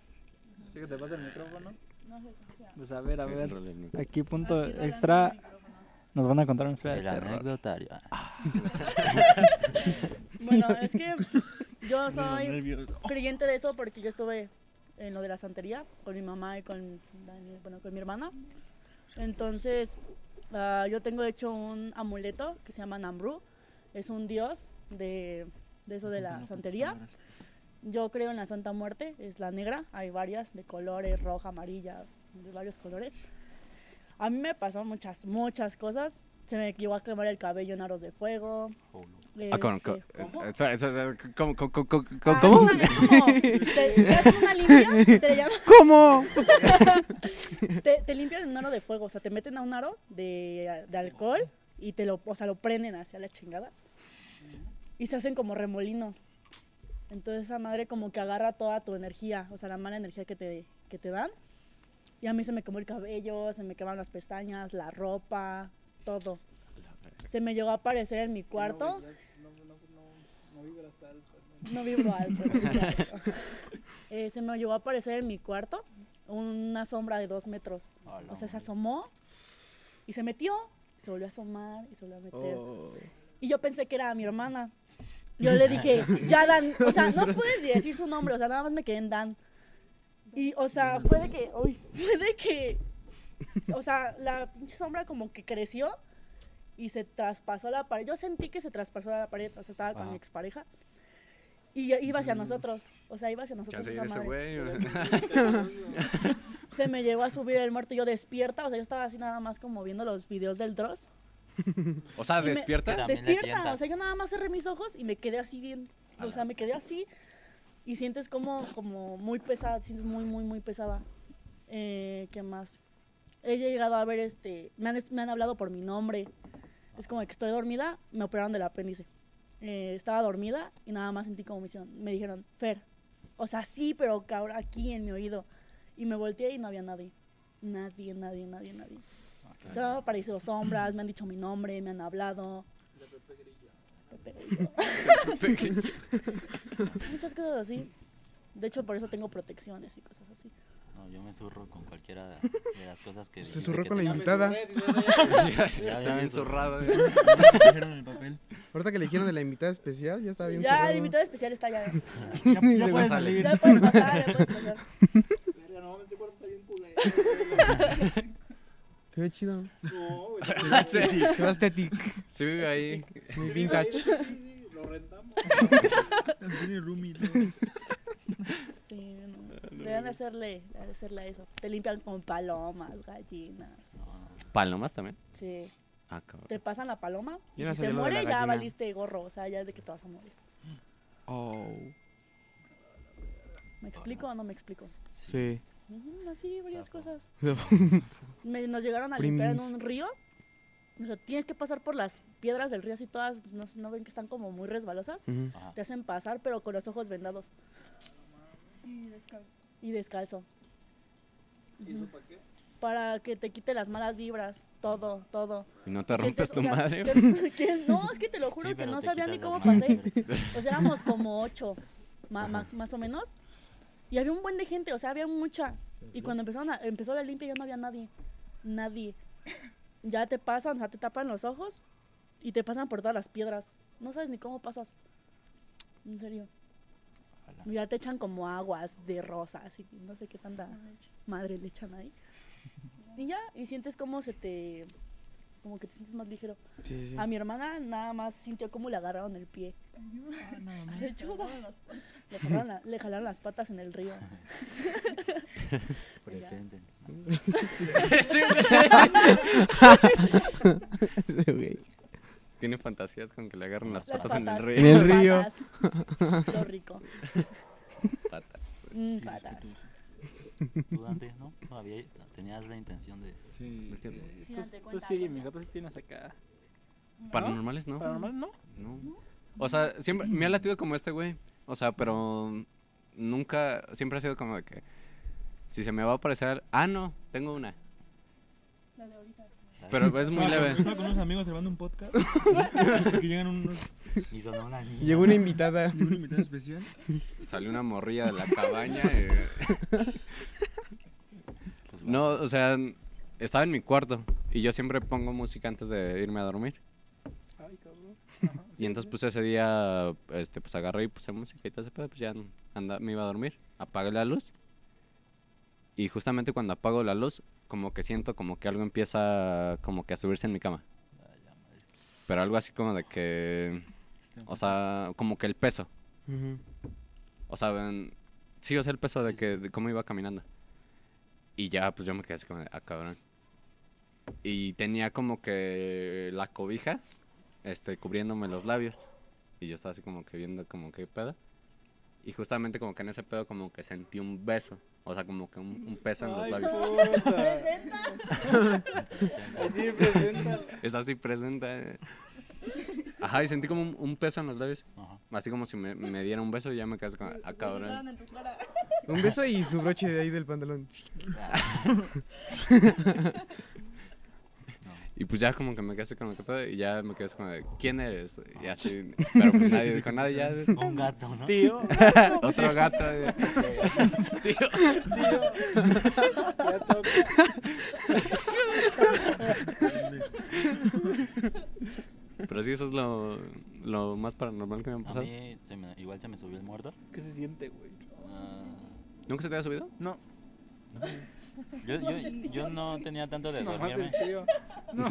Speaker 1: Sí, que te pasa el micrófono?
Speaker 6: No sé cómo sea.
Speaker 1: Pues a ver, a
Speaker 3: Sí,
Speaker 1: ver.
Speaker 3: enrola el micro.
Speaker 1: Aquí punto
Speaker 6: Aquí rolando el
Speaker 1: extra.
Speaker 6: micrófono.
Speaker 1: Nos van a contar una historia de
Speaker 2: El
Speaker 1: terror. Ah.
Speaker 2: anecdotario. Ah,
Speaker 6: Bueno, es que yo soy
Speaker 4: nervios.
Speaker 6: creyente de eso porque yo estuve en lo de la santería con mi mamá y con, Daniel- bueno, con mi hermana. Entonces, ah, yo tengo hecho un amuleto que se llama Namru. Es un dios de, de eso de la santería.
Speaker 4: pues,
Speaker 6: Yo creo en la Santa Muerte, es la negra, hay varias de colores, roja, amarilla, de varios colores. A mí me pasaron muchas, muchas cosas. Se me llegó a quemar el cabello en aros de fuego.
Speaker 3: Ah, con-
Speaker 6: este,
Speaker 3: con- eh, espera, espera, espera, ¿Cómo? ¿Cómo? ¿Cómo? ¿Cómo?
Speaker 6: ah,
Speaker 3: cómo?
Speaker 6: es una- ¿Cómo? Te, te hacen una limpia, se le llama-
Speaker 5: ¿Cómo?
Speaker 6: te, te limpian en un aro de fuego, o sea, te meten a un aro de, de alcohol y te lo, o sea, lo prenden hacia la chingada. Y se hacen como remolinos. Entonces esa madre como que agarra toda tu energía, o sea, la mala energía que te, que te dan. Y a mí se me quemó el cabello, se me quemaron las pestañas, la ropa, todo. Se me llegó a aparecer en mi cuarto. No vibro alto. exacto. Eh, se me llegó a aparecer en mi cuarto una sombra de dos metros.
Speaker 3: Ah,
Speaker 6: O sea, se asomó y se metió, y se volvió a asomar y se volvió a meter.
Speaker 3: Oh.
Speaker 6: Y yo pensé que era mi hermana. Yo le dije, ya Dan, o sea, no pude ni decir su nombre, o sea, nada más me quedé en Dan. Y, o sea, puede que, uy, puede que, o sea, la pinche sombra como que creció y se traspasó la pared. Yo sentí que se traspasó la pared, o sea, estaba con
Speaker 2: Ajá.
Speaker 6: mi expareja. Y iba hacia nosotros, o sea, iba hacia nosotros.
Speaker 3: Chance
Speaker 6: esa
Speaker 3: era Mm. ese
Speaker 6: madre
Speaker 3: güey.
Speaker 6: se me llegó a subir el muerto y yo despierta, o sea, yo estaba así nada más como viendo los videos del Dross.
Speaker 3: O sea,
Speaker 6: Y me-
Speaker 3: despierta.
Speaker 2: También la tientas.
Speaker 6: Despierta, o sea, yo nada más cerré mis ojos y me quedé así bien, o sea, me quedé así y sientes como, como muy pesada, te sientes muy, muy, muy pesada. Eh, ¿Qué más? He llegado a ver, este, me han, es- me han hablado por mi nombre. Es como que estoy dormida, me operaron del apéndice. Eh, estaba dormida y nada más sentí como me, hicieron- me dijeron, Fer, o sea, sí, pero cabr- aquí en mi oído. Y me volteé y no había nadie. Nadie, nadie, nadie, nadie.
Speaker 2: Ah,
Speaker 6: Se han aparecido sombras, me han dicho mi nombre, me han hablado. Pepe Grillo. Muchas cosas así. De hecho, por eso tengo protecciones y cosas así.
Speaker 2: No, yo me zurro con cualquiera de de las cosas que.
Speaker 5: Se
Speaker 2: dijiste
Speaker 5: zurró
Speaker 2: que
Speaker 5: con la
Speaker 2: te-
Speaker 4: pues,
Speaker 5: invitada.
Speaker 2: Ya,
Speaker 3: Está
Speaker 2: ya
Speaker 3: bien
Speaker 2: me zurré.
Speaker 5: eh.
Speaker 3: zurrado.
Speaker 4: Dijeron el papel.
Speaker 5: Ahorita que le dijeron de la invitada especial, ya estaba bien
Speaker 6: ya
Speaker 5: cerrado.
Speaker 6: el invitado especial está allá. adentro.
Speaker 4: Ya, ya
Speaker 5: Le
Speaker 4: puedes
Speaker 3: sale.
Speaker 4: salir.
Speaker 6: Ya puedes pasar, ya puedes pasar.
Speaker 5: Se ve chido.
Speaker 1: No, güey.
Speaker 5: Qué estético.
Speaker 3: Sí, vive ahí.
Speaker 5: Muy vintage.
Speaker 1: Lo rentamos.
Speaker 4: Tiene roomie, ¿no?
Speaker 6: Sí, no. Deben de hacerle, de hacerle a eso. Te limpian con palomas, gallinas.
Speaker 3: Palomas también.
Speaker 6: Sí.
Speaker 3: Ah, cabrón.
Speaker 6: Te pasan la paloma y
Speaker 5: Yo no
Speaker 6: si
Speaker 5: sabía lo
Speaker 6: se
Speaker 5: de la
Speaker 6: muere ya
Speaker 5: gallina.
Speaker 6: valiste gorro. O sea, ya es de que te vas a morir.
Speaker 5: Oh.
Speaker 6: ¿Me explico o no me explico?
Speaker 5: Sí.
Speaker 6: Ujú, así, varias
Speaker 2: Sapo.
Speaker 6: cosas. Me- nos llegaron a
Speaker 5: Primis.
Speaker 6: limpiar en un río. O sea, tienes que pasar por las piedras del río así todas, no, sé, ¿no ven que están como muy resbalosas.
Speaker 5: Ujú.
Speaker 2: Ajá.
Speaker 6: Te hacen pasar, pero con los ojos vendados y descalzo. Ujú. Para que te quite las malas vibras, todo, todo.
Speaker 3: Y no te
Speaker 6: Sientes-
Speaker 3: rompes tu
Speaker 6: o sea,
Speaker 3: madre.
Speaker 6: te- que- no, es que te lo juro
Speaker 2: Sí,
Speaker 6: que
Speaker 2: pero
Speaker 6: no
Speaker 2: te
Speaker 6: sabía ni
Speaker 2: quitas
Speaker 6: cómo
Speaker 2: las manos,
Speaker 6: pasé.
Speaker 2: pero-
Speaker 6: Pues éramos como ocho, ma- ma- más o menos. Y había un buen de gente, o sea, había mucha. Y cuando empezaron a- empezó la limpia ya no había nadie. Nadie. Ya te pasan, o sea, te tapan los ojos y te pasan por todas las piedras. No sabes ni cómo pasas. En serio.
Speaker 2: Ojalá.
Speaker 6: Ya te echan como aguas de rosa, así que no sé qué tanta madre le echan ahí. Y ya, y sientes como se te... Como que te sientes más ligero.
Speaker 5: Sí, sí, sí.
Speaker 6: A mi hermana nada más sintió como le agarraron el pie.
Speaker 4: Ah,
Speaker 6: Se ayuda. Le jalaron, la- le jalaron las patas en el río.
Speaker 2: Presente. No,
Speaker 5: Ese güey.
Speaker 3: Tiene fantasías con que le agarren las,
Speaker 6: Las
Speaker 3: patas, en el
Speaker 6: patas.
Speaker 3: río.
Speaker 5: En el río.
Speaker 6: Patas. Lo rico.
Speaker 3: Patas.
Speaker 6: Mm, patas.
Speaker 2: Tú, Dante, ¿no? No, había- tenías la intención de.
Speaker 4: Sí, sí.
Speaker 1: Tú,
Speaker 6: Fíjate,
Speaker 1: tú
Speaker 6: cuenta,
Speaker 1: sigue,
Speaker 6: cuenta.
Speaker 1: mi gato sí tienes acá.
Speaker 3: ¿Paranormales no?
Speaker 1: Paranormal, ¿no?
Speaker 3: No. O sea, siempre me ha latido como este güey. O sea, pero nunca, siempre ha sido como de que si se me va a aparecer, al- ah, no, tengo una.
Speaker 6: La de ahorita.
Speaker 3: Pero es muy
Speaker 4: Estaba-
Speaker 3: leve.
Speaker 4: Estaba con unos amigos grabando un podcast. que llegan unos,
Speaker 2: Y sonó una niña.
Speaker 5: Llegó una invitada.
Speaker 4: llegó un invitado especial.
Speaker 3: Salió una morrilla de la cabaña. eh.
Speaker 2: Pues,
Speaker 3: No, o sea, estaba en mi cuarto. Y yo siempre pongo música antes de irme a dormir.
Speaker 1: Ay, cabrón.
Speaker 3: Y entonces pues ese día, este, pues agarré y puse música y todo ese pedo, pues ya anda, me iba a dormir, apagué la luz. Y justamente cuando apago la luz, como que siento como que algo empieza como que a subirse en mi cama. Pero algo así como de que, o sea, como que el peso.
Speaker 5: Ujú.
Speaker 3: O sea, ven- sí, o sea, el peso de
Speaker 2: Sí,
Speaker 3: que de cómo iba caminando. Y ya, pues yo me quedé así como de, ah, cabrón. Y tenía como que la cobija, este, cubriéndome los labios. Y yo estaba así como que viendo como que pedo. Y justamente como que en ese pedo como que sentí un beso. O sea, como que un, un peso en los
Speaker 1: Ay,
Speaker 3: labios.
Speaker 1: puta.
Speaker 6: Presenta.
Speaker 1: Así presenta.
Speaker 3: Es así presente. Ajá, y sentí como un, un peso en los labios.
Speaker 2: Ajá.
Speaker 3: Así como si me, me diera un beso y ya me quedé así como, ah, cabrón.
Speaker 6: Presentaron en tu cara.
Speaker 5: Un beso y su broche de ahí del pantalón.
Speaker 3: Y pues ya como que me quedé así como que pedo y ya me quedé así como de, ¿quién eres? Y así, pero pues nadie dijo nada, ya.
Speaker 2: O Un gato, ¿no?
Speaker 1: Tío,
Speaker 3: Otro gato. Tío.
Speaker 1: tío. Ya toca.
Speaker 3: Pero sí, eso es lo, lo más paranormal que me ha
Speaker 2: A
Speaker 3: pasado.
Speaker 2: mí se me- igual se me subió el muerto. Ah,
Speaker 1: ¿Qué se siente, güey?
Speaker 3: ¿Nunca se te había subido?
Speaker 1: No,
Speaker 2: yo, yo, yo no tenía tanto de
Speaker 1: nomás el
Speaker 2: dormirme.
Speaker 1: tío. No,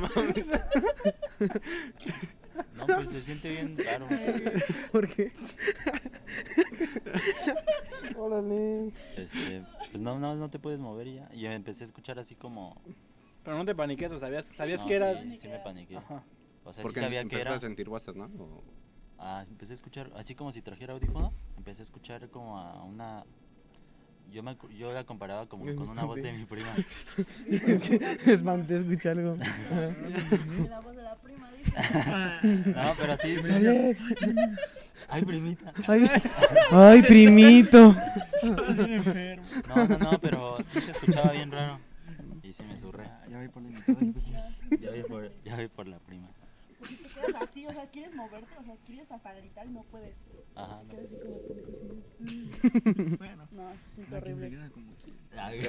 Speaker 3: No mames.
Speaker 2: No, pues se siente bien raro.
Speaker 5: ¿Por qué? Órale.
Speaker 2: Este, pues no, no, no te puedes mover y ya. Y yo empecé a escuchar así como.
Speaker 1: Pero no te paniques, o sabías, sabías
Speaker 2: no,
Speaker 1: que era.
Speaker 2: Sí, sí me paniqué.
Speaker 1: Ajá.
Speaker 2: O sea, sí
Speaker 3: Porque
Speaker 2: sabía que
Speaker 3: empezaste
Speaker 2: era.
Speaker 3: a sentir guasas, ¿no? O-
Speaker 2: Ah, empecé a escuchar, así como si trajera audífonos, empecé a escuchar como a una... Yo, me, acu- yo la comparaba como
Speaker 5: Me
Speaker 2: con una voz de
Speaker 5: espanté.
Speaker 2: mi prima.
Speaker 5: Espanté, escuché algo. Ajá.
Speaker 6: La voz de la prima dice.
Speaker 2: No, pero así...
Speaker 5: Alex,
Speaker 2: Ay, primita.
Speaker 5: Ay, ay, primito.
Speaker 2: No, no, no, pero sí se escuchaba bien raro. Y sí me surré.
Speaker 4: Ah, Ya voy por la invitada especial. Ah,
Speaker 2: Ya voy por, ya voy por la prima.
Speaker 6: Porque tú seas así, o sea, quieres moverte, o sea, quieres hasta gritar y no puedes.
Speaker 2: Ajá, no.
Speaker 6: Quedas así como pendejo, así.
Speaker 4: Bueno,
Speaker 6: "Mm". No, se siente
Speaker 4: la que se
Speaker 6: horrible.
Speaker 4: queda como que-
Speaker 2: Ay,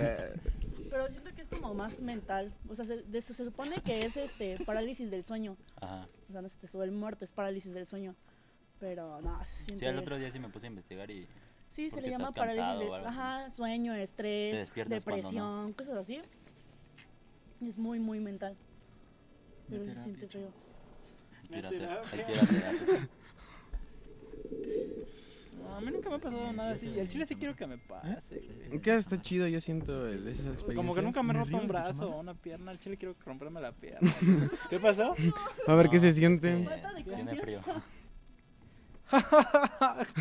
Speaker 6: Pero siento que es como más mental. O sea, se, de eso se supone que es este parálisis del sueño.
Speaker 2: Ajá.
Speaker 6: O sea, no se te sube el muerto, es parálisis del sueño. Pero no, se siente.
Speaker 2: Sí, al otro día sí me puse a investigar y...
Speaker 6: Sí, se
Speaker 2: porque
Speaker 6: le llama
Speaker 2: estás cansado
Speaker 6: parálisis
Speaker 2: o
Speaker 6: del
Speaker 2: algo.
Speaker 6: ajá, sueño,
Speaker 2: Te
Speaker 6: estrés,
Speaker 2: despiertas cuando
Speaker 6: depresión,
Speaker 2: no.
Speaker 6: cosas así. Es muy, muy mental.
Speaker 4: Mi
Speaker 6: Pero se
Speaker 4: terapia,
Speaker 6: siente feo.
Speaker 2: Quiero
Speaker 1: Vete,
Speaker 2: terapia.
Speaker 1: terapia.
Speaker 2: Quiero terapia.
Speaker 1: No, a mí nunca me ha pasado nada así. Y al chile sí quiero que me pase. güey.
Speaker 5: Ya está chido, yo siento el- esas ¿Eh? experiencias.
Speaker 1: Como que nunca me he
Speaker 4: Me
Speaker 1: roto
Speaker 4: río
Speaker 1: un
Speaker 4: de tu
Speaker 1: brazo
Speaker 4: chamada.
Speaker 1: o una pierna. Al chile quiero romperme la pierna. güey. ¿Qué pasó?
Speaker 5: A ver
Speaker 2: No,
Speaker 5: qué se
Speaker 2: es
Speaker 5: siente.
Speaker 2: que pues
Speaker 6: Falta de
Speaker 2: Tiene frío.
Speaker 1: qué,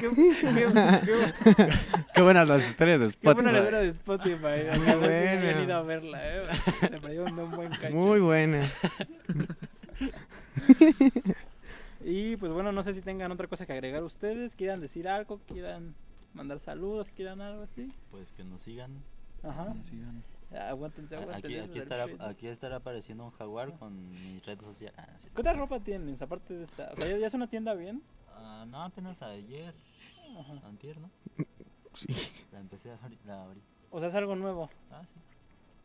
Speaker 1: qué- qué-
Speaker 3: Qué buenas las historias de
Speaker 1: qué buena la
Speaker 3: Spotify.
Speaker 1: de Spotify. a ver si
Speaker 5: buena.
Speaker 1: hubieran ido a verla, eh. güey. Le perdieron de un buen cacho.
Speaker 5: Muy buena.
Speaker 1: Y pues bueno, no sé si tengan otra cosa que agregar ustedes. Quieran decir algo, quieran mandar saludos, quieran algo así.
Speaker 2: Pues que nos sigan.
Speaker 1: Ajá.
Speaker 4: Ah, Sí, bueno.
Speaker 1: Aguántense,
Speaker 2: Mm. A-
Speaker 1: aguántense.
Speaker 2: Aquí, aquí,
Speaker 1: del
Speaker 2: estará,
Speaker 1: fin.
Speaker 2: aquí estará apareciendo un jaguar con mis redes sociales. Ah, no es
Speaker 1: ¿Qué
Speaker 2: cierto.
Speaker 1: otra ropa tienes? Aparte de esa. O sea, ya, ya es una tienda bien.
Speaker 2: Ah, no, apenas ayer,
Speaker 1: Ajá.
Speaker 2: antier, ¿no?
Speaker 5: Sí.
Speaker 2: La empecé a abrir. La abrí.
Speaker 1: O sea, es algo nuevo.
Speaker 2: Ah, sí.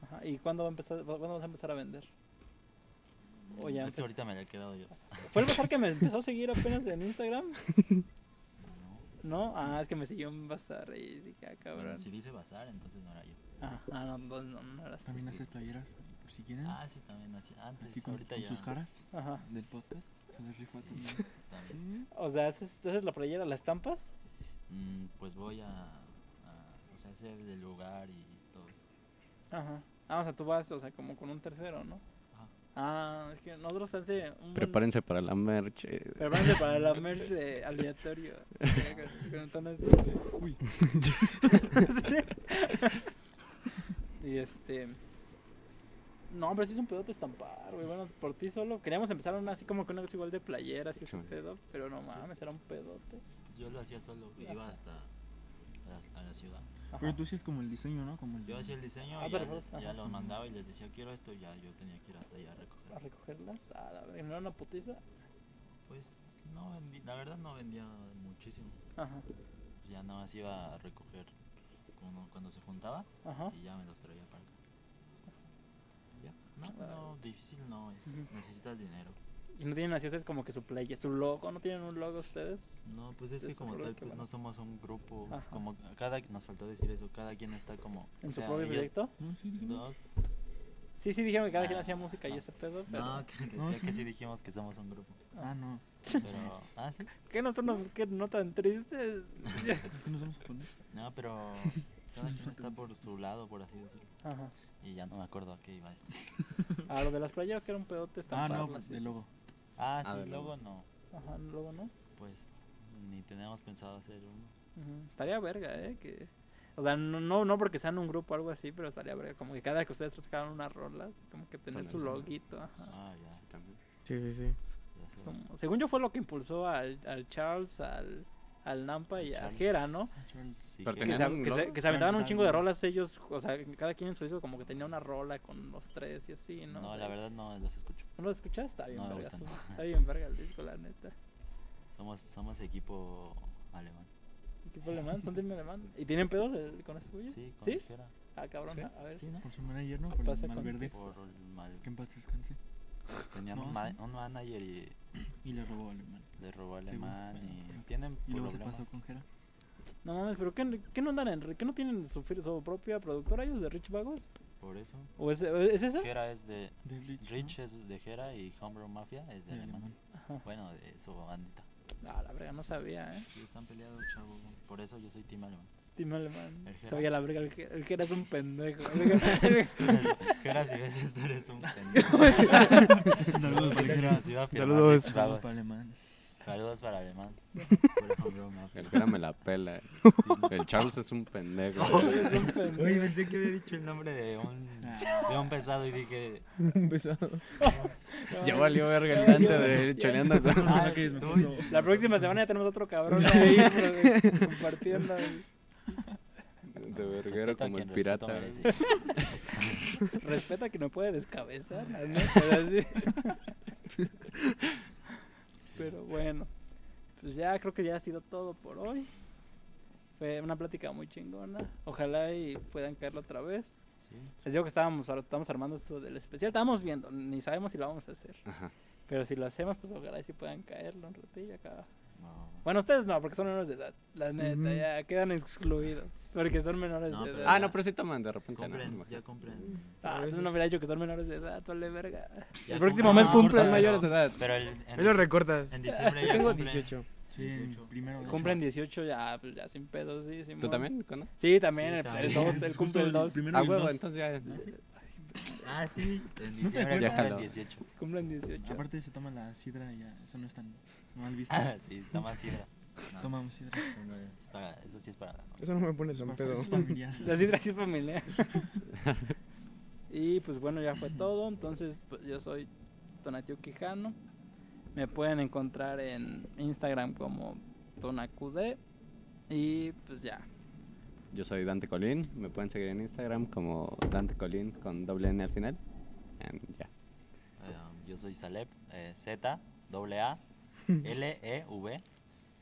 Speaker 1: Ajá. ¿Y cuándo, va a empezar, cuándo vas a empezar a vender? O Oh, ya Ah,
Speaker 2: es
Speaker 1: empezó.
Speaker 2: que ahorita me la he quedado yo.
Speaker 1: ¿Fue el bazar que me empezó a seguir apenas en Instagram? No. Ah, es que me siguió un bazar y dije, ah,
Speaker 2: Bueno,
Speaker 1: cabrón.
Speaker 2: si dice bazar, entonces no era yo.
Speaker 4: ¿Eh?
Speaker 1: Ah, ah, no, no, no, no eras tú.
Speaker 4: También haces playeras, por si quieren.
Speaker 2: Ah, sí, también hacía. Antes,
Speaker 4: Así con,
Speaker 2: ahorita
Speaker 4: con
Speaker 2: ya.
Speaker 4: sus caras
Speaker 1: Ajá.
Speaker 4: del podcast. Se les rifa también.
Speaker 2: Sí, también.
Speaker 1: O sea, ¿haces, haces la playera, la estampas?
Speaker 2: Mm, pues voy a, a- O sea, hacer el lugar y todo eso.
Speaker 1: Ajá. Ah, o sea, tú vas, o sea, como con un tercero, ¿no?
Speaker 2: Ajá.
Speaker 1: Ah, es que nosotros hace un... buen-
Speaker 3: Prepárense para la merch.
Speaker 1: Prepárense para la merch de aleatorio. Con un tono así. Uy. y este... No, pero sí es un pedo de estampar, güey. Bueno, por ti solo. Queríamos empezar una así como con algo igual de playeras y ese
Speaker 3: Sí.
Speaker 1: pedo. Pero no mames, era un pedote.
Speaker 2: Pues Yo lo hacía solo. Iba hasta. a- A la ciudad.
Speaker 1: Ajá.
Speaker 4: Pero tú hacías como el diseño, ¿no? Como el
Speaker 2: Yo hacía el diseño
Speaker 1: Ah,
Speaker 2: y ya,
Speaker 1: pero vos,
Speaker 2: les- ya
Speaker 1: ajá.
Speaker 2: lo mandaba y les decía quiero esto y ya yo tenía que ir hasta allá a recogerlo.
Speaker 1: ¿A recogerlas? A la verga, ¿no era una putiza?
Speaker 2: Pues no vendí, la verdad no vendía muchísimo.
Speaker 1: Ajá,
Speaker 2: Ya nada más iba a recoger cuando, cuando se juntaba
Speaker 1: ajá.
Speaker 2: y ya me los traía para acá. Ya. No, no, difícil no es. Necesitas dinero.
Speaker 1: ¿Y no tienen así ustedes como que su playa, su logo? ¿No tienen un logo ustedes?
Speaker 2: No, pues es
Speaker 1: Eso
Speaker 2: que como
Speaker 1: creo
Speaker 2: tal,
Speaker 1: que
Speaker 2: pues
Speaker 1: bueno.
Speaker 2: no somos un grupo.
Speaker 1: Ajá.
Speaker 2: Como cada, nos faltó decir eso, cada quien está como.
Speaker 1: ¿En
Speaker 2: o
Speaker 1: su
Speaker 2: sea,
Speaker 1: propio
Speaker 2: ellos
Speaker 1: proyecto?
Speaker 4: No, sí, dijimos.
Speaker 2: Dos.
Speaker 1: Sí, sí, dijeron que cada quien
Speaker 2: Ah,
Speaker 1: hacía música y
Speaker 2: no.
Speaker 1: ese pedo, pero...
Speaker 2: No, que decía
Speaker 4: No,
Speaker 2: que
Speaker 4: sí.
Speaker 2: sí dijimos que somos un grupo.
Speaker 4: Ah, no.
Speaker 2: Pero, ah, sí.
Speaker 1: ¿Qué no son unos- qué no tan tristes?
Speaker 4: Así nos vamos a poner.
Speaker 2: No, pero cada quien está por su lado, por así decirlo.
Speaker 1: Ajá.
Speaker 2: Y ya no me acuerdo a qué iba esto.
Speaker 1: A lo de las playeras que era un pedote
Speaker 4: Ah, no,
Speaker 1: estamparlas y
Speaker 4: de
Speaker 1: eso.
Speaker 4: logo.
Speaker 2: Ah,
Speaker 3: Ah,
Speaker 2: sí,
Speaker 3: del
Speaker 2: luego no.
Speaker 1: Ajá, luego no.
Speaker 2: Pues ni teníamos pensado hacer uno.
Speaker 1: Ujú. Estaría verga, ¿eh? Que... O sea, no, no, no porque sean un grupo o algo así, pero estaría verga. Como que cada que ustedes sacaran unas rolas, como que tener su
Speaker 3: Ponerse, ¿no?
Speaker 1: loguito. Ajá.
Speaker 2: Ah, ya.
Speaker 3: También.
Speaker 5: Sí, sí, sí.
Speaker 2: ya sé.
Speaker 1: Como- según yo fue lo que impulsó al, al Charles, al, al Nampa y a
Speaker 2: Charles-
Speaker 1: Jera, ¿no?
Speaker 2: Sí,
Speaker 3: Pero
Speaker 1: Que
Speaker 2: Jera.
Speaker 1: se,
Speaker 3: ¿Tenían un
Speaker 1: que se-
Speaker 3: logo?
Speaker 1: que se aventaban un
Speaker 4: Cantaban.
Speaker 1: chingo de rolas ellos, o sea, cada quien en su disco como que tenía una rola con los tres y así, ¿no?
Speaker 2: No,
Speaker 1: O sea,
Speaker 2: la verdad no los escucho.
Speaker 1: ¿No lo escuchas? Está bien
Speaker 2: No,
Speaker 1: verga.
Speaker 2: ahorita
Speaker 1: su-
Speaker 2: no.
Speaker 1: Está bien verga el disco, la neta.
Speaker 2: Somos, somos equipo alemán.
Speaker 1: Equipo alemán, son team alemán. ¿Y tienen pedos el- con ese güey?
Speaker 2: Sí, con
Speaker 1: ¿Sí?
Speaker 2: Jera.
Speaker 1: Ah, cabrón, a ver.
Speaker 2: Sí, ¿no?
Speaker 4: Por su manager, ¿no?
Speaker 1: ¿Qué
Speaker 4: Por
Speaker 1: pasa
Speaker 4: el mal
Speaker 1: con-
Speaker 4: verde.
Speaker 2: Por el mal.
Speaker 4: Que en paz descanse.
Speaker 2: Teníamos
Speaker 4: No,
Speaker 2: ma-
Speaker 4: sí.
Speaker 2: un manager y
Speaker 4: Y le robó al alemán.
Speaker 2: le robó al
Speaker 4: Sí, bueno,
Speaker 2: alemán
Speaker 4: bueno.
Speaker 2: y tienen
Speaker 4: Y luego se
Speaker 2: problemas.
Speaker 4: pasó con Jera.
Speaker 1: No mames, pero ¿qué, qué no andan en, qué no tienen su, fir- su propia productora ellos de Rich Vagos?
Speaker 2: Por eso.
Speaker 1: ¿O es, o es esa?
Speaker 2: Jera es de
Speaker 4: De Rich. ¿no?
Speaker 2: Rich es de Jera y Homebrew Mafia es de
Speaker 4: De
Speaker 2: alemán.
Speaker 4: alemán.
Speaker 1: Ajá.
Speaker 2: Bueno, de su bandita.
Speaker 1: Ah, la verga, no sabía, ¿eh?
Speaker 2: Sí, están peleados, chavo. Por eso yo soy team alemán.
Speaker 1: Team alemán.
Speaker 2: El Jera.
Speaker 1: Sabía la verga, el Jera, el Jera es un pendejo. El Jera-
Speaker 2: Jera, si ves esto, eres un pendejo.
Speaker 4: Saludos para Jera.
Speaker 2: Sí va a firmar
Speaker 5: Saludos.
Speaker 2: Rich
Speaker 4: Saludos
Speaker 2: Vagos.
Speaker 4: para alemán.
Speaker 2: Saludos para alemán. Por el Homebrew Mafia.
Speaker 3: El Jera me la pela. eh. El Charles es un pendejo.
Speaker 1: es un pendejo.
Speaker 2: Oye, pensé que había dicho el nombre de un, de un pesado y dije,
Speaker 5: Un pesado.
Speaker 3: ya valió verga el dante de choleando. con-
Speaker 2: Ah,
Speaker 4: No, que es
Speaker 2: tú.
Speaker 4: mejor lo-
Speaker 1: La próxima semana ya tenemos otro cabrón ahí pues, compartiendo. güey.
Speaker 3: De verguero
Speaker 2: "Respeto a
Speaker 3: como el
Speaker 2: quien
Speaker 3: pirata.
Speaker 2: respeto
Speaker 3: ¿verdad?
Speaker 2: merece".
Speaker 1: Respeta que no puede descabezar. la neta, así. Pero bueno, pues ya creo que ya ha sido todo por hoy. Fue una plática muy chingona. Ojalá y puedan caerla otra vez.
Speaker 2: Sí.
Speaker 1: Les digo que estábamos, ar- estamos armando esto del especial. Estábamos viendo, ni sabemos si lo vamos a hacer.
Speaker 3: Ajá.
Speaker 1: Pero si lo hacemos, pues ojalá y sí puedan caerlo un ratillo acá.
Speaker 2: No,
Speaker 1: Bueno, ustedes no, porque son menores de edad. La neta,
Speaker 5: Ujú.
Speaker 1: ya quedan excluidos. Porque son menores
Speaker 2: No,
Speaker 1: de
Speaker 2: pero-
Speaker 1: edad.
Speaker 3: Ah, no, pero sí toman de repente. no,
Speaker 2: compren,
Speaker 3: no,
Speaker 2: ya compren.
Speaker 1: Ah, entonces no hubiera dicho que son menores de edad, vale verga.
Speaker 2: Ya
Speaker 1: el próximo
Speaker 2: cumplen.
Speaker 1: mes
Speaker 2: No,
Speaker 1: cumplen
Speaker 2: ahorita
Speaker 1: mayores de
Speaker 2: no.
Speaker 1: edad.
Speaker 2: Pero el, en,
Speaker 5: Ahí lo
Speaker 2: dic-
Speaker 5: recortas.
Speaker 2: en diciembre
Speaker 5: Yo
Speaker 2: ya
Speaker 5: tengo
Speaker 2: cumplen.
Speaker 5: 18.
Speaker 4: Sí, en
Speaker 2: 18.
Speaker 4: primero. de
Speaker 1: Cumplen
Speaker 4: hecho.
Speaker 1: 18 ya, pues ya sin pedos, sí, sí.
Speaker 3: ¿Tú también, Cono?
Speaker 1: Sí, también,
Speaker 2: Sí,
Speaker 1: el-
Speaker 2: también.
Speaker 1: el 2, el
Speaker 4: Justo
Speaker 1: cumple el 2.
Speaker 4: primero
Speaker 3: Ah,
Speaker 4: y el
Speaker 3: huevo,
Speaker 4: dos.
Speaker 3: entonces ya.
Speaker 2: Ah, sí. En diciembre
Speaker 4: acuerdas?
Speaker 2: cumplen
Speaker 3: Déjalo.
Speaker 2: 18.
Speaker 1: Cumplen 18.
Speaker 4: Aparte se toma la sidra y ya, eso no es tan mal visto.
Speaker 2: Ah, sí, toma sidra. No,
Speaker 4: Tomamos sidra.
Speaker 2: Eso, no es para, eso sí es para la noche.
Speaker 5: Eso no me pone
Speaker 4: Es
Speaker 5: tan
Speaker 4: pa-
Speaker 5: pedo.
Speaker 4: es familiar.
Speaker 1: La sidra sí es familiar. y pues bueno, ya fue todo. Entonces, pues yo soy Tonatio Quijano. Me pueden encontrar en Instagram como Tonacude. Y pues ya.
Speaker 3: Yo soy Dante Colín. Me pueden seguir en Instagram como Dante Colín con doble N al final. And ya.
Speaker 2: Eh, yo soy Salep, eh, Z, doble A, L, E, V.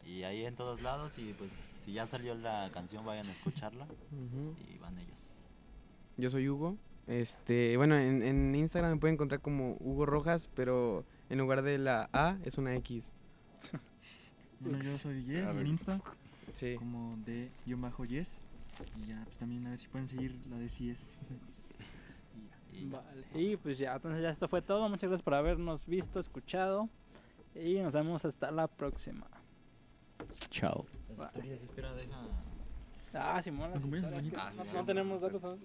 Speaker 2: Y ahí en todos lados. Y pues si ya salió la canción, vayan a escucharla.
Speaker 5: Ujú.
Speaker 2: Y van ellos.
Speaker 5: Yo soy Hugo. Este, bueno, en, en Instagram me pueden encontrar como Hugo Rojas, pero en lugar de la A es una X.
Speaker 4: Bueno, yo soy Yes en Insta,
Speaker 5: Sí.
Speaker 4: como de guión bajo Yes. Y ya, pues también a ver si pueden seguir la de si es.
Speaker 2: Y
Speaker 1: Vale. Y pues ya, entonces ya esto fue todo. Muchas gracias por habernos visto, escuchado. Y nos vemos hasta la próxima.
Speaker 3: Chao.
Speaker 2: las historias, espera, deja.
Speaker 1: Ah, Simón, las
Speaker 4: Hombre,
Speaker 1: Ah, historias, que
Speaker 4: bonito.
Speaker 3: Ah,
Speaker 1: no- no tenemos datos. ¿no? Las